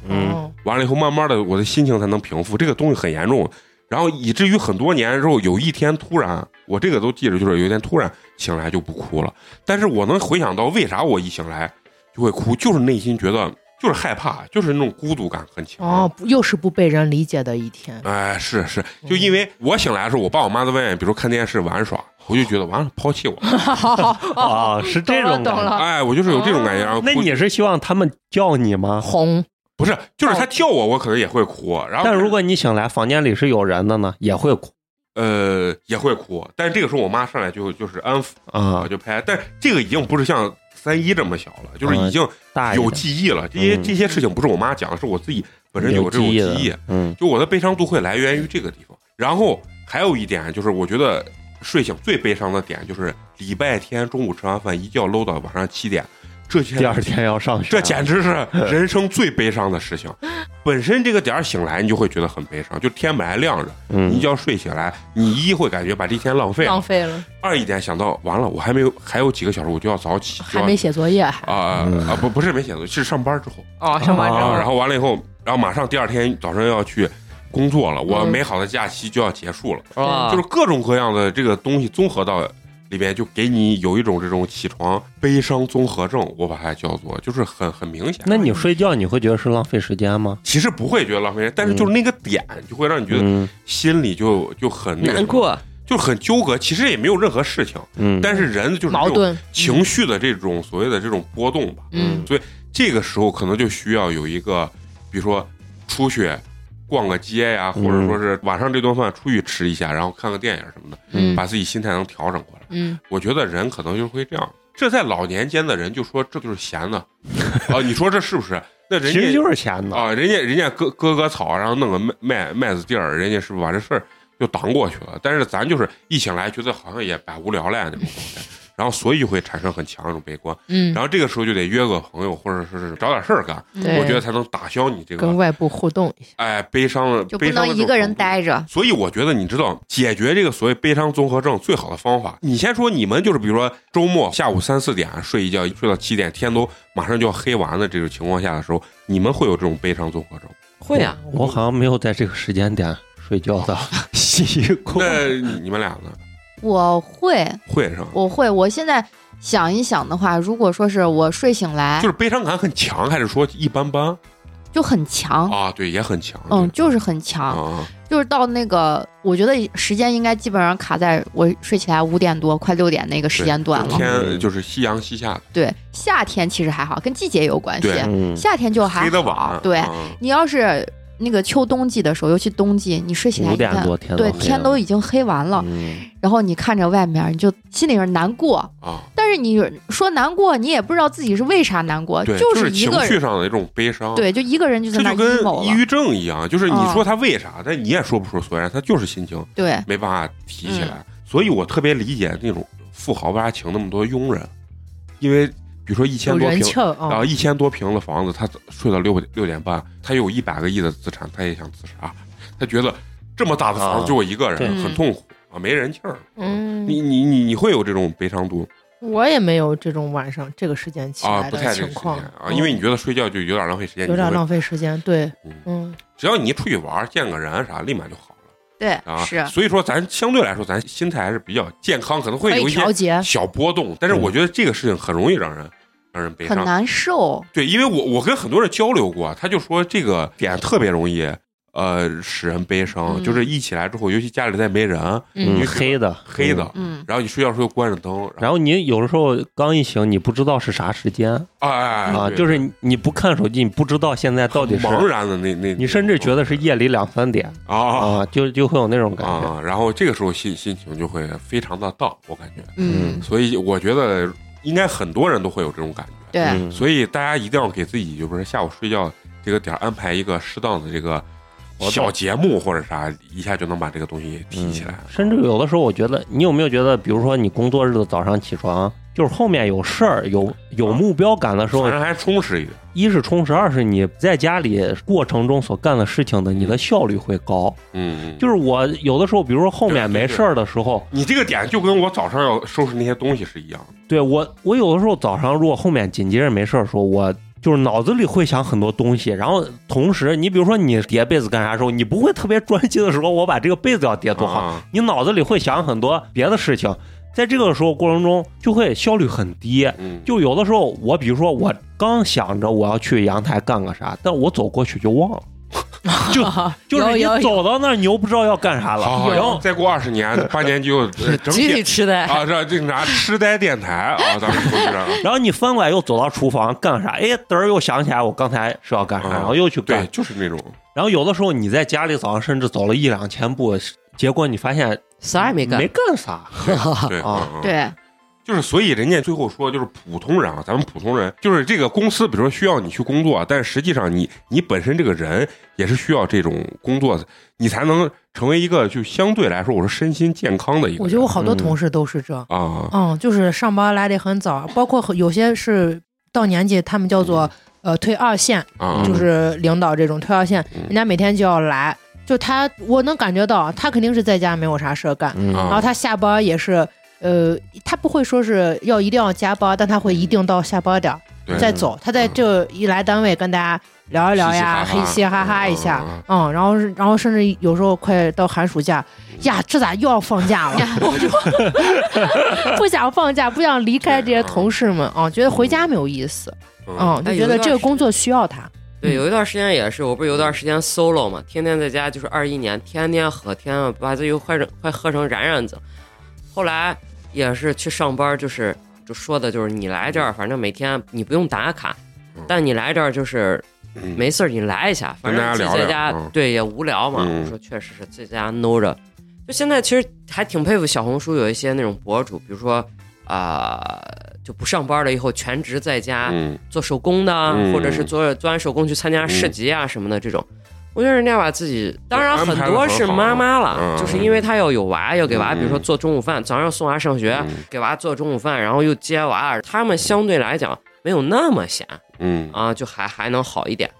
[SPEAKER 5] 嗯，
[SPEAKER 7] 哦，
[SPEAKER 1] 完了以后，慢慢的我的心情才能平复。这个东西很严重，然后以至于很多年之后，有一天突然，我这个都记着，就是有一天突然醒来就不哭了。但是我能回想到为啥我一醒来就会哭，就是内心觉得就是害怕，就是那种孤独感很强。
[SPEAKER 3] 哦，不又是不被人理解的 一天。
[SPEAKER 1] 哎，是是，
[SPEAKER 5] 嗯
[SPEAKER 1] 就因为我醒来的时候，我爸我妈在外面，比如看电视玩耍，我就觉得完了抛弃我 了，
[SPEAKER 7] 哦
[SPEAKER 5] 啊，是这种
[SPEAKER 3] 懂
[SPEAKER 5] 感觉。
[SPEAKER 3] 了，
[SPEAKER 1] 哎，我就是有这种感觉。然后
[SPEAKER 5] 哦那
[SPEAKER 1] 哭
[SPEAKER 5] 你是希望他们叫你吗？
[SPEAKER 3] 红
[SPEAKER 1] 不是就是他叫我，我可能也会哭。然后
[SPEAKER 5] 哦但如果你醒来房间里是有人的呢，也会哭
[SPEAKER 1] 呃也会哭，但是这个时候我妈上来就就是安抚
[SPEAKER 5] 啊
[SPEAKER 1] 我，就拍，但是这个已经不是像三一这么小了，就是已经
[SPEAKER 5] 嗯大一
[SPEAKER 1] 有
[SPEAKER 5] 点嗯
[SPEAKER 1] 记忆了。这些这些事情不是我妈讲的，是我自己本身有这种
[SPEAKER 5] 记
[SPEAKER 1] 记
[SPEAKER 5] 的
[SPEAKER 1] 忆。
[SPEAKER 5] 嗯
[SPEAKER 1] 就我的悲伤度会来源于这个地方。然后还有一点就是，我觉得睡醒最悲伤的点就是礼拜天中午吃完饭一觉搂到晚上七点，这些
[SPEAKER 5] 第二天要上学，
[SPEAKER 1] 这简直是人生最悲伤的事情。本身这个点儿醒来，你就会觉得很悲伤，就天本来亮着，你一
[SPEAKER 5] 嗯
[SPEAKER 1] 觉睡醒来，你一会感觉把这一天浪费了，
[SPEAKER 7] 浪费了，
[SPEAKER 1] 二一点想到完了，我还没有还有几个小时我就要早起，就
[SPEAKER 7] 还
[SPEAKER 1] 要
[SPEAKER 7] 没写作业还
[SPEAKER 1] 啊啊
[SPEAKER 5] 嗯
[SPEAKER 1] 啊不不是没写作业，是上班之后。
[SPEAKER 2] 哦，上班之
[SPEAKER 1] 啊，
[SPEAKER 2] 后
[SPEAKER 1] 然后完了以后，然后马上第二天早上要去工作了，我美好的假期就要结束了，
[SPEAKER 2] 啊，
[SPEAKER 1] 就是各种各样的这个东西综合到里面，就给你有一种这种起床悲伤综合症，我把它叫做，就是很很明显。
[SPEAKER 5] 那你睡觉你会觉得是浪费时间吗？
[SPEAKER 1] 其实不会觉得浪费时间，但是就是那个点就会让你觉得
[SPEAKER 5] 嗯
[SPEAKER 1] 心里就就很那个什
[SPEAKER 2] 难
[SPEAKER 1] 么，
[SPEAKER 2] 过，
[SPEAKER 1] 就很纠葛。其实也没有任何事情，
[SPEAKER 5] 嗯，
[SPEAKER 1] 但是人就是
[SPEAKER 7] 矛
[SPEAKER 1] 这种
[SPEAKER 7] 盾，
[SPEAKER 1] 情绪的这种所谓的这种波动吧，
[SPEAKER 7] 嗯
[SPEAKER 1] 这个时候可能就需要有一个，比如说出去逛个街呀、或
[SPEAKER 5] 嗯
[SPEAKER 1] 者说是晚上这顿饭出去吃一下，然后看个电影什么的，
[SPEAKER 5] 嗯
[SPEAKER 1] 把自己心态能调整过来。
[SPEAKER 7] 嗯，
[SPEAKER 1] 我觉得人可能就会这样。这在老年间的人就说这就是闲 的，啊，你说这是不是？那人
[SPEAKER 5] 其实
[SPEAKER 1] 家
[SPEAKER 5] 就是钱呢。
[SPEAKER 1] 啊，人家人家割割割草，然后弄个麦麦麦子地儿，人家是不是把这事儿就挡过去了？但是咱就是一醒来觉得好像也百无聊赖那种状态，然后所以就会产生很强的一种悲观。
[SPEAKER 7] 嗯
[SPEAKER 1] 然后这个时候就得约个朋友，或者说是找点事儿干，
[SPEAKER 7] 对
[SPEAKER 4] 嗯
[SPEAKER 1] 我觉得才能打消你这
[SPEAKER 7] 跟
[SPEAKER 1] 个
[SPEAKER 7] 外部互动一下，
[SPEAKER 1] 哎悲伤的
[SPEAKER 4] 就不
[SPEAKER 1] 悲伤
[SPEAKER 4] 能
[SPEAKER 1] 的
[SPEAKER 4] 一
[SPEAKER 1] 这种
[SPEAKER 4] 个人
[SPEAKER 1] 程度。
[SPEAKER 4] 待着。
[SPEAKER 1] 所以我觉得，你知道解决这个所谓悲伤综合症最好的方法，你先说你们就是，比如说周末下午三四点睡一觉，睡到七点，天都马上就要黑完了这种情况下的时候，你们会有这种悲伤综合症？
[SPEAKER 2] 会啊，
[SPEAKER 5] 我好像没有在这个时间点睡觉 的习惯。
[SPEAKER 1] 那你们俩呢？
[SPEAKER 4] 我会，
[SPEAKER 1] 会是吧？
[SPEAKER 4] 我会。我现在想一想的话，如果说是我睡醒来
[SPEAKER 1] 就是悲伤感很强，还是说一般般
[SPEAKER 4] 哦就很强，
[SPEAKER 1] 啊？对，也很强。
[SPEAKER 4] 嗯，就是很强，
[SPEAKER 1] 啊，
[SPEAKER 4] 就是到那个，我觉得时间应该基本上卡在我睡起来五点多快六点那个时间段
[SPEAKER 1] 就
[SPEAKER 4] 了。
[SPEAKER 1] 天就是夕阳西下的，
[SPEAKER 4] 对，夏天其实还好，跟季节有关系。
[SPEAKER 1] 对
[SPEAKER 5] 嗯，
[SPEAKER 4] 夏天就还
[SPEAKER 1] 黑的
[SPEAKER 4] 好
[SPEAKER 1] 晚。。
[SPEAKER 4] 对
[SPEAKER 1] 嗯
[SPEAKER 4] 你要是那个秋冬季的时候，尤其冬季，你睡起来
[SPEAKER 5] 五
[SPEAKER 4] 一
[SPEAKER 5] 点
[SPEAKER 4] 看，
[SPEAKER 5] 多天
[SPEAKER 4] 对，天都已经黑完了，
[SPEAKER 5] 嗯
[SPEAKER 4] 然后你看着外面，你就心里边难过。
[SPEAKER 1] 啊，
[SPEAKER 4] 但是你说难过，你也不知道自己是为啥难
[SPEAKER 7] 呃
[SPEAKER 4] 过，
[SPEAKER 1] 对，
[SPEAKER 4] 就是一
[SPEAKER 1] 情
[SPEAKER 4] 个
[SPEAKER 1] 绪
[SPEAKER 4] 人，
[SPEAKER 1] 上的一种悲伤。，
[SPEAKER 4] 对，就一个人就在
[SPEAKER 1] 这
[SPEAKER 4] 那
[SPEAKER 1] 就
[SPEAKER 4] emo
[SPEAKER 1] 跟抑
[SPEAKER 4] 了。
[SPEAKER 1] 郁症一样，就是你
[SPEAKER 4] 嗯
[SPEAKER 1] 说他为啥，但你也说不出所以然，他就是心情
[SPEAKER 4] 对，
[SPEAKER 1] 没办法提起来。
[SPEAKER 7] 嗯
[SPEAKER 1] 所以我特别理解那种富豪为啥请那么多佣人，因为比如说一千
[SPEAKER 7] 有
[SPEAKER 1] 多
[SPEAKER 7] 人
[SPEAKER 1] 平，
[SPEAKER 7] 气儿
[SPEAKER 1] 然
[SPEAKER 7] 啊
[SPEAKER 1] 后，一千多平的房子，他睡到六六点半，他有一百个亿的资产，他也想自杀，他觉得这么大的房
[SPEAKER 5] 啊
[SPEAKER 1] 子就我一个
[SPEAKER 5] 对
[SPEAKER 1] 人，很痛苦啊，没人气儿。
[SPEAKER 7] 嗯，
[SPEAKER 1] 你你你你会有这种悲伤度
[SPEAKER 7] 我也没有这种晚上这个时间起
[SPEAKER 1] 啊？
[SPEAKER 7] 来
[SPEAKER 1] 不太
[SPEAKER 7] 的
[SPEAKER 1] 这个
[SPEAKER 7] 情
[SPEAKER 1] 时
[SPEAKER 7] 况
[SPEAKER 1] 间啊，因为你
[SPEAKER 7] 嗯
[SPEAKER 1] 觉得睡觉就有点浪费时间，
[SPEAKER 7] 有
[SPEAKER 1] 你就
[SPEAKER 7] 点
[SPEAKER 1] 会
[SPEAKER 7] 浪费时间，对
[SPEAKER 1] 嗯，
[SPEAKER 7] 嗯，
[SPEAKER 1] 只要你一出去玩儿，见个人啊啥，立马就好了
[SPEAKER 4] 对，
[SPEAKER 1] 啊。
[SPEAKER 4] 是，
[SPEAKER 1] 所以说咱相对来说，咱心态还是比较健康，可能会
[SPEAKER 7] 可以
[SPEAKER 1] 有一些
[SPEAKER 7] 调节，
[SPEAKER 1] 小波动，但是我觉得这个事情很容易让人让人悲
[SPEAKER 4] 很
[SPEAKER 1] 伤。
[SPEAKER 4] 难受。
[SPEAKER 1] 对，因为我我跟很多人交流过，他就说这个点特别容易。呃，使人悲伤，
[SPEAKER 4] 嗯
[SPEAKER 1] 就是一起来之后，尤其家里再没人，
[SPEAKER 5] 嗯，
[SPEAKER 1] 你就
[SPEAKER 5] 黑的
[SPEAKER 1] 黑的，，
[SPEAKER 4] 嗯，
[SPEAKER 1] 然后你睡觉的时候又关着灯，
[SPEAKER 5] 然
[SPEAKER 1] 后
[SPEAKER 5] 后你有的时候刚一醒，你不知道是啥时间
[SPEAKER 1] 哎哎
[SPEAKER 5] 啊，
[SPEAKER 1] 对
[SPEAKER 5] 就是你你不看手机，你不知道现在到底是，
[SPEAKER 1] 茫然的那那，
[SPEAKER 5] 你甚至觉得是夜里两三点
[SPEAKER 1] 啊
[SPEAKER 5] 啊，就就会有那种感觉。
[SPEAKER 1] 啊，然后这个时候心心情就会非常的荡，我感觉，
[SPEAKER 4] 嗯，
[SPEAKER 1] 所以我觉得应该很多人都会有这种感觉。
[SPEAKER 4] 对，
[SPEAKER 5] 嗯
[SPEAKER 1] 所以大家一定要给自己，就不是下午睡觉这个点儿安排一个适当的这个小节目或者啥，一下就能把这个东西提起来。
[SPEAKER 5] 甚至有的时候，我觉得你有没有觉得，比如说你工作日的早上起床，就是后面有事儿、有有目标感的时候
[SPEAKER 1] 反，正还充实一点。
[SPEAKER 5] 一是充实，二是你在家里过程中所干的事情的，你的效率会高。
[SPEAKER 1] 嗯，嗯
[SPEAKER 5] 就是我有的时候，比如说后面
[SPEAKER 1] 对对
[SPEAKER 5] 没
[SPEAKER 1] 对
[SPEAKER 5] 事儿的时候，
[SPEAKER 1] 你这个点就跟我早上要收拾那些东西是一样的。
[SPEAKER 5] 对我，我有的时候早上如果后面紧接着没事儿的时候，我就是脑子里会想很多东西，然后同时你比如说你叠被子干啥时候，你不会特别专心的时候，我把这个被子要叠多好，
[SPEAKER 1] 啊，
[SPEAKER 5] 你脑子里会想很多别的事情，在这个时候过程中就会效率很低。
[SPEAKER 1] 嗯，
[SPEAKER 5] 就有的时候我比如说我刚想着我要去阳台干个啥，但我走过去就忘了， 就就是你
[SPEAKER 8] 有有
[SPEAKER 5] 走到那儿，你又不知道要干啥
[SPEAKER 1] 好
[SPEAKER 5] 了，
[SPEAKER 1] 好
[SPEAKER 5] 然
[SPEAKER 1] 好，
[SPEAKER 5] 后
[SPEAKER 1] 再过二十年，八年就呃 整
[SPEAKER 2] 集
[SPEAKER 1] 体
[SPEAKER 2] 体痴呆。
[SPEAKER 1] 啊，这这拿痴呆电台啊，咱们组织啊
[SPEAKER 5] 然后你翻过来又走到厨房干啥，哎，嘚儿又想起来我刚才是要干
[SPEAKER 1] 嗯
[SPEAKER 5] 啥，然后又去
[SPEAKER 1] 对，
[SPEAKER 5] 干，
[SPEAKER 1] 就是那种
[SPEAKER 5] 然后有的时候你在家里早上甚至走了一两千步，结果你发现
[SPEAKER 2] 啥也没干
[SPEAKER 5] 没，干啥，
[SPEAKER 1] 对
[SPEAKER 5] 啊，
[SPEAKER 1] 嗯嗯
[SPEAKER 4] 对，
[SPEAKER 1] 就是，所以人家最后说，就是普通人啊，咱们普通人，就是这个公司，比如说需要你去工作，但实际上你你本身这个人也是需要这种工作的，你才能成为一个就相对来说，我说身心健康的一个人。
[SPEAKER 3] 我觉得我好多
[SPEAKER 5] 嗯
[SPEAKER 3] 同事都是这，
[SPEAKER 1] 啊，
[SPEAKER 3] 嗯，就是上班来的很早，包括有些是到年纪，他们叫做呃退二线，
[SPEAKER 1] 啊，
[SPEAKER 3] 就是领导这种退二线，
[SPEAKER 1] 嗯
[SPEAKER 3] 人家每天就要来，就他我能感觉到，他肯定是在家没有啥事儿干，
[SPEAKER 5] 嗯
[SPEAKER 1] 啊
[SPEAKER 3] 然后他下班也是，呃，他不会说是要一定要加班，但他会一定到下班点儿
[SPEAKER 1] 对
[SPEAKER 3] 再走。他在这一来单位跟大家聊一聊呀，
[SPEAKER 1] 嘻嘻哈哈
[SPEAKER 3] 嘿嘻哈哈一下
[SPEAKER 1] 嗯，
[SPEAKER 3] 嗯，然后是然后甚至有时候快到寒暑假，呀，这咋又要放假了？我就 不想放假，不想离开这些同事
[SPEAKER 1] 嗯
[SPEAKER 3] 们啊，觉得回家没有意思，嗯，就觉得这个工作需要他。
[SPEAKER 1] 嗯
[SPEAKER 2] 对，有一段时间也是，我不是有一段时间 solo 嘛，天天在家就是二一年，天天喝，天天把自己快成快喝成冉冉子。后来也是去上班，就是就说的就是你来这儿，反正每天你不用打卡
[SPEAKER 1] 嗯，
[SPEAKER 2] 但你来这儿就是
[SPEAKER 1] 嗯
[SPEAKER 2] 没事儿你来一下，
[SPEAKER 1] 跟
[SPEAKER 2] 反正
[SPEAKER 1] 大家
[SPEAKER 2] 自己
[SPEAKER 1] 聊
[SPEAKER 2] 在
[SPEAKER 1] 聊
[SPEAKER 2] 家
[SPEAKER 1] 嗯
[SPEAKER 2] 对也无聊嘛。
[SPEAKER 1] 嗯
[SPEAKER 2] 我说确实是自己在家搂着，就现在其实还挺佩服小红书有一些那种博主，比如说啊、就不上班了以后全职在家。
[SPEAKER 1] 嗯
[SPEAKER 2] 做手工的啊，
[SPEAKER 1] 嗯
[SPEAKER 2] 或者是做做完手工去参加市集啊什么的这种。我觉得人家把自己，当然很多是妈妈
[SPEAKER 1] 安排得很
[SPEAKER 2] 了，
[SPEAKER 1] 好
[SPEAKER 2] 就是因为她要有娃，要给娃，
[SPEAKER 1] 嗯
[SPEAKER 2] 比如说做中午饭，早上送娃上学
[SPEAKER 1] 嗯，
[SPEAKER 2] 给娃做中午饭，然后又接娃，他们相对来讲没有那么闲
[SPEAKER 1] 嗯，
[SPEAKER 2] 啊，就还还能好一点。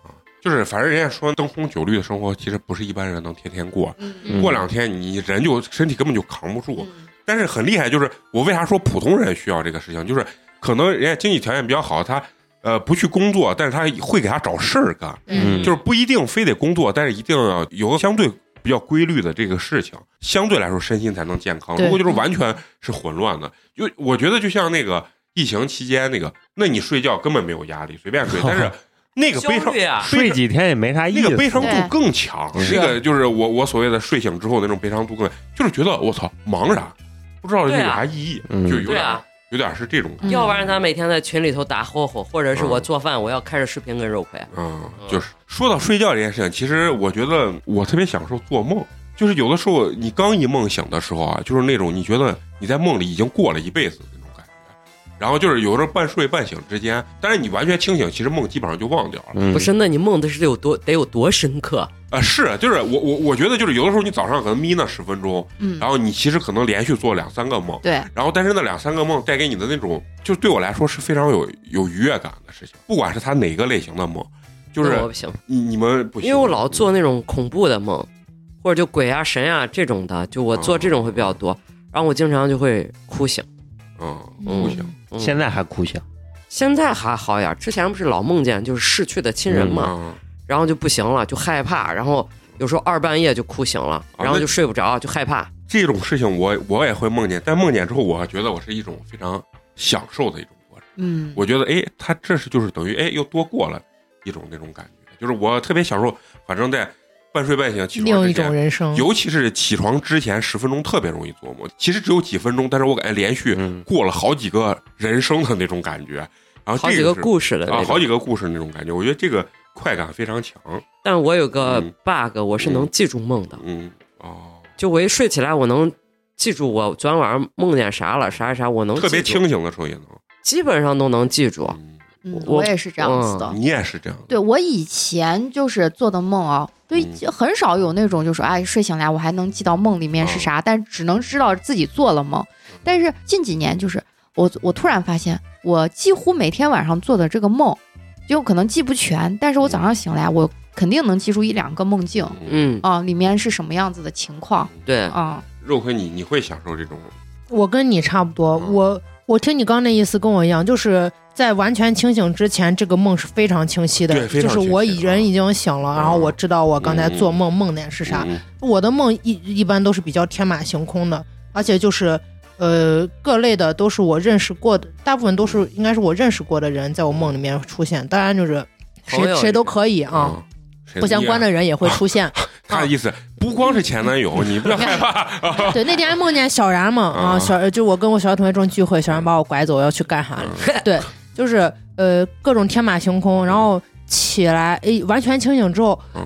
[SPEAKER 1] 就是反正人家说灯红酒绿的生活，其实不是一般人能天天过，
[SPEAKER 4] 嗯
[SPEAKER 1] 过两天你人就身体根本就扛不住。
[SPEAKER 4] 嗯
[SPEAKER 1] 但是很厉害，就是我为啥说普通人需要这个事情，就是可能人家经济条件比较好，他呃不去工作，但是他会给他找事儿干，
[SPEAKER 5] 嗯
[SPEAKER 1] 就是不一定非得工作，但是一定要有个相对比较规律的这个事情，相对来说身心才能健康。
[SPEAKER 3] 对
[SPEAKER 1] 如果就是完全是混乱的，就我觉得就像那个疫情期间那个，那你睡觉根本没有压力，随便睡，但是那个悲伤
[SPEAKER 2] 焦虑啊，
[SPEAKER 5] 嗯睡几天也没啥哎意
[SPEAKER 1] 那
[SPEAKER 5] 思，
[SPEAKER 1] 个悲伤度
[SPEAKER 4] 对
[SPEAKER 1] 更强，
[SPEAKER 5] 是啊
[SPEAKER 1] 那个就是我我所谓的睡醒之后那种悲伤度更，就是觉得我操茫然，不知道这有
[SPEAKER 2] 对啊
[SPEAKER 1] 啥意义，
[SPEAKER 5] 嗯
[SPEAKER 1] 就有
[SPEAKER 2] 对
[SPEAKER 1] 点、
[SPEAKER 2] 啊
[SPEAKER 1] 有点是这种感
[SPEAKER 3] 嗯
[SPEAKER 2] 要不然咱每天在群里头打吼吼，或者是
[SPEAKER 1] 嗯
[SPEAKER 2] 我做饭，我要开着视频跟肉葵。
[SPEAKER 1] 觉，嗯，就是说到睡觉这件事情，其实我觉得我特别享受做梦，就是有的时候你刚一梦醒的时候啊，就是那种你觉得你在梦里已经过了一辈子的那种感觉，然后就是有时候半睡半醒之间，但是你完全清醒，其实梦基本上就忘掉了。
[SPEAKER 5] 嗯
[SPEAKER 2] 不是，那你梦的是有多得有多深刻？
[SPEAKER 1] 啊，是，就是我我我觉得就是有的时候你早上可能眯那十分钟，
[SPEAKER 4] 嗯
[SPEAKER 1] 然后你其实可能连续做两三个梦，
[SPEAKER 4] 对，
[SPEAKER 1] 然后但是那两三个梦带给你的那种，就对我来说是非常有有愉悦感的事情，不管是它哪个类型的梦，就
[SPEAKER 2] 那我
[SPEAKER 1] 是
[SPEAKER 2] 不行。
[SPEAKER 1] 你你们不行，
[SPEAKER 2] 因为我老做那种恐怖的梦，或者就鬼啊、神啊这种的，就我
[SPEAKER 1] 哦
[SPEAKER 2] 做这种会比较多。然后我经常就会哭醒。
[SPEAKER 1] 嗯
[SPEAKER 2] 嗯
[SPEAKER 1] 不行，
[SPEAKER 2] 嗯
[SPEAKER 5] 现在还哭醒，
[SPEAKER 2] 现在还好一点，之前不是老梦见就是逝去的亲人嘛，
[SPEAKER 1] 嗯
[SPEAKER 2] 然后就不行了，就害怕，然后有时候二半夜就哭醒了，
[SPEAKER 1] 啊
[SPEAKER 2] 然后
[SPEAKER 1] 那
[SPEAKER 2] 就睡不着，就害怕。
[SPEAKER 1] 这种事情我我也会梦见，但梦见之后，我觉得我是一种非常享受的一种过程，
[SPEAKER 4] 嗯，
[SPEAKER 1] 我觉得哎，它这是就是等于哎又多过了一种那种感觉，就是我特别享受，反正在半睡半醒起床
[SPEAKER 3] 另
[SPEAKER 1] 之
[SPEAKER 3] 一
[SPEAKER 1] 前
[SPEAKER 3] 种人生，
[SPEAKER 1] 尤其是起床之前十分钟特别容易做梦，其实只有几分钟，但是我感觉连续
[SPEAKER 5] 嗯
[SPEAKER 1] 过了好几个人生的那种感觉，然后
[SPEAKER 2] 好
[SPEAKER 1] 哦这
[SPEAKER 2] 几
[SPEAKER 1] 个
[SPEAKER 2] 个
[SPEAKER 1] 是
[SPEAKER 2] 故事的
[SPEAKER 1] 啊
[SPEAKER 2] 那，
[SPEAKER 1] 好
[SPEAKER 2] 种，
[SPEAKER 1] 几个故事那种感觉，我觉得这个快感非常强。
[SPEAKER 2] 但我有个
[SPEAKER 1] 嗯
[SPEAKER 2] bug，我是能记住梦的，
[SPEAKER 1] 嗯，哦，
[SPEAKER 2] 就我一睡起来，我能记住我昨天晚上梦见啥了，啥啥啥，我能
[SPEAKER 1] 特别
[SPEAKER 2] 记住
[SPEAKER 1] 清醒的时候也能。
[SPEAKER 2] 基本上都能记住。
[SPEAKER 1] 嗯
[SPEAKER 4] 嗯
[SPEAKER 2] 我
[SPEAKER 4] 我也是这样子的。
[SPEAKER 1] 你也是这样的，
[SPEAKER 4] 对我以前就是做的梦啊，对，
[SPEAKER 1] 嗯
[SPEAKER 4] 就很少有那种就是哎睡醒来我还能记到梦里面是啥，但只能知道自己做了梦。但是近几年就是我我突然发现，我几乎每天晚上做的这个梦，就可能记不全，但是我早上醒来我肯定能记住一两个梦境
[SPEAKER 1] 嗯，
[SPEAKER 2] 嗯，
[SPEAKER 4] 啊，里面是什么样子的情况
[SPEAKER 2] 对，
[SPEAKER 4] 啊，
[SPEAKER 1] 肉葵你你会享受这种
[SPEAKER 3] 我跟你差不多，
[SPEAKER 1] 嗯
[SPEAKER 3] 我我听你刚那意思跟我一样，就是在完全清醒之前，这个梦是非常清晰的，
[SPEAKER 1] 对非
[SPEAKER 3] 就
[SPEAKER 1] 常
[SPEAKER 3] 是我已
[SPEAKER 1] 清晰嗯啊
[SPEAKER 3] 人已经醒了，然后我知道我刚才做梦、梦见是啥。
[SPEAKER 1] 嗯
[SPEAKER 3] 我的梦一一般都是比较天马行空的，而且就是呃，各类的都是我认识过的，大部分都是应该是我认识过的人在我梦里面出现。当然就是
[SPEAKER 2] 朋友
[SPEAKER 3] 谁谁都可以啊，
[SPEAKER 1] 嗯谁
[SPEAKER 3] 不相关的人也会出 现。
[SPEAKER 1] 他的意思不光是前男友，你不要害怕。
[SPEAKER 3] 对，那天还梦见小然嘛
[SPEAKER 1] 啊
[SPEAKER 3] 啊，小就我跟我小学同学正聚会，小然把我拐走要去干啥
[SPEAKER 1] 嗯
[SPEAKER 3] 了，对，就是呃各种天马行空，然后起来诶完全清醒之后
[SPEAKER 1] 嗯，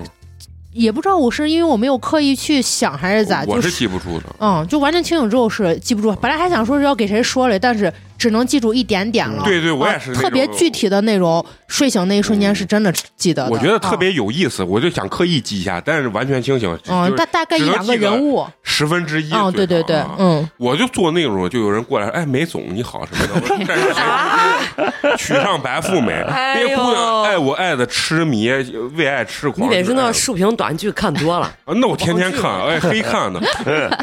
[SPEAKER 3] 也不知道我是因为我没有刻意去想还是咋，
[SPEAKER 1] 我
[SPEAKER 3] 就是是
[SPEAKER 1] 记不住的。
[SPEAKER 3] 嗯就完全清醒之后是记不住，本来还想说是要给谁说嘞，但是只能记住一点点了。
[SPEAKER 1] 嗯对对，我也
[SPEAKER 3] 啊
[SPEAKER 1] 是那种
[SPEAKER 3] 特别具。体的内容，睡醒那一瞬间是真的记得的。
[SPEAKER 1] 我觉得特
[SPEAKER 3] 啊，
[SPEAKER 1] 别有意思，我就想刻意记一下，但是完全清醒，
[SPEAKER 3] 嗯，
[SPEAKER 1] 就是
[SPEAKER 3] 大大概一
[SPEAKER 1] 只能
[SPEAKER 3] 两个
[SPEAKER 1] 记得
[SPEAKER 3] 人物，
[SPEAKER 1] 十分之一。
[SPEAKER 3] 嗯，对对对
[SPEAKER 1] 啊，
[SPEAKER 3] 嗯，
[SPEAKER 1] 我就做那种，就有人过来说：“哎，梅总你好什么的。”我 说：“这是谁？ 娶上白富美，
[SPEAKER 2] 哎
[SPEAKER 1] 那
[SPEAKER 2] 呦
[SPEAKER 1] 姑娘爱我爱的痴迷，为爱痴
[SPEAKER 2] 你
[SPEAKER 1] 狂。”
[SPEAKER 2] 得是那
[SPEAKER 1] 是
[SPEAKER 2] 竖屏短剧看多了，
[SPEAKER 1] 吧啊那我天天看，哎，黑看 的，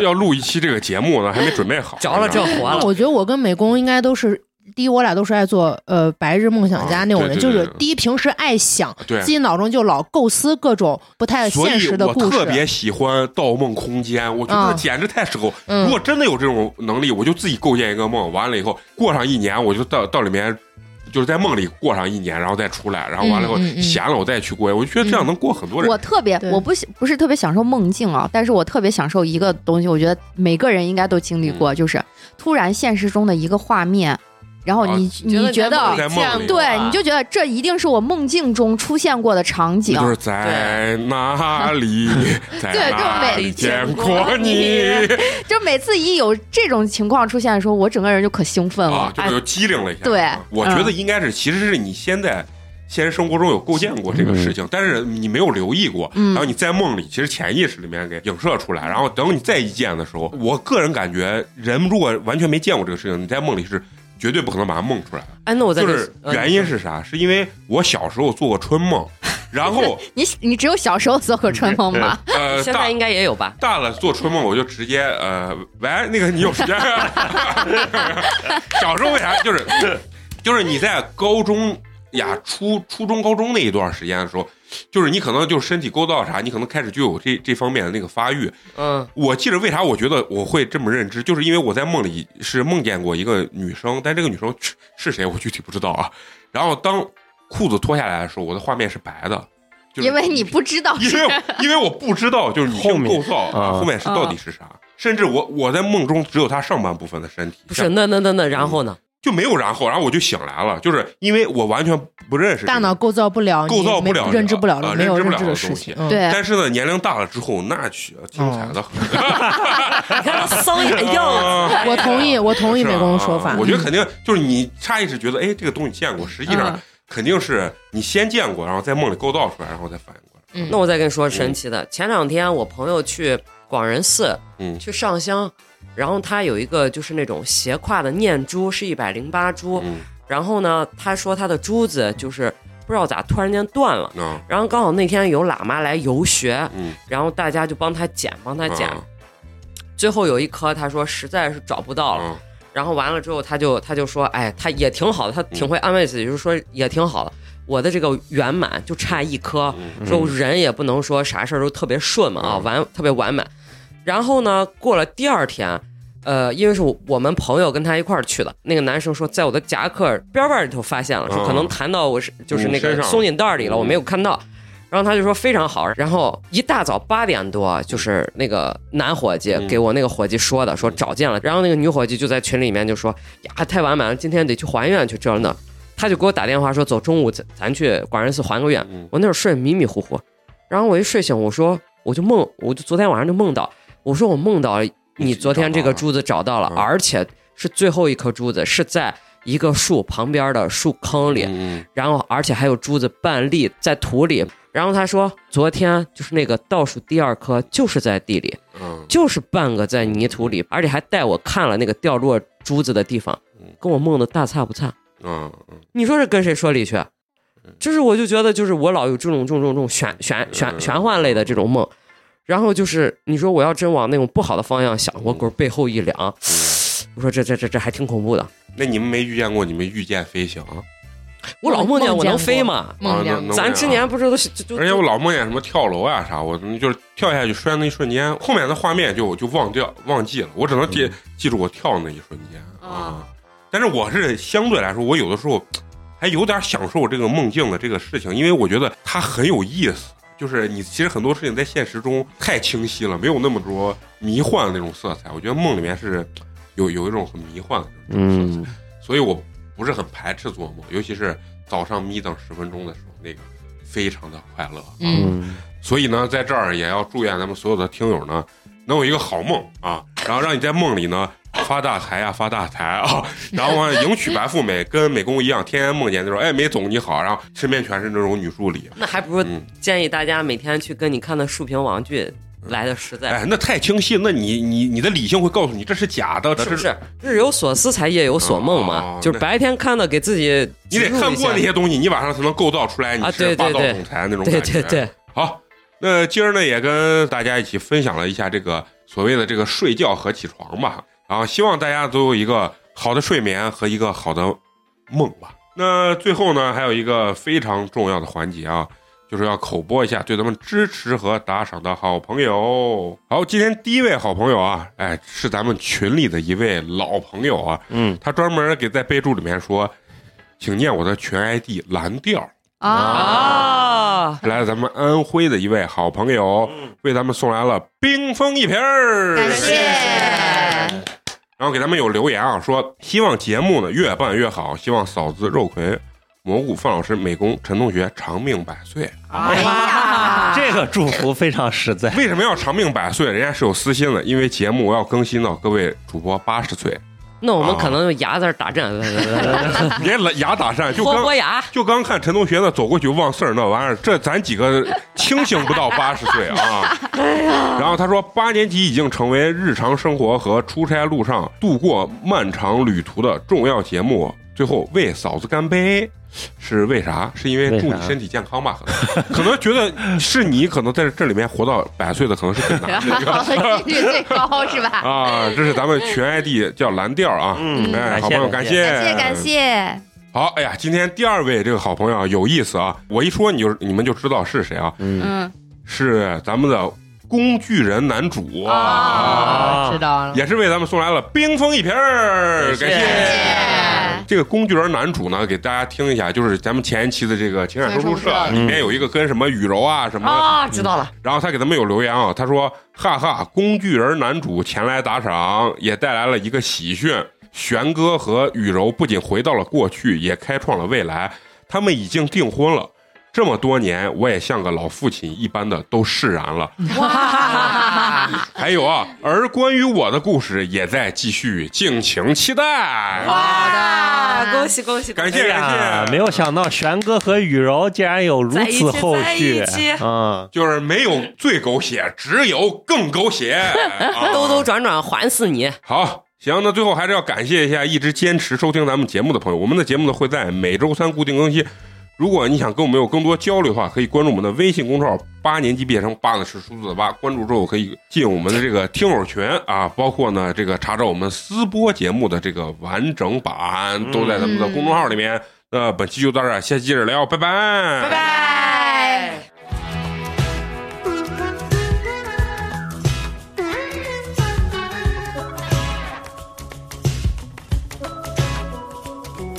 [SPEAKER 1] 要录一期这个节目呢，还没准备好。
[SPEAKER 2] 着了这活
[SPEAKER 3] 那
[SPEAKER 1] 啊
[SPEAKER 2] 了。
[SPEAKER 3] 我觉得我跟美工应该都是，第一我俩都是爱做呃白日梦想
[SPEAKER 1] 啊
[SPEAKER 3] 家那种
[SPEAKER 1] 对
[SPEAKER 3] 人，
[SPEAKER 1] 对
[SPEAKER 3] 就
[SPEAKER 1] 对
[SPEAKER 3] 是
[SPEAKER 1] 对
[SPEAKER 3] 第一平时爱想，
[SPEAKER 1] 对
[SPEAKER 3] 自己脑中就老构思各种不太
[SPEAKER 1] 所
[SPEAKER 3] 现
[SPEAKER 1] 以
[SPEAKER 3] 实的
[SPEAKER 1] 我
[SPEAKER 3] 故
[SPEAKER 1] 特
[SPEAKER 3] 事。
[SPEAKER 1] 别喜欢《盗梦空间》，我觉得
[SPEAKER 3] 嗯
[SPEAKER 1] 简直太适合我。
[SPEAKER 3] 嗯
[SPEAKER 1] 如果真的有这种能力，我就自己构建一个梦，完了以后过上一年，我就到到里面。就是在梦里过上一年，然后再出来，然后完了以后
[SPEAKER 3] 嗯嗯嗯
[SPEAKER 1] 闲了我再去过，我就觉得这样能过很多人。
[SPEAKER 4] 我特别
[SPEAKER 3] 对
[SPEAKER 4] 我不喜不是特别享受梦境啊，但是我特别享受一个东西，我觉得每个人应该都经历
[SPEAKER 1] 嗯
[SPEAKER 4] 过，就是突然现实中的一个画面，然后
[SPEAKER 1] 啊
[SPEAKER 4] 你、你觉
[SPEAKER 1] 梦里啊在
[SPEAKER 4] 得。
[SPEAKER 1] 梦里
[SPEAKER 4] 对，你就觉得这一定是我梦境中出现过的场景
[SPEAKER 1] 那，就是在哪里，在
[SPEAKER 4] 对就
[SPEAKER 1] 哪
[SPEAKER 4] 每
[SPEAKER 1] 里
[SPEAKER 2] 见
[SPEAKER 1] 见
[SPEAKER 2] 过
[SPEAKER 1] 过你
[SPEAKER 2] 你
[SPEAKER 4] 就每次一有这种情况出现的时候，我整个人就可兴奋
[SPEAKER 2] 嗯
[SPEAKER 4] 了。
[SPEAKER 1] 啊，就
[SPEAKER 4] 哎
[SPEAKER 1] 就机灵了一下。
[SPEAKER 4] 对
[SPEAKER 1] 啊我觉得应该是，其实是你先在现实生活中有构建过这个事情，但是你没有留意过，
[SPEAKER 4] 嗯
[SPEAKER 1] 然后你在梦里，其实潜意识里面给影射出来，然后等你再一见的时候，我个人感觉，人如果完全没见过这个事情，你在梦里是。绝对不可能把它梦出来，
[SPEAKER 2] 哎，那我在
[SPEAKER 1] 就
[SPEAKER 2] 这
[SPEAKER 1] 是原因是啥？是因为我小时候做过春梦，然 后
[SPEAKER 4] 你你只有小时候做过春梦吧？
[SPEAKER 1] 呃，
[SPEAKER 2] 现
[SPEAKER 1] 大
[SPEAKER 2] 在应该也有吧？
[SPEAKER 1] 大了做春梦，我就直接呃，喂，那个你有时间？啊小时候为啥就是就是你在高中呀、初初中、高中那一段时间的时候，就是你可能就是身体构造啥，你可能开始就有这这方面的那个发育。
[SPEAKER 2] 嗯，
[SPEAKER 1] 我记得为啥我觉得我会这么认知，就是因为我在梦里是梦见过一个女生，但这个女生是是谁我具体不知道啊。然后当裤子脱下来的时候，我的画面是白的，就是
[SPEAKER 4] 因为你不知道
[SPEAKER 1] 因为我因为我不知道就是女
[SPEAKER 5] 后
[SPEAKER 1] 性
[SPEAKER 5] 面
[SPEAKER 1] 构造啊
[SPEAKER 5] 啊
[SPEAKER 1] 后面是到底是啥，甚至我我在梦中只有她上半部分的身体，
[SPEAKER 2] 不是，那那那那，然后呢？
[SPEAKER 1] 就没有然后，然后我就醒来了，就是因为我完全不认识这个
[SPEAKER 3] 大脑构造不了，
[SPEAKER 1] 构造
[SPEAKER 3] 你没
[SPEAKER 1] 不了
[SPEAKER 3] 认知不了
[SPEAKER 1] 啊
[SPEAKER 3] 的，没有
[SPEAKER 1] 认知不了
[SPEAKER 3] 认知
[SPEAKER 1] 的东
[SPEAKER 3] 的事
[SPEAKER 1] 西
[SPEAKER 3] 情。嗯，
[SPEAKER 4] 对，
[SPEAKER 1] 但是呢，年龄大了之后，那去呃精彩的很。
[SPEAKER 2] 你看桑 眼
[SPEAKER 1] 啊
[SPEAKER 2] 硬，
[SPEAKER 3] 哦哎我同意，我同意
[SPEAKER 1] 是吧
[SPEAKER 3] 美工的说
[SPEAKER 1] 啊
[SPEAKER 3] 法。嗯
[SPEAKER 1] 我觉得肯定就是你下意识觉得，哎，这个东西见过，实际上
[SPEAKER 4] 嗯
[SPEAKER 1] 肯定是你先见过，然后在梦里构造出来，然后再反应过来。
[SPEAKER 2] 那我再跟你说神奇的，前两天我朋友去广仁寺，
[SPEAKER 1] 嗯
[SPEAKER 2] 去上香，然后他有一个就是那种斜挎的念珠，是一百零八珠，
[SPEAKER 1] 嗯，
[SPEAKER 2] 然后呢，他说他的珠子就是不知道咋突然间断了。
[SPEAKER 1] 那
[SPEAKER 2] 然后刚好那天有喇嘛来游学，
[SPEAKER 1] 嗯，
[SPEAKER 2] 然后大家就帮他捡，帮他捡。
[SPEAKER 1] 啊
[SPEAKER 2] 最后有一颗，他说实在是找不到了。
[SPEAKER 1] 啊
[SPEAKER 2] 然后完了之后，他就他就说，哎，他也挺好的，他挺会
[SPEAKER 1] 嗯
[SPEAKER 2] 安慰自己，就是说也挺好的。我的这个圆满就差一颗，说我人也不能说啥事儿都特别顺嘛啊，
[SPEAKER 1] 嗯
[SPEAKER 2] 完特别完满。然后呢，过了第二天，呃，因为是我我们朋友跟他一块儿去的，那个男生说在我的夹克边儿边儿里头发现了，说可能弹到我是就是
[SPEAKER 1] 嗯
[SPEAKER 2] 那
[SPEAKER 1] 嗯身
[SPEAKER 2] 个
[SPEAKER 1] 上
[SPEAKER 2] 松紧带儿里了，
[SPEAKER 1] 嗯
[SPEAKER 2] 我没有看到。然后他就说非常好，然后一大早八点多，就是那个男伙计
[SPEAKER 1] 嗯
[SPEAKER 2] 给我那个伙计说的，说找见了。然后那个女伙计就在群里面就说呀，太完美了，今天得去还愿去这儿那儿。他就给我打电话说走，中午咱咱去广仁寺还个愿。
[SPEAKER 1] 嗯
[SPEAKER 2] 我那会儿睡得迷迷糊糊，然后我一睡醒，我说我就梦，我就昨天晚上就梦到，我说我梦到你昨天这个珠子找到了
[SPEAKER 1] 找，到了
[SPEAKER 2] 而且是最后一颗珠子是在一个树旁边的树坑里，
[SPEAKER 1] 嗯
[SPEAKER 2] 然后而且还有珠子半粒在土里。然后他说，昨天就是那个倒数第二颗，就是在地里，
[SPEAKER 1] 嗯嗯
[SPEAKER 2] 就是半个在泥土里，而且还带我看了那个掉落珠子的地方
[SPEAKER 1] 嗯，
[SPEAKER 2] 跟我梦的大差不差。
[SPEAKER 1] 嗯嗯。
[SPEAKER 2] 你说这跟谁说理去？就是我就觉得，就是我老有这种这种这种玄玄玄
[SPEAKER 1] 嗯
[SPEAKER 2] 玄幻类的这种梦，然后就是你说我要真往那种不好的方向想，我狗背后一凉，
[SPEAKER 1] 嗯
[SPEAKER 2] 我说这这这这还挺恐怖的。
[SPEAKER 1] 那你们没遇见过你们御剑飞行？
[SPEAKER 2] 我老梦见
[SPEAKER 7] 梦
[SPEAKER 2] 我
[SPEAKER 7] 见
[SPEAKER 2] 能
[SPEAKER 7] 过
[SPEAKER 2] 飞嘛。
[SPEAKER 1] 啊
[SPEAKER 7] 梦见
[SPEAKER 1] 能能
[SPEAKER 2] 咱
[SPEAKER 1] 这
[SPEAKER 2] 之
[SPEAKER 1] 样
[SPEAKER 2] 前不是都就就
[SPEAKER 1] 而且我老梦见什么跳楼啊啥，我就是跳下去摔那一瞬间，后面的画面就就忘掉忘记了，我只能记、
[SPEAKER 7] 嗯
[SPEAKER 1] 记住我跳那一瞬间啊。但是我是相对来说，我有的时候还有点享受这个梦境的这个事情，因为我觉得它很有意思。就是你其实很多事情在现实中太清晰了，没有那么多迷幻的那种色彩。我觉得梦里面是有有一种很迷幻的那种色彩。
[SPEAKER 5] 嗯，
[SPEAKER 1] 所以我不是很排斥做梦，尤其是早上眯瞪十分钟的时候，那个非常的快乐。啊
[SPEAKER 7] 嗯，
[SPEAKER 1] 所以呢，在这儿也要祝愿咱们所有的听友呢，能有一个好梦啊，然后让你在梦里呢发大财呀、发大财啊， 然后呢迎娶白富美，跟美工一样，天天梦见那种哎梅总你好，然后身边全是那种女助理，
[SPEAKER 2] 那还不如
[SPEAKER 1] 嗯，
[SPEAKER 2] 建议大家每天去跟你看的竖屏网剧来的实在，
[SPEAKER 1] 哎，那太清晰，那你你你的理性会告诉你这是假的，
[SPEAKER 2] 是
[SPEAKER 1] 这
[SPEAKER 2] 不是？日有所思才夜有所梦嘛
[SPEAKER 1] 哦，
[SPEAKER 2] 就是白天看的给自己
[SPEAKER 1] 你得
[SPEAKER 2] 植入一
[SPEAKER 1] 看过
[SPEAKER 2] 下
[SPEAKER 1] 那些东西，你晚上才能构造出来你
[SPEAKER 2] 啊
[SPEAKER 1] 是
[SPEAKER 2] 对对
[SPEAKER 1] 霸道
[SPEAKER 2] 对
[SPEAKER 1] 总裁那种感觉。
[SPEAKER 2] 对对对，
[SPEAKER 1] 好，那今儿呢也跟大家一起分享了一下这个所谓的这个睡觉和起床吧，然后希望大家都有一个好的睡眠和一个好的梦吧。那最后呢，还有一个非常重要的环节啊，就是要口播一下对咱们支持和打赏的好朋友。好，今天第一位好朋友啊，哎，是咱们群里的一位老朋友啊，
[SPEAKER 5] 嗯，
[SPEAKER 1] 他专门给在备注里面说，请念我的群 ID 蓝调。
[SPEAKER 4] 啊，
[SPEAKER 2] 啊，
[SPEAKER 1] 来了咱们安徽的一位好朋友，为咱们送来了冰封一瓶儿，
[SPEAKER 4] 嗯感谢。
[SPEAKER 1] 然后给咱们有留言啊，说希望节目呢越办越好，希望嫂子肉葵、蘑菇范老师、美工陈同学长命百岁。
[SPEAKER 4] 哎呀，
[SPEAKER 5] 这个祝福非常实在。
[SPEAKER 1] 为什么要长命百岁？人家是有私心的，因为节目我要更新到各位主播八十 岁，
[SPEAKER 2] 那
[SPEAKER 1] 哦
[SPEAKER 2] 我们可能用牙字儿打战，
[SPEAKER 1] 别来牙打讪，就
[SPEAKER 2] 活
[SPEAKER 1] 刚
[SPEAKER 2] 活牙。
[SPEAKER 1] 就刚看陈同学那走过去忘事儿那玩意儿，这咱几个清醒不 到八十岁啊。
[SPEAKER 5] 哎
[SPEAKER 1] 然后他说，八年级已经成为日常生活和出差路上度过漫长旅途的重要节目。最后为嫂子干杯，是为啥？是因为祝你身体健康吧？可能可能觉得是你可能在这里面活到百岁的，可能是 最 难的一个。
[SPEAKER 4] 几率最高是吧？
[SPEAKER 1] 啊，这是咱们群 ID 叫蓝调啊，
[SPEAKER 5] 嗯
[SPEAKER 1] 哎，
[SPEAKER 5] 感谢
[SPEAKER 1] 好朋友，感
[SPEAKER 5] 感
[SPEAKER 1] 谢
[SPEAKER 5] 谢
[SPEAKER 4] 感谢感谢，
[SPEAKER 1] 好，哎呀，今天第二位这个好朋友啊，有意思啊！我一说你就你们就知道是谁啊，
[SPEAKER 5] 嗯
[SPEAKER 4] 嗯，
[SPEAKER 1] 是咱们的工具人男主
[SPEAKER 4] 啊
[SPEAKER 5] 啊
[SPEAKER 7] 知，道了。
[SPEAKER 1] 也是为咱们送来了冰封一瓶儿，感
[SPEAKER 5] 感
[SPEAKER 1] 谢。
[SPEAKER 5] 谢
[SPEAKER 4] 谢
[SPEAKER 1] 这个工具人男主呢，给大家听一下，就是咱们前一期的这个情感收书社
[SPEAKER 4] 情感收
[SPEAKER 5] 书社
[SPEAKER 1] 里面有一个跟什么雨柔啊什么
[SPEAKER 2] 啊，知道了，
[SPEAKER 1] 然后他给咱们有留言啊，他说：“哈哈，工具人男主前来打赏，也带来了一个喜讯。玄哥和雨柔不仅回到了过去，也开创了未来。他们已经订婚了，这么多年，我也像个老父亲一般的都释然了。 还有啊，而关于我的故事也在继续，敬请期待。
[SPEAKER 2] 啊，恭喜恭喜！
[SPEAKER 1] 感
[SPEAKER 5] 哎
[SPEAKER 1] 谢
[SPEAKER 5] 呀
[SPEAKER 1] 感，谢，
[SPEAKER 5] 没有想到玄哥和雨柔竟然有如此后续
[SPEAKER 2] 在一起在一起，
[SPEAKER 5] 嗯，
[SPEAKER 1] 就是没有最狗血，只有更狗 血。啊
[SPEAKER 2] 兜兜转转还死你，
[SPEAKER 1] 好，行，那最后还是要感谢一下一直坚持收听咱们节目的朋友。我们的节目呢会在每周三固定更新。如果你想跟我们有更多交流的话，可以关注我们的微信公众号“八年级毕业生”，八呢是数字的八。关注之后可以进我们的这个听友群啊，包括呢这个查找我们私播节目的这个完整版，都在咱们的公众号里面。那本期就到这儿，下期接着聊，拜拜，拜拜。
[SPEAKER 4] 拜。
[SPEAKER 9] Been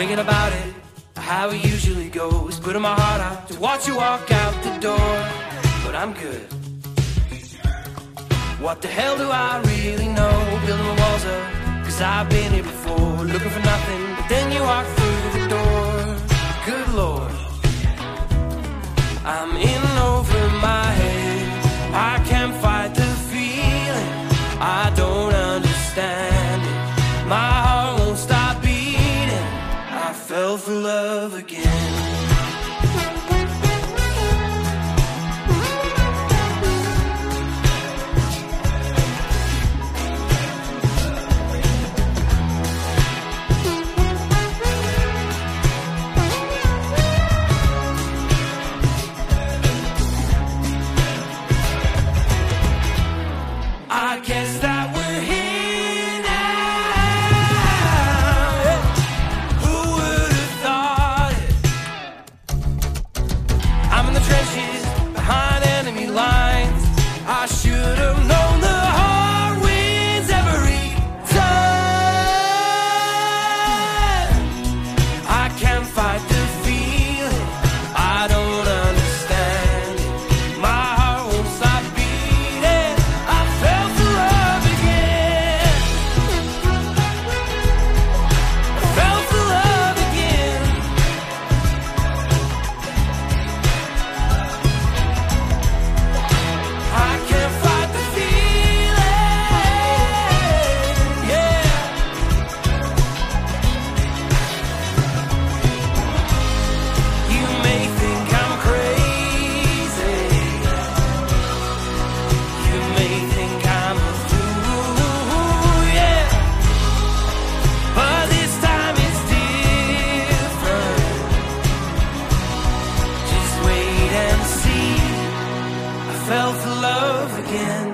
[SPEAKER 9] thinking about it, how it usually goes. Putting my heart out to watch you walk out the door. But I'm good. What the hell do I really know? Building my walls up, cause I've been here before. Looking for nothing, but then you walk through the door. Good lord. I'm in over my head. I can't fight the feeling. I don't understand it. My heart won't stop beating. I fell for love again. I guess that we're here now. Who would have thought? again. Oh, Oh, Oh,